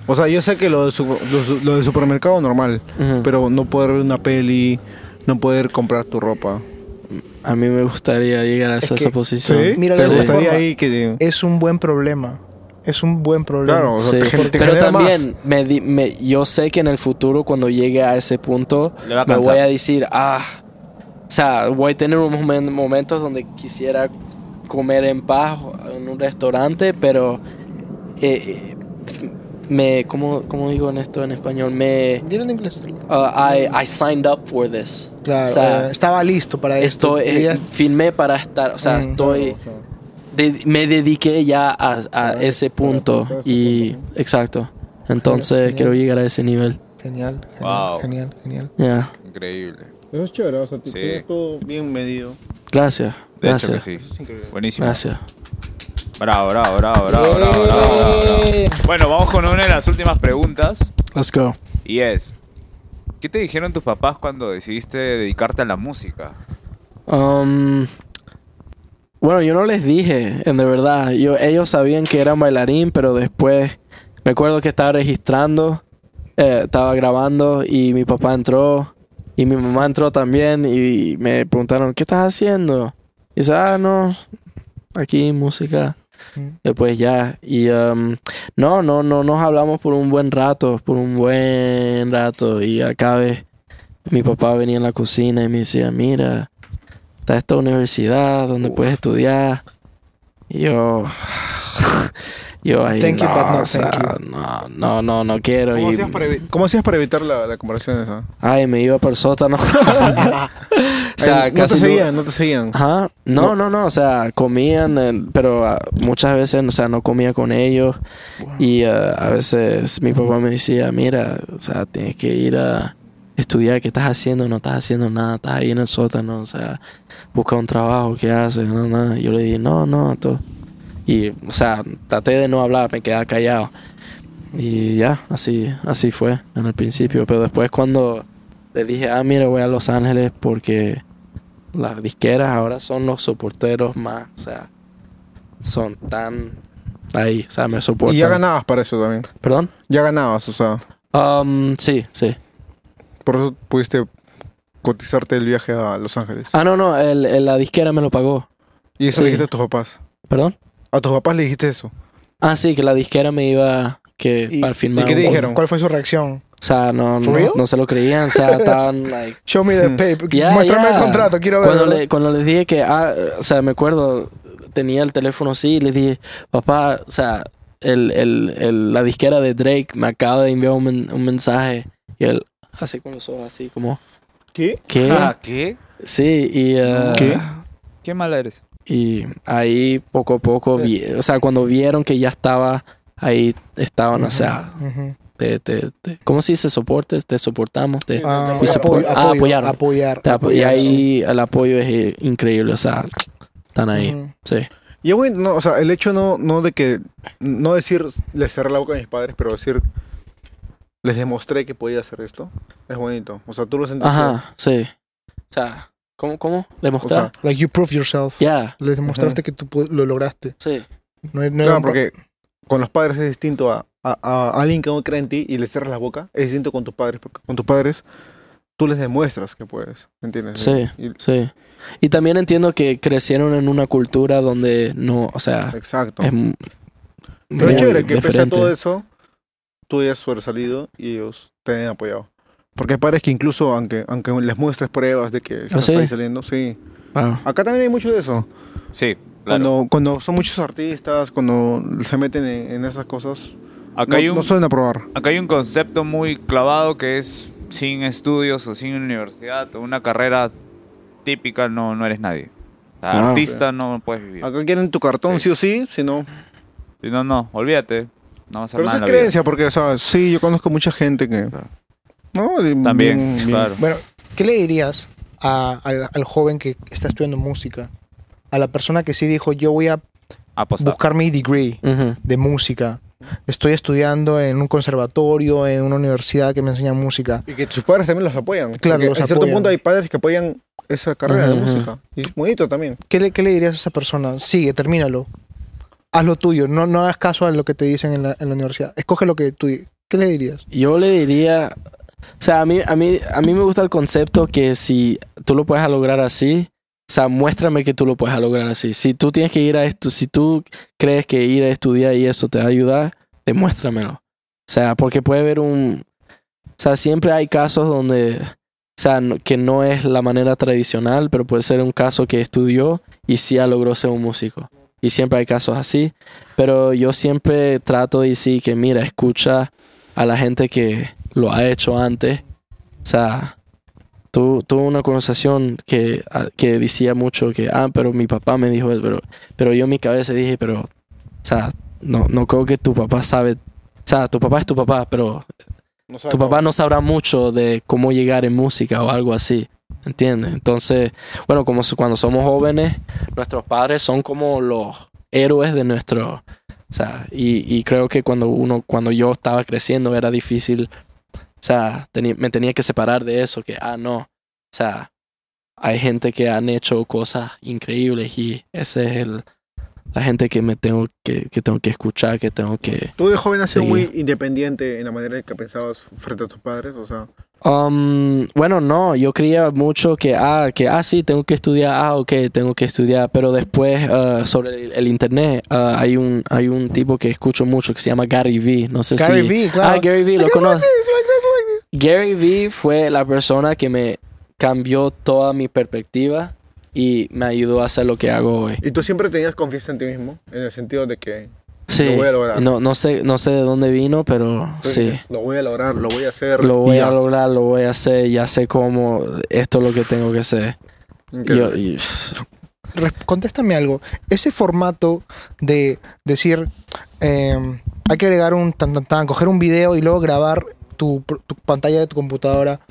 o sea yo sé que lo del su- lo su- lo del supermercado normal,
ujú.
pero no poder ver una peli, no poder comprar tu ropa.
A mí me gustaría llegar a esa,
que-
esa posición.
¿Sí?
Mira,
¿Te
de alguna
gustaría
forma-
ahí que... te-
Es un buen problema. Es un buen problema.
Claro, o sea,
Sí.
te, gen- te
Pero
genera
también me di- me- yo sé que en el futuro cuando llegue a ese punto
Le va a
me
cansar.
voy a decir, ah, o sea, voy a tener unos momen- momentos donde quisiera comer en paz en un restaurante, pero eh, eh, me ¿cómo, cómo digo en esto en español? Me
Dilo en inglés.
uh, I, I signed up for this.
Claro,
o sea,
eh, estaba listo para esto.
estoy
Y ya-
eh, filmé para estar, o sea,
Mm.
estoy de- me dediqué ya a, a ese punto y exacto. Entonces
Genial.
quiero llegar a ese nivel.
Genial, genial,
Wow.
genial, genial.
Ya.
Increíble.
Eso es chévere, o sea,
Sí.
tienes todo bien medido.
Gracias.
De
Gracias.
hecho que sí.
Es increíble.
Buenísimo.
Gracias.
Bravo, bravo, bravo, bravo, bravo, bravo, bravo. Bueno, vamos con una de las últimas preguntas.
Let's go.
Y es, ¿qué te dijeron tus papás cuando decidiste dedicarte a la música?
Um, bueno, yo no les dije, en de verdad. Yo, ellos sabían que era bailarín, pero después me acuerdo que estaba registrando, eh, estaba grabando y mi papá entró y mi mamá entró también y me preguntaron, ¿qué estás haciendo? Y dice, ah, no, aquí música.
Mm.
Después ya. Y um, no, no, no nos hablamos por un buen rato, por un buen rato. Y acabe, mi papá venía en la cocina y me decía, mira está esta universidad donde puedes estudiar. Y yo, yo ahí,
Thank you,
no,
but no
o sea,
thank
no, no, no, no quiero.
¿Cómo
Y,
hacías para, evi- cómo hacías para evitar la, la comparación esa?
ay, me iba para el sótano. o sea,
Eh, no te
casi no- Ah,
seguían, no te seguían.
Ajá. No, no, no, o sea, comían, eh, pero ah, muchas veces, o sea, no comía con ellos. Y ah, a veces mi papá me decía, mira, o sea, tienes que ir a estudiar, ¿qué estás haciendo? No estás haciendo nada, estás ahí en el sótano, o sea, busca un trabajo, ¿qué haces? No, nada. Yo le dije, no, no, todo. Y, o sea, traté de no hablar, me quedaba callado. Y ya, así, así fue en el principio. Pero después cuando le dije, ah, mira, voy a Los Ángeles porque las disqueras ahora son los soporteros más, o sea, son tan ahí, o sea, me soportan.
Y ya ganabas para eso también.
¿Perdón?
Ya ganabas, o sea,
Um, sí, sí.
por eso pudiste cotizarte el viaje a Los Ángeles.
Ah, no, no, el- el- la disquera me lo pagó.
y eso
sí.
le dijiste a tus papás.
¿Perdón?
A tus papás le dijiste eso.
Ah, sí, que la disquera me iba que
¿Y-
para
¿Y
firmar.
qué te
un-
dijeron?
¿Cuál fue su reacción?
O sea, no,
¿For
no,
real?
no se lo creían, o sea, estaban like,
Show me the paper.
Hmm. Ya,
Muéstrame
ya.
el contrato, quiero
Cuando,
verlo.
le- cuando les dije que, ah, o sea, me acuerdo, tenía el teléfono así y les dije, papá, o sea, el, el, el- la disquera de Drake me acaba de enviar un, men- un mensaje y él, así con los ojos, así como,
¿Qué?
¿qué?
Ah, ¿qué?
Sí, y, uh,
¿Qué mala eres?
y ahí poco a poco, vi- o sea, cuando vieron que ya estaba ahí, estaban, o sea,
Ujú.
te, te, te- ¿cómo se dice? Soporte, te soportamos, te...
Ah,
We support-
apoyo,
ah,
apoyo,
apoyaron.
apoyar.
te apo- y
apoyar, sí.
ahí el apoyo es eh, increíble, o sea, están ahí.
Mm.
Ujú.
Sí.
Y es bueno, no, o sea, el hecho no, no de que, no decir, les cerré la boca a mis padres, pero decir, les demostré que podía hacer esto, es bonito. O sea, tú lo sentiste.
Ajá, sí. O sea, ¿cómo? cómo?
O
¿Demostrar?
sea,
Like you prove yourself.
ya,
Le demostraste que tú pu- lo lograste.
sí.
No, no era
claro,
un pa-
porque con los padres es distinto a, a- a alguien que no cree en ti y le cierras la boca, es distinto con tus padres, porque con tus padres tú les demuestras que puedes, ¿entiendes?
Sí.
Y-
Sí. Y también entiendo que crecieron en una cultura donde no, o sea,
exacto.
es m-
Pero
muy
es chévere que pese a
diferente.
todo eso, tú hayas sobresalido y ellos te hayan apoyado. Porque hay padres que incluso, aunque, aunque les muestres pruebas de que estás
Ah, sí?
ahí saliendo, sí.
Wow.
Acá también hay mucho de eso.
Sí, claro.
Cuando, cuando son muchos artistas, cuando se meten en, en esas cosas,
Acá
no,
hay un...
no suelen aprobar.
Acá hay un concepto muy clavado que es sin estudios o sin universidad o una carrera típica no, no eres nadie. O sea,
Ah,
artista no puedes vivir.
Acá quieren tu cartón sí,
Sí.
o sí, si no...
Si No, no, olvídate. No vas a hacer
Pero eso
nada
es
en la vida.
creencia, porque, o sea, sí, yo conozco mucha gente que... No, Y
También,
bien- bien-
claro.
Bueno, ¿qué le dirías a- al, al joven que está estudiando música? A la persona que sí dijo, yo voy a
Apostar.
buscar mi degree
Ujú.
de música. Estoy estudiando en un conservatorio, en una universidad que me enseña música.
Y que sus padres también los apoyan.
Claro,
Porque
los
en cierto
apoyan.
punto hay padres que apoyan esa carrera de
Ujú, ujú.
música. Y es bonito también.
¿Qué le, qué le dirías a esa persona? Sigue, termínalo. Haz lo tuyo. No, no hagas caso a lo que te dicen en la, en la universidad. Escoge lo que tú... di- ¿Qué le dirías?
Yo le diría, o sea, a mí, a, mí, a mí me gusta el concepto que si tú lo puedes lograr así, o sea, muéstrame que tú lo puedes lograr así. Si tú tienes que ir a esto, si tú crees que ir a estudiar y eso te va a ayudar, demuéstramelo. O sea, porque puede haber un... O sea, siempre hay casos donde... O sea, no- que no es la manera tradicional, pero puede ser un caso que estudió y sí ha logrado ser un músico. y siempre hay casos así. Pero yo siempre trato de decir que, mira, escucha a la gente que lo ha hecho antes. O sea, tu, tuve una conversación que, a- que decía mucho que, ah, pero mi papá me dijo eso, pero, pero yo en mi cabeza dije, pero, o sea, no, no creo que tu papá sabe, o sea, tu papá es tu papá, pero
No sabe
tu
todo.
papá no sabrá mucho de cómo llegar en música o algo así. ¿Entiendes? Entonces, bueno, como so- cuando somos jóvenes, nuestros padres son como los héroes de nuestro. O sea, y, y creo que cuando uno, cuando yo estaba creciendo era difícil. O sea, teni- me tenía que separar de eso, que ah, no. O sea, hay gente que han hecho cosas increíbles y ese es el la gente que me tengo que, que tengo que escuchar, que tengo que.
¿Tú de joven has sido
Sí.
muy independiente en la manera en que pensabas frente a tus padres? O sea,
Um, bueno, no, yo creía mucho que, ah, que, ah, sí, tengo que estudiar, ah, ok, tengo que estudiar, pero después ah, sobre el, el internet ah, hay, un, hay un tipo que escucho mucho que se llama Gary Vee, no sé
Gary
si...
Vee, claro.
Ah, Gary Vee, lo conoces. Gary Vee fue la persona que me cambió toda mi perspectiva y me ayudó a hacer lo que hago hoy.
¿y tú siempre tenías confianza en ti mismo? En el sentido de que
Sí,
Lo voy a lograr.
no, no, sé, no sé de dónde vino, pero sí.
pues, lo voy a lograr, lo voy a hacer.
Lo voy
y ya.
a lograr, lo voy a hacer, ya sé cómo, esto es lo que tengo que hacer.
Increíble.
Yo- y-
Res- contéstame algo. Ese formato de decir, eh, hay que agregar un tan tan tan, coger un video y luego grabar tu, pr- tu pantalla de tu computadora,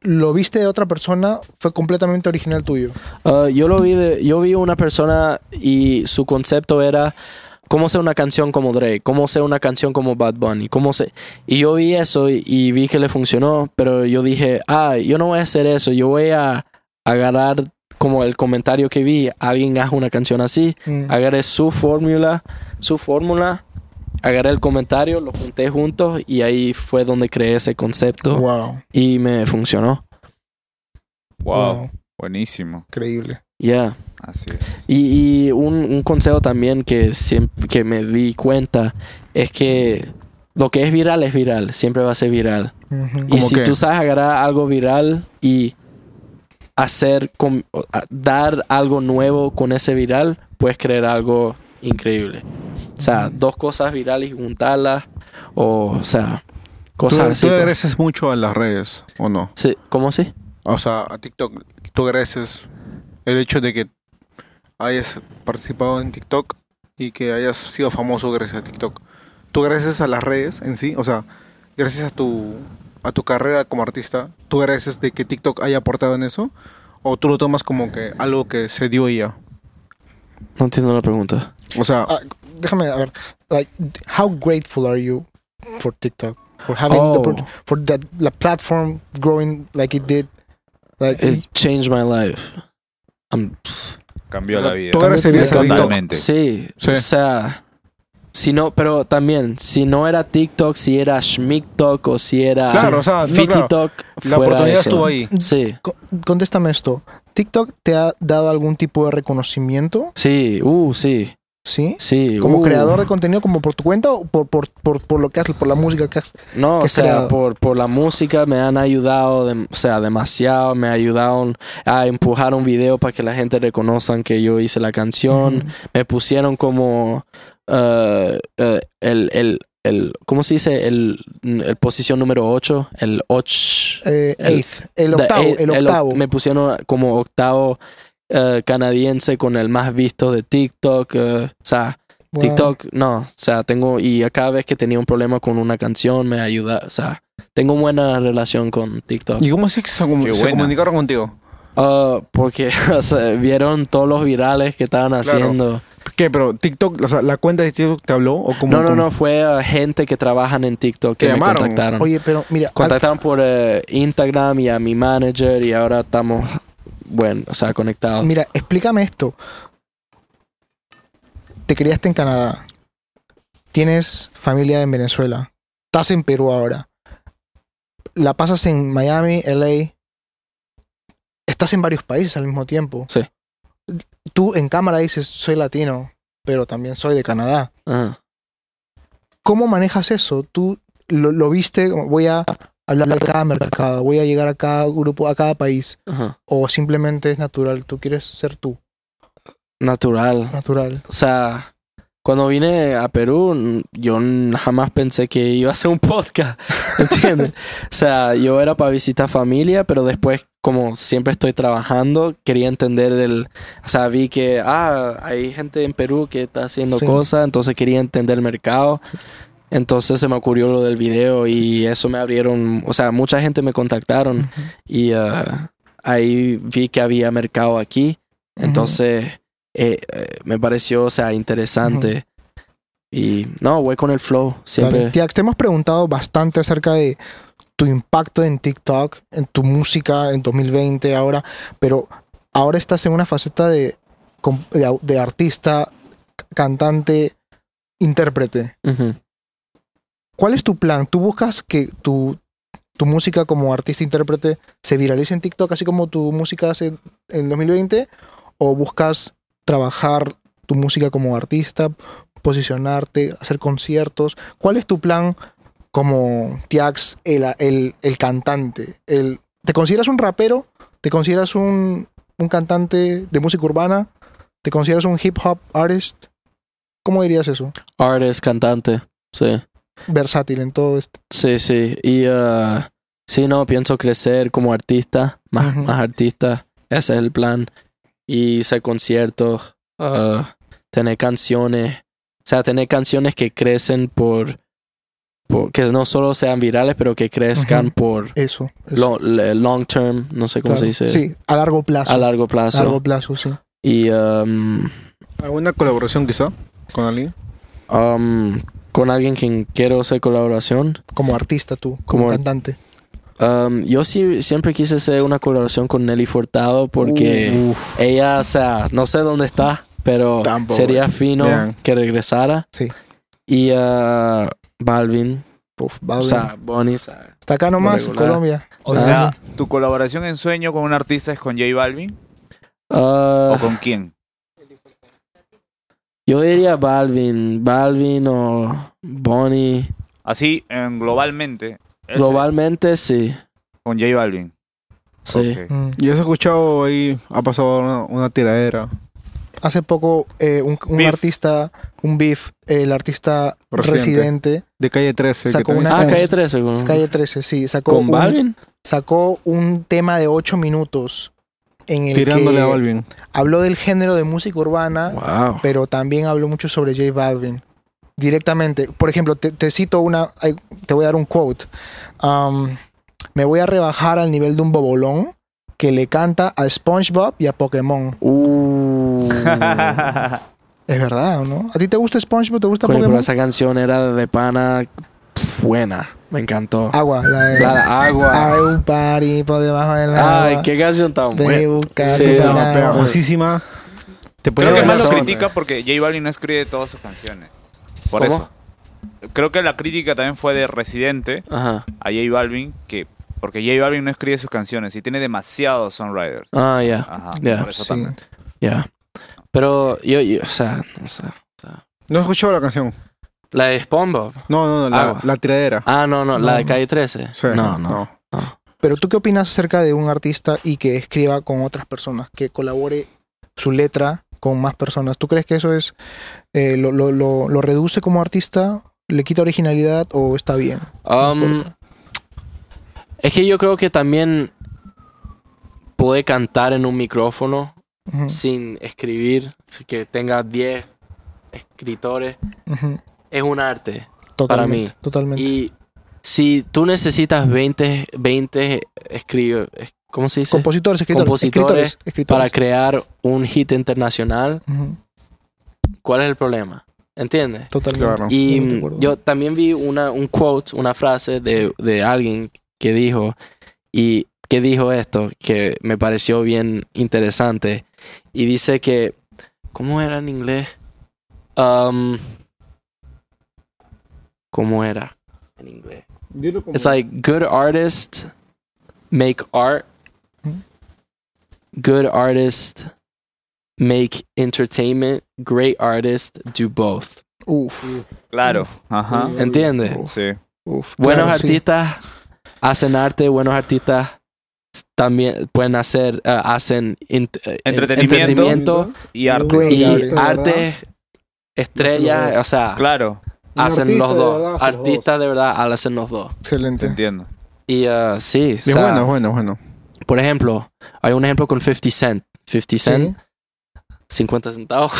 ¿lo viste de otra persona? ¿Fue completamente original tuyo?
Uh, yo lo vi, de- yo vi una persona y su concepto era cómo hacer una canción como Drake, cómo hacer una canción como Bad Bunny, cómo se y yo vi eso y, y vi que le funcionó, pero yo dije, ah, yo no voy a hacer eso, yo voy a agarrar como el comentario que vi, alguien haga una canción así,
Mm.
agarré su fórmula, su fórmula, agarré el comentario, lo junté juntos y ahí fue donde creé ese concepto
Wow.
y me funcionó.
Wow, buenísimo.
Increíble.
Ya.
Así es.
Y, y un, un consejo también que, siempre, que me di cuenta es que lo que es viral es viral, siempre va a ser viral.
Ujú.
Y
¿Cómo
si
qué?
tú sabes agarrar algo viral y hacer, com- o- a- dar algo nuevo con ese viral, puedes crear algo increíble. O sea, dos cosas virales y juntarlas, o, o sea,
¿Tú,
cosas así.
tú
pues.
agradeces mucho a las redes o no?
Sí, ¿Cómo así?
O sea, a TikTok, ¿tú agradeces el hecho de que hayas participado en TikTok y que hayas sido famoso gracias a TikTok? ¿Tú agradeces a las redes en sí? O sea, gracias a tu, a tu carrera como artista, ¿tú agradeces de que TikTok haya aportado en eso? ¿O tú lo tomas como que algo que se dio y ya?
No entiendo la pregunta.
O sea,
Ah, déjame a ver, like, how grateful are you for TikTok? For having the,
Oh.
pro- for that la platform growing like it did. Like,
It changed my life. I'm-
Cambió la vida.
¿tú agradecerías a TikTok?
Totalmente.
Sí,
Sí.
o sea, si no, pero también, si no era TikTok, si era Schmicktok o si era
Claro, o sea, no, claro.
Fittytok,
La
fuera
oportunidad
eso.
estuvo ahí.
Sí,
co- contéstame esto. ¿TikTok te ha dado algún tipo de reconocimiento?
sí, uh, sí,
¿Sí?
sí.
¿Como
uh.
creador de contenido, como por tu cuenta o por, por, por, por lo que haces, por la música que haces?
No,
que
o sea,
creado.
por, por la música me han ayudado, dem- o sea, demasiado, me ayudaron a empujar un video para que la gente reconozcan que yo hice la canción, me pusieron como eh, eh, el, el, el, ¿cómo se dice? El, el posición número 8, el 8.
Eh,
El-
eighth, el octavo,
Eh,
el
oc-
octavo.
me pusieron como octavo eh, canadiense con el más visto de TikTok. eh, o sea,
Wow.
TikTok, no. O sea, tengo. Y a cada vez que tenía un problema con una canción, me ayuda. O sea, tengo buena relación con TikTok.
¿y cómo así que se,
Qué
comu- se
buena.
comunicaron contigo?
Ah, porque o sea, vieron todos los virales que estaban haciendo.
¿Qué? ¿Pero TikTok, o sea, la cuenta de TikTok te habló? ¿O cómo,
no, no,
cómo?
no. Fue eh, gente que trabajan en TikTok que
Te
me
llamaron.
contactaron.
Oye, pero mira, al-
contactaron por eh, Instagram y a mi manager y ahora estamos, bueno, o sea, conectados.
Mira, explícame esto. Te criaste en Canadá. Tienes familia en Venezuela. Estás en Perú ahora. La pasas en Miami, LA. Estás en varios países al mismo tiempo.
Sí.
Tú en cámara dices, soy latino, pero también soy de Canadá.
Ajá.
¿Cómo manejas eso? Tú lo, lo viste, como, voy a hablar a cada mercado, voy a llegar a cada grupo, a cada país.
Ajá.
O simplemente es natural, tú quieres ser tú.
natural.
natural.
O sea, cuando vine a Perú, n- yo n- jamás pensé que iba a hacer un podcast, ¿entiendes? o sea, yo era para visitar familia, pero después, como siempre estoy trabajando, quería entender el... O sea, vi que, ah, hay gente en Perú que está haciendo
Sí.
cosas, entonces quería entender el mercado. Entonces se me ocurrió lo del video y eso me abrieron, o sea, mucha gente me contactaron y ah, ahí vi que había mercado aquí. Entonces eh, eh, me pareció, o sea, interesante. Y no, voy con el flow, siempre.
Dale. Tiax, te hemos preguntado bastante acerca de tu impacto en TikTok, en tu música, en 2020, ahora, pero ahora estás en una faceta de, com- de, au- de artista, c- cantante, intérprete.
Ujú.
¿Cuál es tu plan? ¿Tú buscas que tu, tu música como artista, intérprete se viralice en TikTok, así como tu música hace en 2020? ¿O buscas trabajar tu música como artista, posicionarte, hacer conciertos? ¿Cuál es tu plan como Tiax, el, el, el cantante? El, ¿Te consideras un rapero? ¿Te consideras un, un cantante de música urbana? ¿Te consideras un hip hop artist? ¿Cómo dirías eso?
Artist, cantante, sí.
Versátil en todo esto.
Sí, sí. Y ah, sí, no, pienso crecer como artista, más,
Ujú.
más artista. Ese es el plan. Y hacer conciertos, ah, tener canciones. O sea, tener canciones que crecen por, por- que no solo sean virales, pero que crezcan
Ujú.
por
Eso. eso,
lo- le- long term, no sé cómo
claro.
se dice,
Sí, a largo plazo.
a largo
A
plazo.
largo plazo, sí.
Y um,
¿Alguna colaboración quizá con alguien?
um, con alguien que quiero hacer colaboración.
Como artista tú, como,
Como ar-
cantante.
Um, yo sí, siempre quise hacer una colaboración con Nelly Fortado porque ella, o sea, no sé dónde está, pero
Tampoco,
sería fino
Bien.
que regresara.
Sí.
Y uh, Balvin,
Puf, va
o
bien.
sea, Bonnie, o sea,
Está acá nomás,
regular.
Colombia.
O
Ah.
sea, ¿tu colaboración en sueño con un artista es con J Balvin?
uh,
¿O con quién?
yo diría Balvin, Balvin o Bonnie.
Así, en- globalmente. ese,
Globalmente, sí.
Con J Balvin.
Sí.
Ok.
Mm.
Y has escuchado ahí, ha pasado una, una tiradera.
Hace poco eh, un, un
Beef.
artista, un beef, el artista
Residente.
residente,
De calle 13.
Sacó
que
una-
Ah,
Calle-
calle 13, con,
calle Uh. 13, sí, sacó
con
un,
Balvin.
sacó un tema de 8 minutos en el
Tirándole
que
a Balvin.
habló del género de música urbana,
Wow.
pero también habló mucho sobre J Balvin. Directamente, por ejemplo, te, te cito una, ay, te voy a dar un quote. Um, me voy a rebajar al nivel de un bobolón que le canta a SpongeBob y a Pokémon.
Uh,
Es verdad, ¿no? ¿A ti te gusta SpongeBob? ¿Te gusta
Coño, pero
Pokémon?
esa canción era de pana pf, buena. Me encantó.
Agua, la de...
La de agua.
Hay un party por debajo del agua.
Ay, qué canción tan
Ven y
buena.
busca
Sí,
tu
no,
banana.
Pegajosísima. Te
Creo
ponía
que más lo
cabezón.
critica porque J Balvin no escribe todas sus canciones. Por
eh. ¿Cómo?
eso. Creo que la crítica también fue de Residente
Ajá.
a J Balvin, que porque J Balvin no escribe sus canciones y tiene demasiados songwriters.
Ah, ya.
Ajá,
Ya,
por eso
Sí.
también.
Ya. Pero yo, yo, o sea, no sé.
No he escuchado la canción.
La de SpongeBob.
No, no, no, la,
Agua.
la tiradera.
Ah, no, no, la de
No.
Calle 13.
Sí,
No, no.
Pero tú qué opinas acerca de un artista y que escriba con otras personas, que colabore su letra con más personas? ¿Tú crees que eso es eh, lo, lo- lo- lo reduce como artista, le quita originalidad o está bien?
Um, es que yo creo que también puede cantar en un micrófono
Ujú,
sin escribir, así que tenga 10 escritores.
ujú.
Es un arte.
Totalmente,
Para mí.
Totalmente.
Y si tú necesitas 20, 20 escri- es- ¿cómo se dice?
Compositores, escritores,
Compositores
escritores, escritores.
Para crear un hit internacional,
Ujú,
¿cuál es el problema? ¿Entiendes?
Totalmente.
Claro.
Y
Totalmente de
mm,
acuerdo.
yo también vi una, un quote, una frase de, de alguien que dijo, y que dijo esto, que me pareció bien interesante. Y dice que, ¿cómo era en inglés? Um, ¿Cómo era en inglés? It's like, good artists make art.
Mhm.
Good artists make entertainment. Great artists do both.
Uf,
Claro. Ajá.
¿Entiendes?
Sí.
uf,
Buenos
claro, sí.
artistas hacen arte, buenos artistas también pueden hacer, eh, hacen in- eh,
Entretenimiento.
entretenimiento
Y arte.
Güey,
y
Ya, esto de
arte, estrellas,
veo.
o sea,
Claro,
hacen
artista
los
de
dos.
verdad hace los
artistas de verdad al hacen los dos.
te
Excelente.
entiendo.
Y eh, sí, o
Es
sea,
bueno, es bueno, es bueno.
por ejemplo, hay un ejemplo con 50 Cent. 50 Cent, 50 centavos.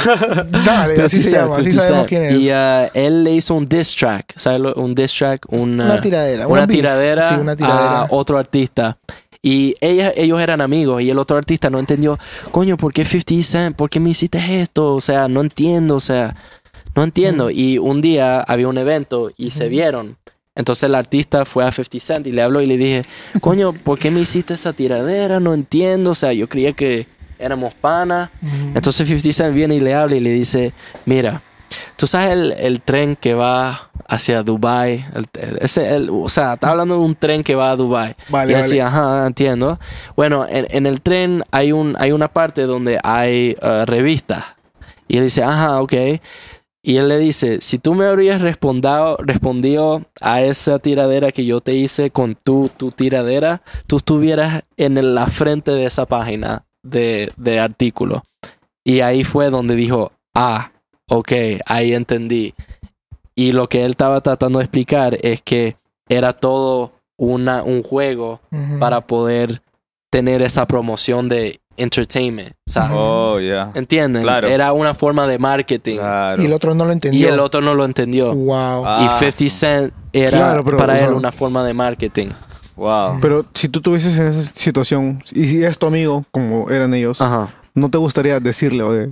Dale, así se
50
llama, así
50
sabemos quién es.
Y eh, él le hizo un diss track, ¿sabes? lo- Un diss track, una,
una tiradera.
una
un beef.
tiradera
Sí, una tiradera.
a otro artista. Y ella- ellos eran amigos y el otro artista no entendió, coño, ¿por qué 50 Cent? ¿Por qué me hiciste esto? O sea, no entiendo, o sea, no
Mm.
entiendo. Y un día había un evento y se vieron. Entonces el artista fue a 50 Cent y le habló y le dije, coño, ¿por qué me hiciste esa tiradera? No entiendo, o sea, yo creía que éramos panas.
Ujú.
Entonces 50 Cent viene y le habla y le dice, mira, tú sabes el, el tren que va hacia Dubai, El- el- ese, el- o sea, está hablando de un tren que va a Dubai.
Vale,
y
vale.
así, ajá, entiendo. Bueno, en, en el tren hay, un, hay una parte donde hay eh, revistas. Y él dice, ajá, ok. Y él le dice, si tú me habrías respondado, respondido a esa tiradera que yo te hice con tu, tu tiradera, tú estuvieras en el- la frente de esa página de, de artículo. Y ahí fue donde dijo, ah, ok, ahí entendí. Y lo que él estaba tratando de explicar es que era todo una, un juego
Ujú.
para poder tener esa promoción de entertainment. O sea,
Oh, ya.
¿Entienden?
Claro.
Era una forma de marketing.
Claro.
Y el otro no lo
Y
entendió.
el otro no lo entendió.
Wow.
Ah,
y 50 Cent era
Claro, pero,
para
o
él
sea-
una forma de marketing.
Wow.
Pero si tú tuvieses en esa situación y si es tu amigo, como eran ellos,
Ajá.
no te gustaría decirle, oye,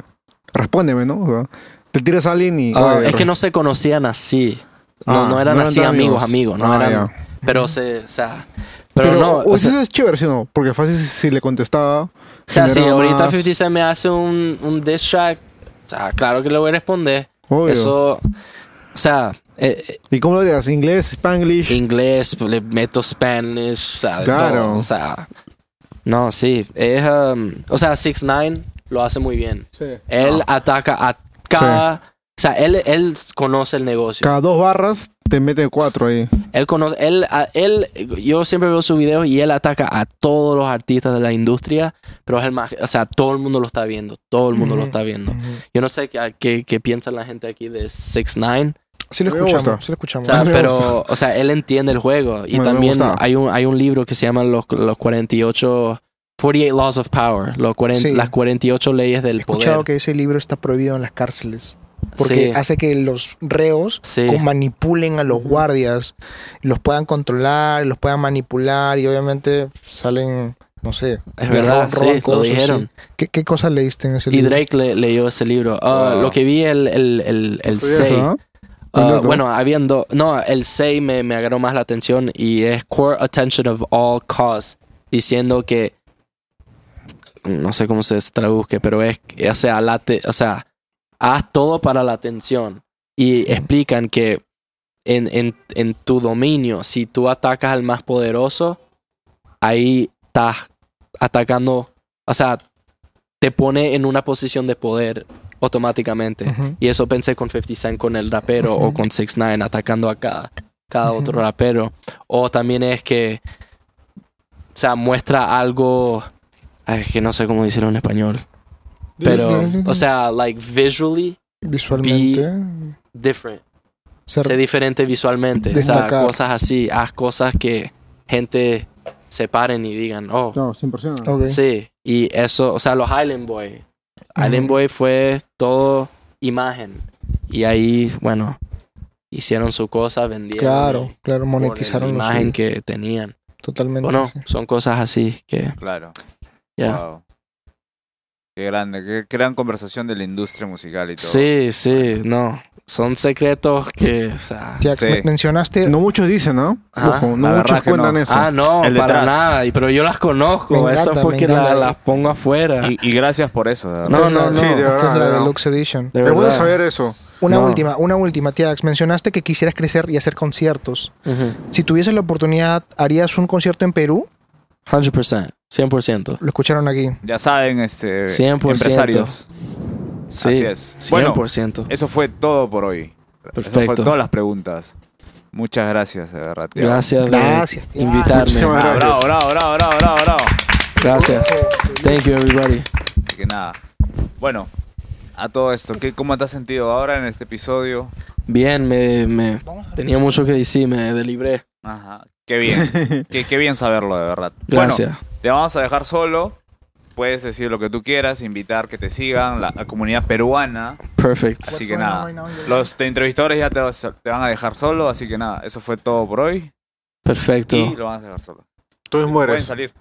respóndeme, ¿no? O sea, te tiras a alguien y.
Ah,
oye,
es que
re-
no se conocían así. No,
Ah,
no eran
no eran
así
tan
amigos, amigos.
amigos.
no
Ah,
eran.
ya.
Pero se, o sea. Pero,
Pero,
no.
uy,
O sea,
eso es chévere, ¿sí o no? Porque fácil si le contestaba.
o sea, si
generaba
ahorita
más-
50 Cent me hace un, un diss track, o sea, claro que le voy a responder.
Obvio.
Eso. O sea, eh, eh,
¿Y cómo lo harías? ¿Inglés? ¿Spanglish?
inglés, le meto Spanish, o sea, de
Claro.
todo, o sea, no, sí, es, um, o sea, 6 9 lo hace muy bien.
Sí.
Él
Ah.
ataca a cada, o sea, él, él conoce el negocio.
Cada dos barras te mete cuatro ahí.
Él conoce, él, a- él, yo siempre veo sus videos y él ataca a todos los artistas de la industria, pero es el más, o sea, todo el mundo lo está viendo, todo el mundo lo
Ujú,
está viendo.
ujú.
Yo no sé qué, qué, qué piensa la gente aquí de 6 9
Sí lo
Me gusta.
escuchamos, sí lo
O
escuchamos.
sea,
Me
pero, o sea, él entiende el juego. Y
Me- me
también
gusta.
hay un, hay un libro que se llama Los, los 48... 48 Laws of Power. Los 40
Sí.
Las 48 leyes
He
del
escuchado
poder.
que ese libro está prohibido en las cárceles porque
Sí.
hace que los reos
Sí.
co- manipulen a los guardias, los puedan controlar, los puedan manipular y obviamente salen, no sé,
Es
le
verdad,
ro- roban
sí, lo
cosas,
dijeron.
sí. ¿Qué, qué cosa leíste en ese
Y
libro?
Drake le- leyó ese libro. Ah,
Wow.
Lo que vi el, el, el, el 6.
Curioso,
Ah,
Un dato.
bueno, habían dos. No, el 6 me, me agarró más la atención y es Core Attention of All Cause. Diciendo que. No sé cómo se traduzca, pero es. O sea, la te- o sea, haz todo para la atención. Y explican que en, en, en tu dominio, si tú atacas al más poderoso, ahí estás atacando. O sea, te pone en una posición de poder automáticamente.
Ujú.
Y eso pensé con 50 Cent, con el rapero, o
Ujú.
con 6 9 atacando a cada, cada otro rapero. O también es que, o sea, muestra algo, ay, es que no sé cómo decirlo en español. Pero, o sea, like visually
Visualmente
different.
se-
Sé diferente visualmente. O sea,
Destacar.
cosas así. Haz cosas que gente se paren y digan, oh,
No, se impresiona.
ok.
Sí, y eso, o sea, los Island Boy. Island
Ujú.
Boy fue todo imagen. Y ahí, bueno, hicieron su cosa, vendieron.
Claro,
y-
claro,
por
monetizaron
La
los
imagen que tenían.
totalmente.
Bueno,
sí.
son cosas así que,
Claro.
ya.
Wow. Qué grande, qué qué gran conversación de la industria musical y todo.
Sí, sí, no. Son secretos que, o sea.
Jack,
Sí.
me- mencionaste
No muchos dicen, ¿no?
Ajá.
Ojo,
La
no
verdad
muchos
que no.
cuentan eso.
Ah, no,
El
para
detrás.
nada. y- Pero yo las conozco.
Me
eso es
encanta, me
porque la-
encanta.
las pongo afuera.
Y, y gracias por eso, de verdad.
No, no, no.
Sí, de
esta es la
verdad.
Deluxe Edition.
de
Es bueno
verdad.
saber eso.
Una
No.
última, una última, Tiax. Mencionaste que quisieras crecer y hacer conciertos.
Ujú.
Si tuvieses la oportunidad, ¿harías un concierto en Perú?
100%. 100%.
Lo escucharon aquí.
Ya saben, este,
100%.
empresarios.
Sí,
Así es. Bueno,
100%.
Eso fue todo por hoy. Eso fue
Perfecto.
todas las preguntas. Muchas gracias, de verdad. tío.
Gracias de
Gracias, tío.
invitarme.
Ah, bravo, bravo, bravo, bravo, bravo, bravo.
Gracias. Thank you everybody.
Así que nada. Bueno, a todo esto, ¿qué, ¿cómo te has sentido ahora en este episodio?
Bien, me, me- tenía mucho que decir, me delibré.
Ajá. Qué bien. qué, qué bien saberlo, de verdad.
Gracias.
Bueno, te vamos a dejar solo. Puedes decir lo que tú quieras, invitar que te sigan, la, la comunidad peruana.
Perfect.
Así que nada. Los te- entrevistadores ya te, vas- te van a dejar solo, así que nada. Eso fue todo por hoy.
Perfecto.
Y lo van a dejar solo.
Tú mismo
Pueden
mueres.
salir.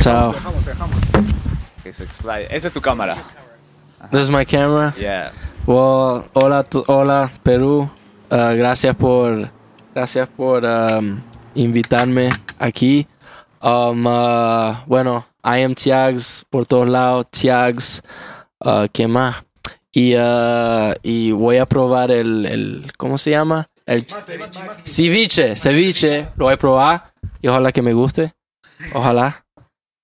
Chao.
Que se explaye. Esa es tu cámara.
This is my camera.
Yeah.
Well, hola, tu- hola Perú. Uh, gracias por, gracias por um, invitarme aquí. Um, uh, bueno, I am Tiags por todos lados. Tiags, uh, ¿qué más? Y, uh, y voy a probar el, el- ¿cómo se llama? El ceviche, ceviche. Lo voy a probar y ojalá que me guste. Ojalá.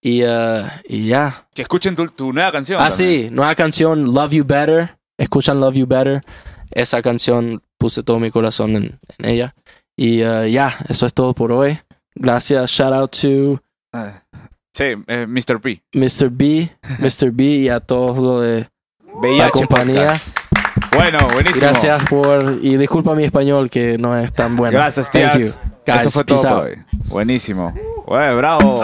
Y, uh, y ya.
Que escuchen tu, tu nueva canción.
Ah,
también.
sí, nueva canción, Love You Better. Escuchan Love You Better. Esa canción puse todo mi corazón en, en ella. Y eh, ya, eso es todo por hoy. Gracias. Shout out to
Ah, Sí, eh, Mr. P.
Mr. B, Mr. B y a todos los de.
VIH
compañía.
Podcast. Bueno, buenísimo.
Gracias por. Y disculpa mi español que no es tan bueno.
Gracias,
Thank
tías.
you. Guys,
Eso fue
peace
todo
out.
por hoy. Buenísimo. Güey, bravo.